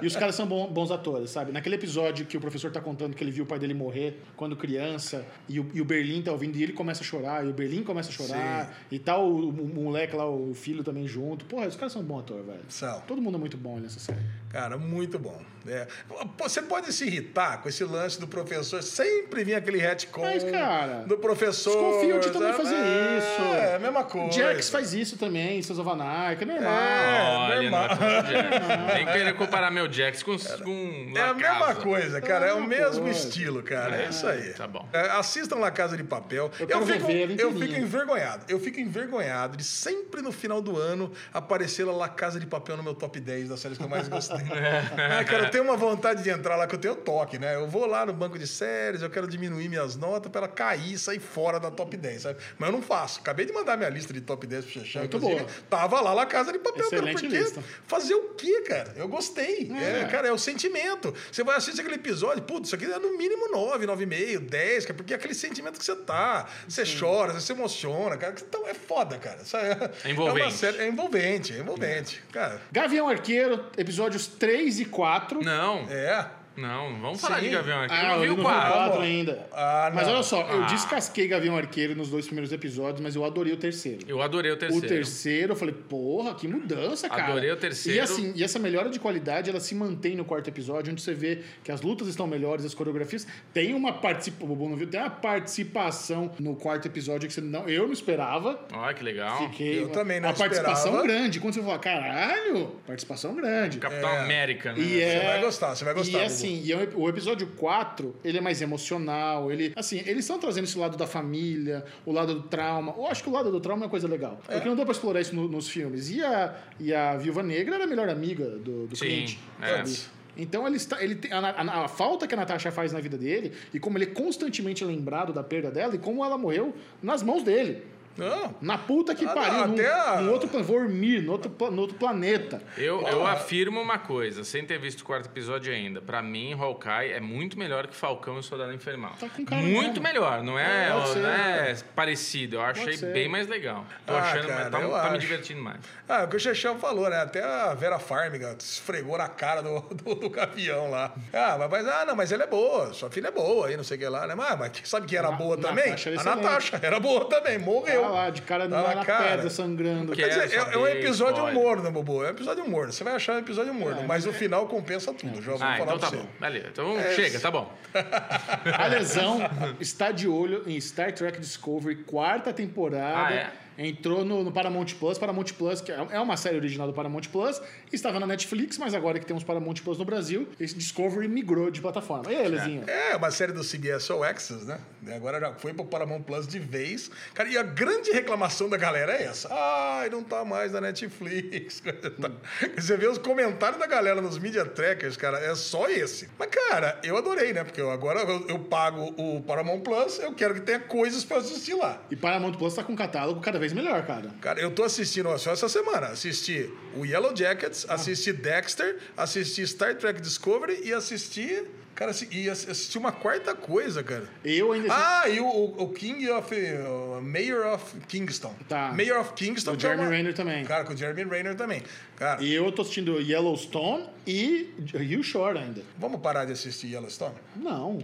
Speaker 1: E os caras são bom- bons atores, sabe? Naquele episódio que o professor tá contando que ele viu o pai dele morrer quando criança, e o, e o Berlim tá ouvindo, e ele começa a chorar, e o Berlim começa a chorar, e tal o, o moleque lá, o filho também junto. Porra, os caras são bons atores, velho.
Speaker 4: São.
Speaker 1: Todo mundo é muito bom ali nessa série.
Speaker 4: Cara, muito bom. É. Pô, Você pode se irritar com esse lance do professor. Sempre vinha aquele retcon
Speaker 1: Mas, cara,
Speaker 4: do professor.
Speaker 1: desconfio de também
Speaker 4: sabe?
Speaker 1: fazer
Speaker 4: é,
Speaker 1: isso.
Speaker 4: É, a mesma coisa.
Speaker 1: Jax faz isso também, seus Avanar, que é normal.
Speaker 2: Olha, não
Speaker 4: normal.
Speaker 2: é contra o Jax. Nem querer comparar meu Jax com, com
Speaker 4: É
Speaker 2: La
Speaker 4: a mesma
Speaker 2: Casa.
Speaker 4: coisa, cara. É,
Speaker 1: É a
Speaker 4: o
Speaker 1: mesma
Speaker 4: mesmo
Speaker 1: coisa.
Speaker 4: estilo, cara. É, isso aí.
Speaker 2: tá bom.
Speaker 4: É, assistam La Casa de Papel. Eu,
Speaker 1: quero
Speaker 4: fico,
Speaker 1: rever ela
Speaker 4: eu
Speaker 1: inteirinha.
Speaker 4: fico envergonhado. Eu fico envergonhado de sempre no final do ano aparecer lá La Casa de Papel no meu top 10 das séries que eu mais gostei. ah, cara, eu tenho uma vontade de entrar lá, que eu tenho toque, né? Eu vou lá no banco de séries, eu quero diminuir minhas notas pra ela cair e sair fora da top 10, sabe? Mas eu não faço. Acabei de mandar minha lista de top 10 pro Xexão.
Speaker 1: Muito
Speaker 4: inclusive.
Speaker 1: boa.
Speaker 4: Tava lá La Casa de Papel, cara,
Speaker 1: Excelente
Speaker 4: porque
Speaker 1: lista.
Speaker 4: fazer o quê, cara? Eu gostei. É, cara, é o sentimento. Você vai assistir aquele episódio, putz, isso aqui é no mínimo 9, 9,5, 10, cara, porque é aquele sentimento que você tá. Você chora, você se emociona, cara. Então é foda, cara. Isso é,
Speaker 2: É envolvente.
Speaker 4: É, uma série- é envolvente, é envolvente. Cara,
Speaker 1: Gavião Arqueiro, episódios 3 e 4.
Speaker 2: Não,
Speaker 4: é.
Speaker 2: não, não, vamos falar
Speaker 4: Sim.
Speaker 2: de Gavião aqui.
Speaker 1: Ah,
Speaker 2: eu não vi
Speaker 1: ele
Speaker 2: o
Speaker 1: não viu o
Speaker 2: quadro.
Speaker 1: quatro ainda.
Speaker 4: Ah,
Speaker 1: mas
Speaker 4: não.
Speaker 1: olha só, eu
Speaker 2: Ah.
Speaker 1: descasquei Gavião Arqueiro nos dois primeiros episódios, mas eu adorei o terceiro.
Speaker 2: Eu adorei o terceiro.
Speaker 1: O terceiro, eu falei, porra, que mudança, cara.
Speaker 2: Adorei o terceiro.
Speaker 1: E assim, e essa melhora de qualidade, ela se mantém no quarto episódio, onde você vê que as lutas estão melhores, as coreografias. Tem uma participação, tem uma participação no quarto episódio que você não, eu não esperava.
Speaker 2: Olha que legal.
Speaker 1: Fiquei
Speaker 4: eu também não
Speaker 1: A participação
Speaker 4: esperava.
Speaker 1: grande. Quando você fala, caralho, participação grande.
Speaker 2: Capitão América, né?
Speaker 1: E é-
Speaker 4: Você vai gostar, você vai gostar,
Speaker 1: E é
Speaker 4: Bubu.
Speaker 1: assim, e é um- o episódio 4, ele é mais emocional, ele... Assim, eles estão trazendo esse lado da família, o lado do trauma. Eu acho que o lado do trauma é uma coisa legal. Porque não deu pra explorar isso no- nos filmes. E a, e a Viúva Negra era a melhor amiga do, do
Speaker 2: Sim,
Speaker 1: Clint,
Speaker 2: é.
Speaker 1: sabe? Então ele está, ele tem- a, a- a falta que a Natasha faz na vida dele e como ele é constantemente lembrado da perda dela e como ela morreu nas mãos dele.
Speaker 4: Não.
Speaker 1: Na puta que
Speaker 4: Ah,
Speaker 1: pariu,
Speaker 4: não, até a-
Speaker 1: num, num outro planeta, Vormir, no outro, pla- no outro planeta.
Speaker 2: Eu, eu afirmo uma coisa, sem ter visto o quarto episódio ainda. Pra mim, Hawkeye é muito melhor que Falcão e o Soldado Infernal.
Speaker 1: Tá com cara mesmo.
Speaker 2: muito melhor, não é,
Speaker 1: Pode ser,
Speaker 2: não é parecido. Eu achei
Speaker 1: ser.
Speaker 2: bem mais legal. Tô
Speaker 4: Ah,
Speaker 2: achando,
Speaker 4: cara,
Speaker 2: tá,
Speaker 4: eu
Speaker 2: tá me
Speaker 4: acho.
Speaker 2: divertindo mais.
Speaker 4: Ah, o que o Chechão falou, né? Até a Vera Farmiga esfregou na cara do, do, do Gavião lá. Ah, mas, mas- ah, não, mas ela é boa, sua filha é boa, aí não sei o que lá, né? Mas, mas sabe quem era boa também?
Speaker 1: Natasha era
Speaker 4: a
Speaker 1: excelente.
Speaker 4: Natasha era boa também,
Speaker 1: Tá
Speaker 4: morreu.
Speaker 1: lá, de cara
Speaker 4: Tá
Speaker 1: na,
Speaker 4: lá,
Speaker 1: na
Speaker 4: cara.
Speaker 1: pedra, sangrando.
Speaker 2: Que
Speaker 4: Quer dizer,
Speaker 2: Quero
Speaker 4: é, é um
Speaker 2: saber,
Speaker 4: episódio
Speaker 2: spoiler.
Speaker 4: morno, Bobo. É um episódio morno. Você vai achar um episódio morno, mas o final compensa tudo. Já vou
Speaker 2: É. Ah,
Speaker 4: falar
Speaker 2: então
Speaker 4: pra
Speaker 2: tá
Speaker 4: você.
Speaker 2: bom. Beleza, então chega, tá bom.
Speaker 1: A lesão está de olho em Star Trek Discovery, quarta temporada.
Speaker 2: Ah,
Speaker 4: é?
Speaker 1: Entrou no, no Paramount Plus. Paramount Plus, que é é uma série original do Paramount Plus, estava na Netflix, mas agora que temos Paramount Plus no Brasil, esse Discovery migrou de plataforma. E aí, Lezinho?
Speaker 4: É, uma série do CBS All Access, né? E Agora já foi pro Paramount Plus de vez. Cara, e a grande reclamação da galera é essa. Ai, não tá mais na Netflix. coisa e tal. Você vê os comentários da galera nos media trackers, cara, é só esse. Mas, cara, eu adorei, né? Porque eu- agora eu, eu pago o Paramount Plus, eu quero que tenha coisas pra assistir lá.
Speaker 1: tá E Paramount Plus está com um catálogo cada vez melhor, cara.
Speaker 4: Cara, eu tô assistindo ó, só essa semana. Assisti o Yellow Jackets,
Speaker 1: Ah.
Speaker 4: assisti Dexter, assisti Star Trek Discovery e assisti. Cara, assi- e ass- assisti uma quarta coisa, cara.
Speaker 1: Eu ainda.
Speaker 4: Ah, e o, o- o King of. o Mayor of Kingston.
Speaker 1: Tá.
Speaker 4: Mayor of Kingston.
Speaker 1: O
Speaker 4: que é
Speaker 1: Jeremy Renner também.
Speaker 4: Cara, com o Jeremy Renner também. Cara,
Speaker 1: E eu tô assistindo Yellowstone e Rio Shore ainda.
Speaker 4: vamos parar de assistir Yellowstone?
Speaker 1: Não.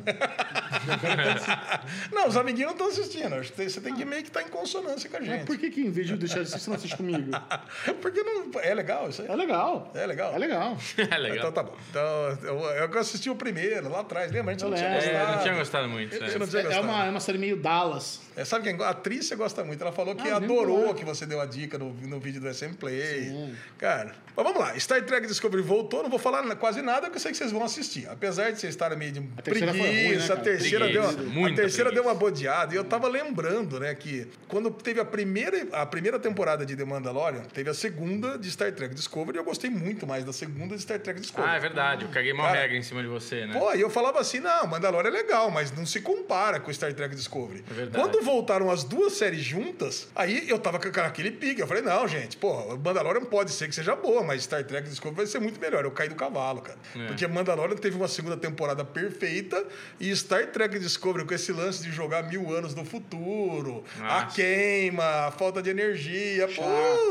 Speaker 4: Não, os amiguinhos não estão assistindo. Acho que tem- Você tem que meio que estar em consonância com a gente.
Speaker 1: Ah. Mas por que, que em vez de deixar de assistir, você não assiste comigo?
Speaker 4: Porque não. É legal isso aí.
Speaker 1: É legal.
Speaker 4: É legal.
Speaker 1: É legal.
Speaker 2: É legal.
Speaker 4: Então tá bom. Então, eu, eu assisti o primeiro lá atrás, lembra? A gente
Speaker 1: Eu
Speaker 4: não tinha
Speaker 1: lembro.
Speaker 2: É,
Speaker 4: gostado.
Speaker 2: não tinha gostado muito.
Speaker 4: Você não
Speaker 2: né?
Speaker 4: tinha
Speaker 1: É
Speaker 4: gostado.
Speaker 1: uma, é uma série meio Dallas.
Speaker 4: É, sabe quem? A atriz você gosta muito. Ela falou que
Speaker 1: Ah, lembro
Speaker 4: adorou
Speaker 1: dela.
Speaker 4: que você deu a dica no, no vídeo do SM Play. Cara, mas vamos lá. Star Trek Discovery voltou. Não vou falar na- quase nada, porque eu sei que vocês vão assistir. Apesar de vocês estarem meio de
Speaker 1: terceira
Speaker 4: preguiça.
Speaker 1: foi ruim, né,
Speaker 4: a
Speaker 1: cara?
Speaker 4: terceira,
Speaker 2: Preguiça,
Speaker 4: deu, uma, a
Speaker 2: muita
Speaker 4: terceira
Speaker 2: preguiça.
Speaker 4: deu uma bodeada. E eu tava lembrando, né, que quando teve a primeira, a primeira temporada de The Mandalorian, teve a segunda de Star Trek Discovery. E eu gostei muito mais da segunda de Star Trek Discovery.
Speaker 2: Ah, é verdade. Eu caguei uma
Speaker 4: Cara,
Speaker 2: regra em cima de você, né?
Speaker 4: Pô, e eu falava assim, não, Mandalorian é legal, mas não se compara com Star Trek Discovery.
Speaker 2: É verdade.
Speaker 4: Quando voltaram as duas séries juntas, aí eu tava com com aquele pique. Eu falei, não, gente, porra, Mandalorian pode ser que seja boa, mas Star Trek Discovery vai ser muito melhor. Eu caí do cavalo, cara.
Speaker 2: É.
Speaker 4: Porque Mandalorian teve uma segunda temporada perfeita e Star Trek Discovery com esse lance de jogar mil anos no futuro, a
Speaker 2: Nossa.
Speaker 4: queima, a falta de energia,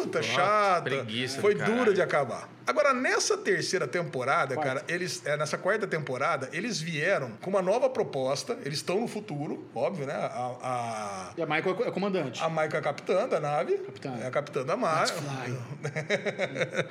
Speaker 4: puta, chata.
Speaker 2: preguiça do
Speaker 4: Foi dura
Speaker 2: caralho.
Speaker 4: de acabar. Agora, nessa terceira temporada, cara, eles. é, nessa quarta temporada, eles vieram com uma nova proposta. Eles estão no futuro, óbvio, né? A. a...
Speaker 1: E a Michael é comandante.
Speaker 4: A Maika é a capitã da nave.
Speaker 1: Capitã.
Speaker 4: É a capitã da nave.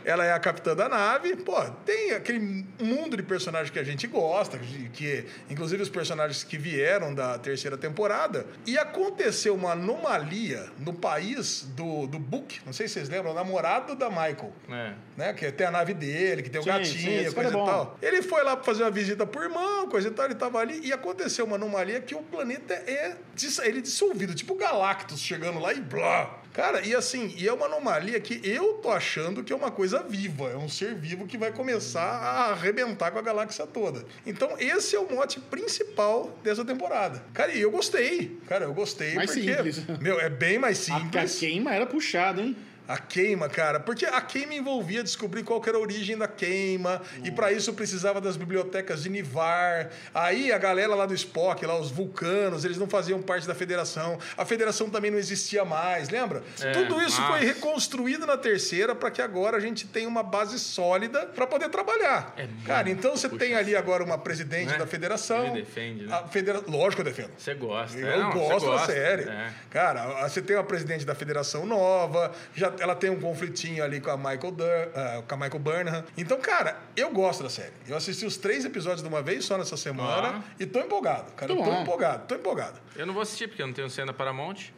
Speaker 4: Ela é a capitã da nave. Pô, tem aquele mundo de personagens que a gente gosta, que, que- inclusive os personagens que vieram da terceira temporada. E aconteceu uma anomalia no país do, do Book. Não sei se vocês lembram, o namorado da Michael
Speaker 2: É.
Speaker 4: né? Que tem a nave dele, que tem o
Speaker 1: Sim, sim,
Speaker 4: gatinho,
Speaker 1: esse cara
Speaker 4: coisa
Speaker 1: é bom.
Speaker 4: e tal. Ele foi lá pra fazer uma visita pro irmão, coisa e tal, ele tava ali e aconteceu uma anomalia que o planeta é dis- ele é dissolvido, tipo o Galactus chegando lá e blá. Cara, e assim, e é uma anomalia que eu tô achando que é uma coisa viva, é um ser vivo que vai começar a arrebentar com a galáxia toda. Então, esse é o mote principal dessa temporada. Cara, e eu gostei. Cara, eu gostei
Speaker 1: Mais
Speaker 4: porque
Speaker 1: simples.
Speaker 4: meu, é bem mais
Speaker 1: A, a
Speaker 4: simples.
Speaker 1: queima era puxada, hein?
Speaker 4: A queima, cara, porque a queima envolvia descobrir qual que era a origem da queima, e
Speaker 2: Hum.
Speaker 4: pra isso precisava das bibliotecas de Nivar. Aí a galera lá do Spock, lá os vulcanos, eles não faziam parte da federação. A federação também não existia mais, lembra?
Speaker 2: É,
Speaker 4: Tudo isso
Speaker 2: mas-
Speaker 4: foi reconstruído na terceira pra que agora a gente tenha uma base sólida pra poder trabalhar.
Speaker 2: É
Speaker 4: cara,
Speaker 2: muito
Speaker 4: então você
Speaker 2: puxa
Speaker 4: tem ali agora uma presidente
Speaker 2: Né?
Speaker 4: da federação.
Speaker 2: Ele defende, né?
Speaker 4: A federa... Lógico que eu defendo.
Speaker 2: Você gosta.
Speaker 4: Eu
Speaker 2: né? Não, você
Speaker 4: gosto da
Speaker 2: gosta,
Speaker 4: série.
Speaker 2: né?
Speaker 4: Cara, a- você tem uma presidente da federação nova, já, ela tem um conflitinho ali com a Michael, Dur- ah, com a Michael Burnham. Então, cara, eu gosto da série. Eu assisti os três episódios de uma vez só nessa semana
Speaker 2: Ah.
Speaker 4: e tô empolgado, cara.
Speaker 1: Muito
Speaker 4: eu tô
Speaker 1: bom.
Speaker 4: empolgado, tô empolgado.
Speaker 2: Eu não vou assistir, porque eu não tenho cena Paramount.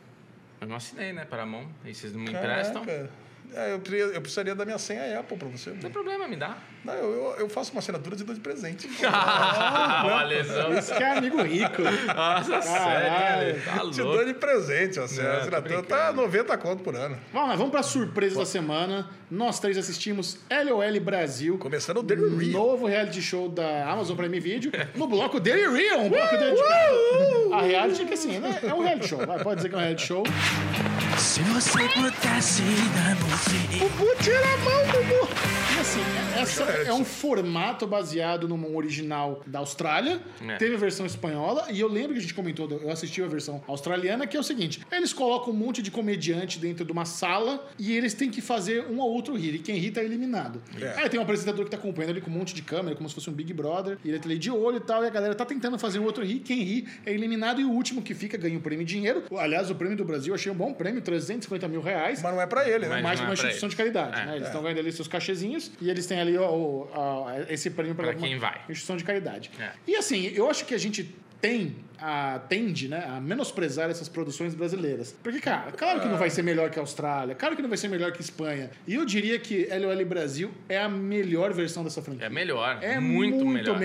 Speaker 2: Eu não assinei, né? Paramount. Aí vocês não me emprestam. Não
Speaker 4: Caraca. É, eu, queria- eu precisaria da minha senha Apple pra você.
Speaker 2: tem problema, me dá.
Speaker 4: Não, eu, eu- eu faço uma assinatura de dou de presente.
Speaker 2: Ah, uma lesão.
Speaker 1: Esse que é amigo rico.
Speaker 2: Nossa,
Speaker 4: é, né,
Speaker 1: Caralho.
Speaker 2: sério, velho. Tá
Speaker 4: Te dou
Speaker 2: louco.
Speaker 4: de presente, ó. A
Speaker 2: Não, tô
Speaker 4: assinatura tá
Speaker 2: brincando.
Speaker 4: 90 conto por ano.
Speaker 1: Vamos lá, vamos pra surpresa da semana. Nós três assistimos LOL Brasil.
Speaker 4: Começando o Daily Real.
Speaker 1: Novo reality show da Amazon Prime Video no bloco Daily Real, um bloco dedicado. A reality é que assim, né? É um reality show. vai, Pode dizer que é um reality show.
Speaker 6: Se você pudesse dar um fim.
Speaker 1: Bubu, tira a mão, Bubu! E assim, essa é um formato baseado num original da Austrália.
Speaker 2: É.
Speaker 1: Teve a versão espanhola. E eu lembro que a gente comentou, eu assisti a versão australiana, que é o seguinte: eles colocam um monte de comediante dentro de uma sala e eles têm que fazer um ou outro rir. E quem ri tá eliminado.
Speaker 4: É.
Speaker 1: Aí tem um apresentador que tá acompanhando ali com um monte de câmera, como se fosse um Big Brother. E ele tá ali de olho e tal. E a galera tá tentando fazer o outro rir. Quem ri é eliminado. E o último que fica ganha o prêmio de dinheiro. Aliás, o prêmio do Brasil, eu achei um bom prêmio: 350 mil reais
Speaker 4: Mas não é pra ele, né?
Speaker 2: Mas
Speaker 1: mais
Speaker 2: não
Speaker 1: uma
Speaker 2: é pra
Speaker 1: instituição
Speaker 2: eles.
Speaker 1: de caridade,
Speaker 2: É,
Speaker 1: né? Eles estão ganhando ali seus cachezinhos e eles têm ali ó, o- a- esse prêmio para
Speaker 2: Pra quem vai.
Speaker 1: instituição de caridade.
Speaker 2: É.
Speaker 1: E assim, eu acho que a gente tem a, tende né, a menosprezar essas produções brasileiras. Porque, cara, claro que não vai ser melhor que a Austrália, claro que não vai ser melhor que a Espanha. E eu diria que LOL Brasil é a melhor versão dessa franquia.
Speaker 2: É melhor.
Speaker 1: É
Speaker 2: muito, melhor.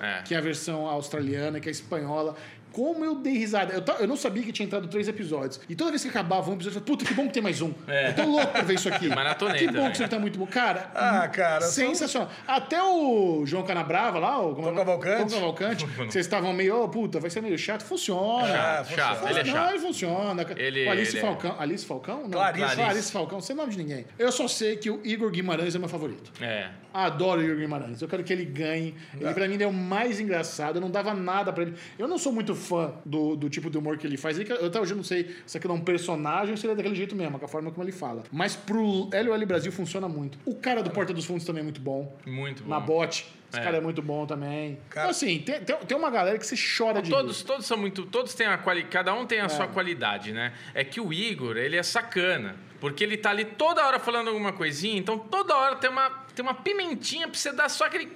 Speaker 2: É.
Speaker 1: que a versão australiana, que a espanhola. Como eu dei risada. Eu, ta- eu não sabia que tinha entrado três episódios. E toda vez que acabava um episódio, eu falei, puta, que bom que tem mais um.
Speaker 2: É.
Speaker 1: Eu tô louco pra ver isso aqui.
Speaker 2: Maratonei
Speaker 1: Que bom
Speaker 2: também.
Speaker 1: que isso aqui tá muito bom. Cara,
Speaker 4: Ah, cara, são-
Speaker 1: sensacional. Até o João Canabrava lá, o...
Speaker 4: Tom Cavalcante.
Speaker 1: Tom Cavalcante, que vocês estavam meio, ô, puta, vai ser meio chato, funciona.
Speaker 4: Ah, funciona.
Speaker 2: chato, ele é
Speaker 1: não,
Speaker 2: chato.
Speaker 1: ele funciona.
Speaker 2: Ele-
Speaker 1: O Alice
Speaker 2: ele é-
Speaker 1: Falcão. Alice Falcão? Não.
Speaker 4: Clarice.
Speaker 2: Clarice
Speaker 1: Falcão, você não é nome de ninguém. Eu só sei que o Igor Guimarães é meu favorito.
Speaker 2: É.
Speaker 1: Adoro o Igor Guimarães. Eu quero que ele ganhe. Ele, pra mim, ele é o mais engraçado. Eu não dava nada pra ele. Eu não sou muito fã do, do tipo de humor que ele faz. Ele- eu até hoje não sei se aquilo é um personagem ou se ele é daquele jeito mesmo, com a forma como ele fala. Mas pro LOL Brasil funciona muito. O cara do Porta dos Fundos também é muito bom.
Speaker 2: Muito bom.
Speaker 1: Na bote. Esse
Speaker 2: É.
Speaker 1: cara é muito bom também.
Speaker 4: Cara-
Speaker 1: Então, assim, tem, tem, tem uma galera que você chora de
Speaker 2: Todos,
Speaker 1: rir.
Speaker 2: todos são muito. Todos têm a qualidade. Cada um tem a sua qualidade, né? É que o Igor, ele é sacana. Porque ele tá ali toda hora falando alguma coisinha, então toda hora tem uma, tem uma pimentinha pra você dar só aquele.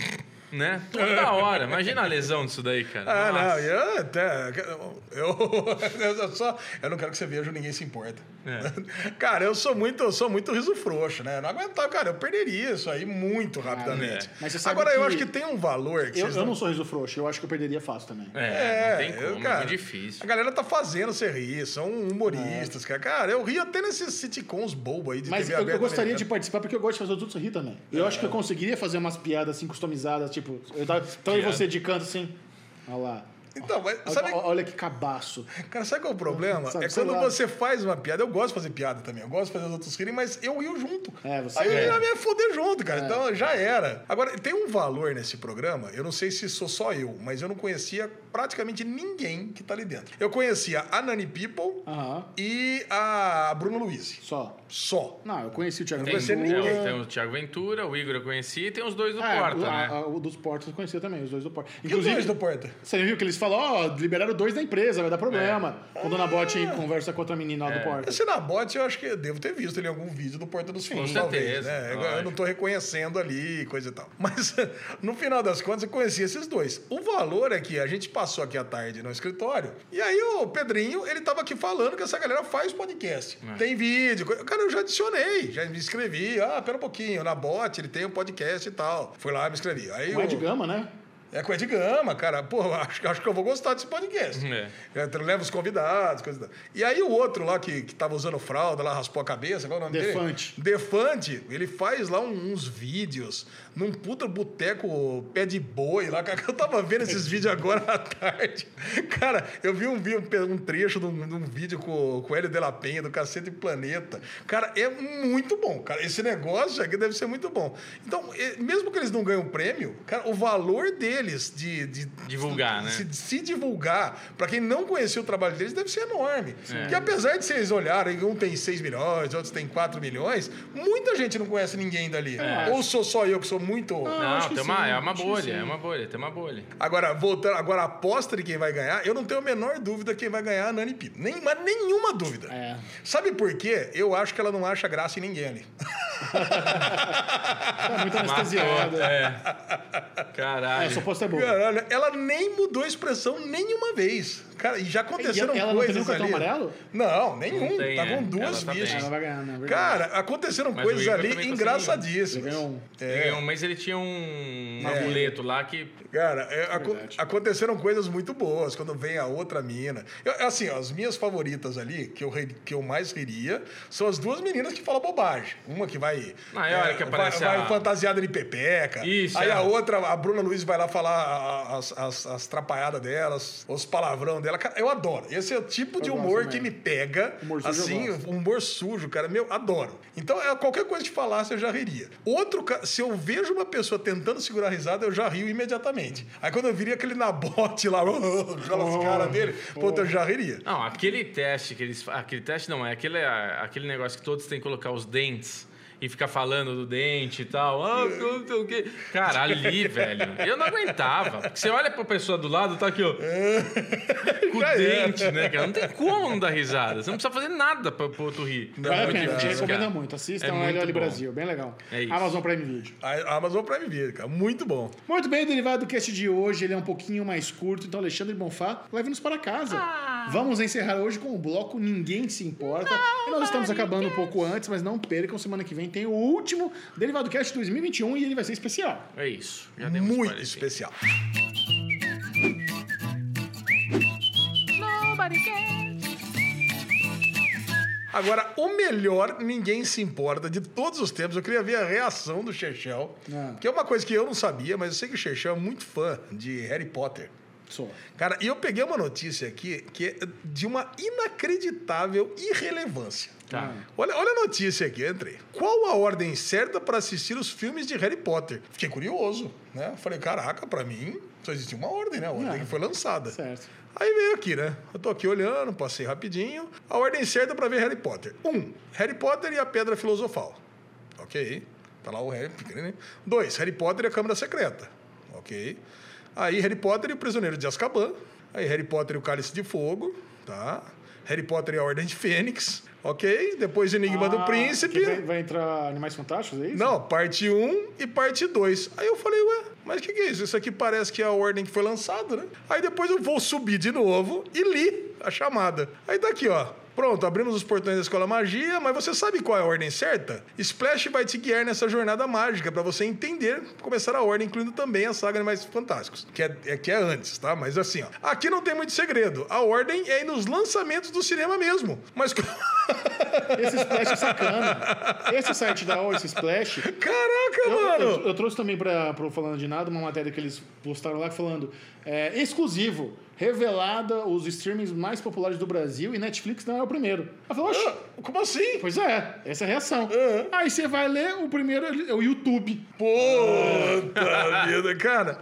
Speaker 2: Né? Toda hora. Imagina a lesão disso daí, cara.
Speaker 4: Ah,
Speaker 2: Nossa.
Speaker 4: não, eu até. Eu, eu só. Eu não quero que você veja o ninguém se importa.
Speaker 1: É.
Speaker 4: Cara, eu sou muito, eu sou muito riso frouxo, né? Eu não aguentava, cara, eu perderia isso aí muito rapidamente.
Speaker 1: é. Mas você sabe
Speaker 4: Agora, eu
Speaker 1: que-
Speaker 4: acho que tem um valor que
Speaker 1: Eu,
Speaker 4: vocês
Speaker 1: eu não sou riso frouxo. Eu acho que eu perderia fácil também.
Speaker 2: É, não tem como,
Speaker 4: eu,
Speaker 2: é
Speaker 4: cara,
Speaker 2: muito difícil.
Speaker 4: A galera tá fazendo você rir, são humoristas, cara. Cara, eu rio até nesses sitcoms bobo aí de
Speaker 1: É. Mas
Speaker 4: TV
Speaker 1: eu, eu
Speaker 4: aberta
Speaker 1: gostaria de
Speaker 4: americana. É.
Speaker 1: participar porque eu gosto de fazer os outros rir também. Eu acho que eu conseguiria fazer umas piadas assim customizadas, tipo. Eu tava, então e você de canto assim? Olha lá.
Speaker 4: Então, mas
Speaker 1: Olha,
Speaker 4: sabe,
Speaker 1: olha que cabaço.
Speaker 4: cara, sabe qual é o problema?
Speaker 1: Sabe,
Speaker 4: é
Speaker 1: sei
Speaker 4: quando
Speaker 1: lá.
Speaker 4: você faz uma piada. Eu gosto de fazer piada também, eu gosto de fazer os outros rirem, mas eu rio junto.
Speaker 1: É, você-
Speaker 4: aí eu
Speaker 1: é.
Speaker 4: já me foder junto, cara. Então já era. Agora, tem um valor nesse programa, eu não sei se sou só eu, mas eu não conhecia praticamente ninguém que tá ali dentro. Eu conhecia a Nani People
Speaker 1: Aham.
Speaker 4: e a Bruno Luiz.
Speaker 1: Só.
Speaker 4: Só.
Speaker 1: Não, eu conheci o Thiago
Speaker 2: Tem,
Speaker 4: você
Speaker 2: o-
Speaker 4: nem-
Speaker 2: tem o Thiago Ventura, o Igor eu conheci e tem os dois do
Speaker 1: Ah,
Speaker 2: Porta,
Speaker 1: o,
Speaker 2: né?
Speaker 1: a- a- o dos portos eu conhecia também, os dois do Porta.
Speaker 4: E os dois do Porta?
Speaker 1: Você viu que eles falam, ó, liberaram dois da empresa, vai dar problema.
Speaker 4: É.
Speaker 1: Quando a Bote conversa com outra menina lá do Porta.
Speaker 4: Esse Nabot, eu acho que eu devo ter visto ele em algum vídeo do Porta dos Fundos, talvez.
Speaker 2: certeza,
Speaker 4: Né? Eu, eu
Speaker 2: lógico.
Speaker 4: não tô reconhecendo ali e coisa e tal. Mas, no final das contas, eu conheci esses dois. O valor é que a gente passou aqui à tarde no escritório, e aí o Pedrinho, ele tava aqui falando que essa galera faz podcast.
Speaker 2: É.
Speaker 4: Tem vídeo. co- Cara, eu já adicionei, já me inscrevi. Ah, pera um pouquinho, o Nabot, ele tem um podcast e tal. Fui lá, me inscrevi. Aí
Speaker 1: O Ed
Speaker 4: o-
Speaker 1: Gama, né?
Speaker 4: é com o Ed Gama, cara. Pô, acho, que- acho que eu vou gostar desse podcast.
Speaker 2: É.
Speaker 4: Eu tra- levo os convidados, coisa e tal. E aí o outro lá que, que tava usando fralda, lá raspou a cabeça, qual é o nome
Speaker 1: Defante.
Speaker 4: dele? Defante. Ele faz lá um- uns vídeos num puta boteco pé de boi lá. cara. Eu tava vendo esses vídeos agora à tarde. Cara, eu vi um, vi um pe- um trecho de um, de um vídeo com, com o Hélio de la Penha, do Cacete Planeta. Cara, é muito bom, cara. Esse negócio aqui deve ser muito bom. Então, eh, mesmo que eles não ganhem o prêmio, cara, o valor deles de... de
Speaker 2: Divulgar,
Speaker 4: de-
Speaker 2: né?
Speaker 4: se se divulgar, pra quem não conhecia o trabalho deles, deve ser enorme. Porque apesar de vocês olharem, um tem 6 milhões, outros tem 4 milhões, muita gente não conhece ninguém dali. Ou sou só eu que sou muito.
Speaker 2: Não,
Speaker 1: acho que
Speaker 2: tem uma,
Speaker 1: sim,
Speaker 2: é uma
Speaker 1: acho que
Speaker 2: bolha,
Speaker 1: sim.
Speaker 2: é uma bolha, tem uma bolha.
Speaker 4: Agora, voltando, agora a aposta de quem vai ganhar, eu não tenho a menor dúvida quem vai ganhar é a Nani Pipo. Nem, mas nenhuma dúvida.
Speaker 1: É.
Speaker 4: Sabe por quê? Eu acho que ela não acha graça em ninguém ali.
Speaker 1: Tá muito
Speaker 2: Matou,
Speaker 1: anestesiada.
Speaker 2: é.
Speaker 1: É,
Speaker 2: Caralho.
Speaker 1: só posso ter é boa.
Speaker 4: Caralho, ela nem mudou a expressão nenhuma vez. Cara, e já aconteceram
Speaker 1: E ela não
Speaker 4: coisas
Speaker 1: teve um cartão
Speaker 4: ali.
Speaker 1: amarelo?
Speaker 4: Não, nenhum.
Speaker 2: Não tem,
Speaker 4: tá com
Speaker 2: é.
Speaker 4: duas
Speaker 2: Ela tá
Speaker 4: fichas.
Speaker 2: bem.
Speaker 1: Ela vai ganhar, né? É verdade.
Speaker 4: Cara, aconteceram
Speaker 2: Mas o
Speaker 4: coisas
Speaker 2: Igor
Speaker 4: ali
Speaker 2: também tá
Speaker 1: Ele
Speaker 4: engraçadíssimas.
Speaker 1: ganhou um.
Speaker 2: Ele ganhou, mas ele tinha um
Speaker 1: É.
Speaker 2: amuleto lá que.
Speaker 4: Cara, é, aco- aconteceram coisas muito boas quando vem a outra mina. Eu- assim, ó, as minhas favoritas ali, que eu, ri- que eu mais riria, são as duas meninas que falam bobagem. Uma que vai.
Speaker 2: Ah, é a hora que aparece
Speaker 4: vai, vai
Speaker 2: a-
Speaker 4: fantasiada de pepeca.
Speaker 2: Isso,
Speaker 4: Aí
Speaker 2: é.
Speaker 4: a outra, a Bruna Luiz vai lá falar a- as, as, as trapalhadas delas, os palavrão dela. Cara, eu adoro. Esse é o tipo de
Speaker 1: Eu gosto
Speaker 4: humor
Speaker 1: também.
Speaker 4: que me pega.
Speaker 1: Humor sujo é eu
Speaker 4: assim,
Speaker 1: gosto.
Speaker 4: humor sujo, cara. Meu, adoro. Então, é, qualquer coisa que falasse, eu já riria. Outro, ca- se eu vejo uma pessoa tentando segurar a risada, eu já rio imediatamente. Aí quando eu viria aquele nabote lá, uh,
Speaker 1: Oh,
Speaker 4: aquelas caras dele, pô, eu já riria.
Speaker 2: Não, aquele teste que eles. fa- Aquele teste não, é aquele, a- aquele negócio que todos têm que colocar os dentes. E ficar falando do dente e tal.
Speaker 4: É.
Speaker 2: Ah, não sei o quê. Cara, ali, velho. Eu não aguentava. Porque você olha pra pessoa do lado, tá aqui, ó. Com o
Speaker 4: É. Já era.
Speaker 2: dente, né, cara? Não tem como não dar risada. Você não precisa fazer nada pra, pro outro rir.
Speaker 1: Vale a
Speaker 2: Muito
Speaker 1: pena, a gente
Speaker 2: difícil,
Speaker 1: recomenda
Speaker 2: cara.
Speaker 1: muito. Assistam
Speaker 2: É
Speaker 1: o
Speaker 2: muito
Speaker 1: LL
Speaker 2: bom.
Speaker 1: Brasil, bem legal.
Speaker 2: É isso.
Speaker 1: Amazon Prime Video.
Speaker 4: A Amazon Prime Video, cara. Muito bom.
Speaker 1: Muito bem, o derivado do cast de hoje, ele é um pouquinho mais curto, então Alexandre Bonfá, leve-nos para casa. Vamos encerrar hoje com o bloco Ninguém Se Importa. E nós estamos acabando um pouco antes, mas não percam, semana que vem tem o último Derivado Cast 2021 e ele vai ser especial.
Speaker 2: É isso. Já demos
Speaker 4: Muito
Speaker 2: spoiler, sim.
Speaker 4: especial.
Speaker 3: Nobody cares.
Speaker 4: Agora, o melhor, ninguém se importa, de todos os tempos. Eu queria ver a reação do Chechel,
Speaker 1: Ah.
Speaker 4: que é uma coisa que eu não sabia, mas eu sei que o Chechel é muito fã de Harry Potter.
Speaker 1: Só.
Speaker 4: Cara, e eu peguei uma notícia aqui que é de uma inacreditável irrelevância.
Speaker 2: Tá.
Speaker 4: Olha, olha a notícia aqui, eu entrei. Qual a ordem certa para assistir os filmes de Harry Potter? Fiquei curioso, né? Falei, caraca, pra mim só existia uma ordem, né? A ordem
Speaker 1: Não.
Speaker 4: que foi lançada.
Speaker 1: Certo.
Speaker 4: Aí veio aqui, né? Eu tô aqui olhando, passei rapidinho. A ordem certa pra ver Harry Potter. Um, Harry Potter e a Pedra Filosofal. Ok. Tá lá o Harry. pequenininho. Dois, Harry Potter e a Câmara Secreta. Ok. Aí Harry Potter e o Prisioneiro de Azkaban. Aí Harry Potter e o Cálice de Fogo. Tá. Harry Potter e a Ordem de Fênix. Ok. Depois Enigma do
Speaker 1: Ah,
Speaker 4: Príncipe.
Speaker 1: que Vai, vai entrar Animais Fantásticos, é isso?
Speaker 4: Não, parte 1 um e parte 2. Aí eu falei, ué, mas o que, que é isso? Isso aqui parece que é a ordem que foi lançada, né? Aí depois eu vou subir de novo e li a chamada. Aí tá aqui, ó. Pronto, abrimos os portões da Escola Magia, mas você sabe qual é a ordem certa? Splash vai te guiar nessa jornada mágica pra você entender, começar a ordem, incluindo também a saga Animais Fantásticos, que é, é que é antes, tá? Mas assim, ó. Aqui não tem muito segredo. A ordem é ir nos lançamentos do cinema mesmo. Mas. co-
Speaker 1: Esse Splash é sacana. Esse site da OL, esse Splash,
Speaker 4: Caraca,
Speaker 1: Eu,
Speaker 4: mano!
Speaker 1: eu- eu trouxe também para o Falando de Nada uma matéria que eles postaram lá falando é, exclusivo, revelada os streamings mais populares do Brasil e Netflix não é o primeiro. Ela falou,
Speaker 2: Ah."
Speaker 1: oxe,
Speaker 4: Como assim?
Speaker 1: pois é, essa é a reação. Aí você vai ler, o primeiro é o YouTube.
Speaker 4: Puta vida, cara.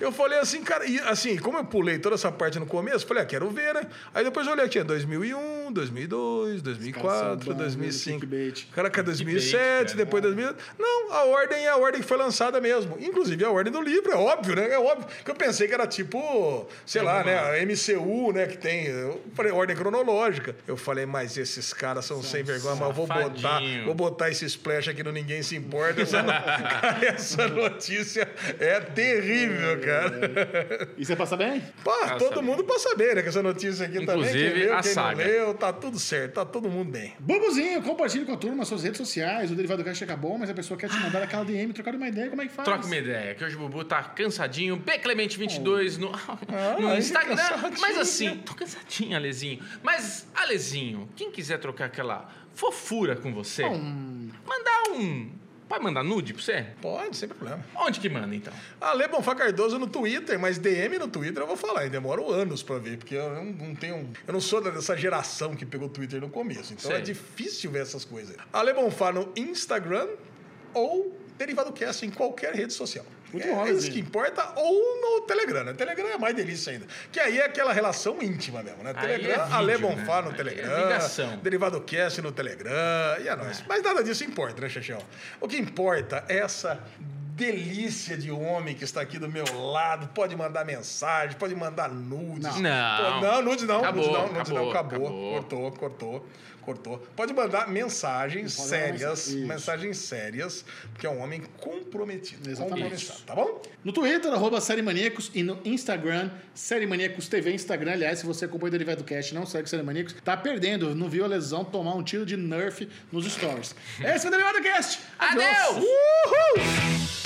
Speaker 4: Eu falei assim, cara, e assim, como eu pulei toda essa parte no começo, falei, ah, quero ver, né? Aí depois eu olhei aqui, é 2001, 2002,
Speaker 1: caras
Speaker 4: 2004,
Speaker 1: são bons,
Speaker 4: 2005.
Speaker 1: né, no clickbait.
Speaker 4: Caraca, 2007,
Speaker 2: cara.
Speaker 4: depois 2000. Não, a ordem é a ordem que foi lançada mesmo. Inclusive a ordem do livro, é óbvio, né? É óbvio. Que eu pensei que era tipo, sei lá, né? A MCU, né? Que tem. Eu falei, ordem cronológica. Eu falei, mas esses caras são sem vergonha, mas eu vou botar,
Speaker 2: safadinho.
Speaker 4: vou botar esse splash aqui no Ninguém Se Importa. Essa, no- cara, essa notícia é terrível, cara.
Speaker 1: E você passa bem?
Speaker 4: Pá, todo mundo pra saber, né? Que essa notícia aqui também. Quem
Speaker 2: Inclusive,
Speaker 4: leu,
Speaker 2: a
Speaker 4: quem
Speaker 2: saga.
Speaker 4: não leu, tá tudo certo, tá todo mundo bem.
Speaker 1: Bobozinho, compartilhe com a turma suas redes sociais. O Derivado Cash acabou, mas a pessoa quer te mandar aquela DM, trocar uma ideia, como é que faz?
Speaker 2: Troca uma ideia, que hoje o Bubu tá cansadinho, B Clemente 22 no, no
Speaker 4: aí
Speaker 2: Instagram.
Speaker 4: cansadinho.
Speaker 2: Mas assim, tô cansadinho, Alezinho. Mas, Alezinho, quem quiser trocar aquela fofura com você, mandar um. Pode mandar nude pra você?
Speaker 4: Pode, sem problema.
Speaker 2: Onde que manda então?
Speaker 4: Ale Ah, Bonfá Cardoso no Twitter, mas DM no Twitter eu vou falar, e demoro anos pra ver, porque eu não, não tenho. Eu não sou dessa geração que pegou o Twitter no começo, então
Speaker 2: Sei.
Speaker 4: é difícil ver essas coisas. Ale Bonfá no Instagram ou Derivado Cast em qualquer rede social.
Speaker 1: Muito
Speaker 4: é,
Speaker 1: bom,
Speaker 4: é isso
Speaker 1: Lezinho.
Speaker 4: que importa, ou no Telegram. né? Telegram é mais delícia ainda. Que aí é aquela relação íntima mesmo, né?
Speaker 2: Aí é
Speaker 4: Telegram,
Speaker 2: vídeo,
Speaker 4: Ale
Speaker 2: né?
Speaker 4: Bonfá no
Speaker 2: Aí é
Speaker 4: Telegram.
Speaker 2: ligação.
Speaker 4: Derivado Cast no Telegram e é nóis. Mas nada disso importa, né, Xexel? O que importa é essa delícia de homem que está aqui do meu lado. Pode mandar mensagem, pode mandar nudes.
Speaker 2: Não. Não.
Speaker 4: Pô, não nudes não.
Speaker 2: Acabou,
Speaker 4: nudes não, nudes
Speaker 2: acabou,
Speaker 4: não, acabou.
Speaker 2: acabou.
Speaker 4: Cortou, cortou, cortou. Pode mandar mensagens
Speaker 1: Pode mandar
Speaker 4: sérias,
Speaker 1: mensagem. Isso.
Speaker 4: mensagens sérias, porque é um homem comprometido.
Speaker 1: Exatamente.
Speaker 4: Compromissado, tá bom?
Speaker 1: No Twitter, arroba Série Maníacos e no Instagram, Série Maníacos TV Instagram. Aliás, se você acompanha o Derivado Cast e não segue Série Maníacos, tá perdendo. Não viu a lesão tomar um tiro de Nerf nos stories. Esse é o Derivado Cast.
Speaker 2: Adeus!
Speaker 4: Uhul!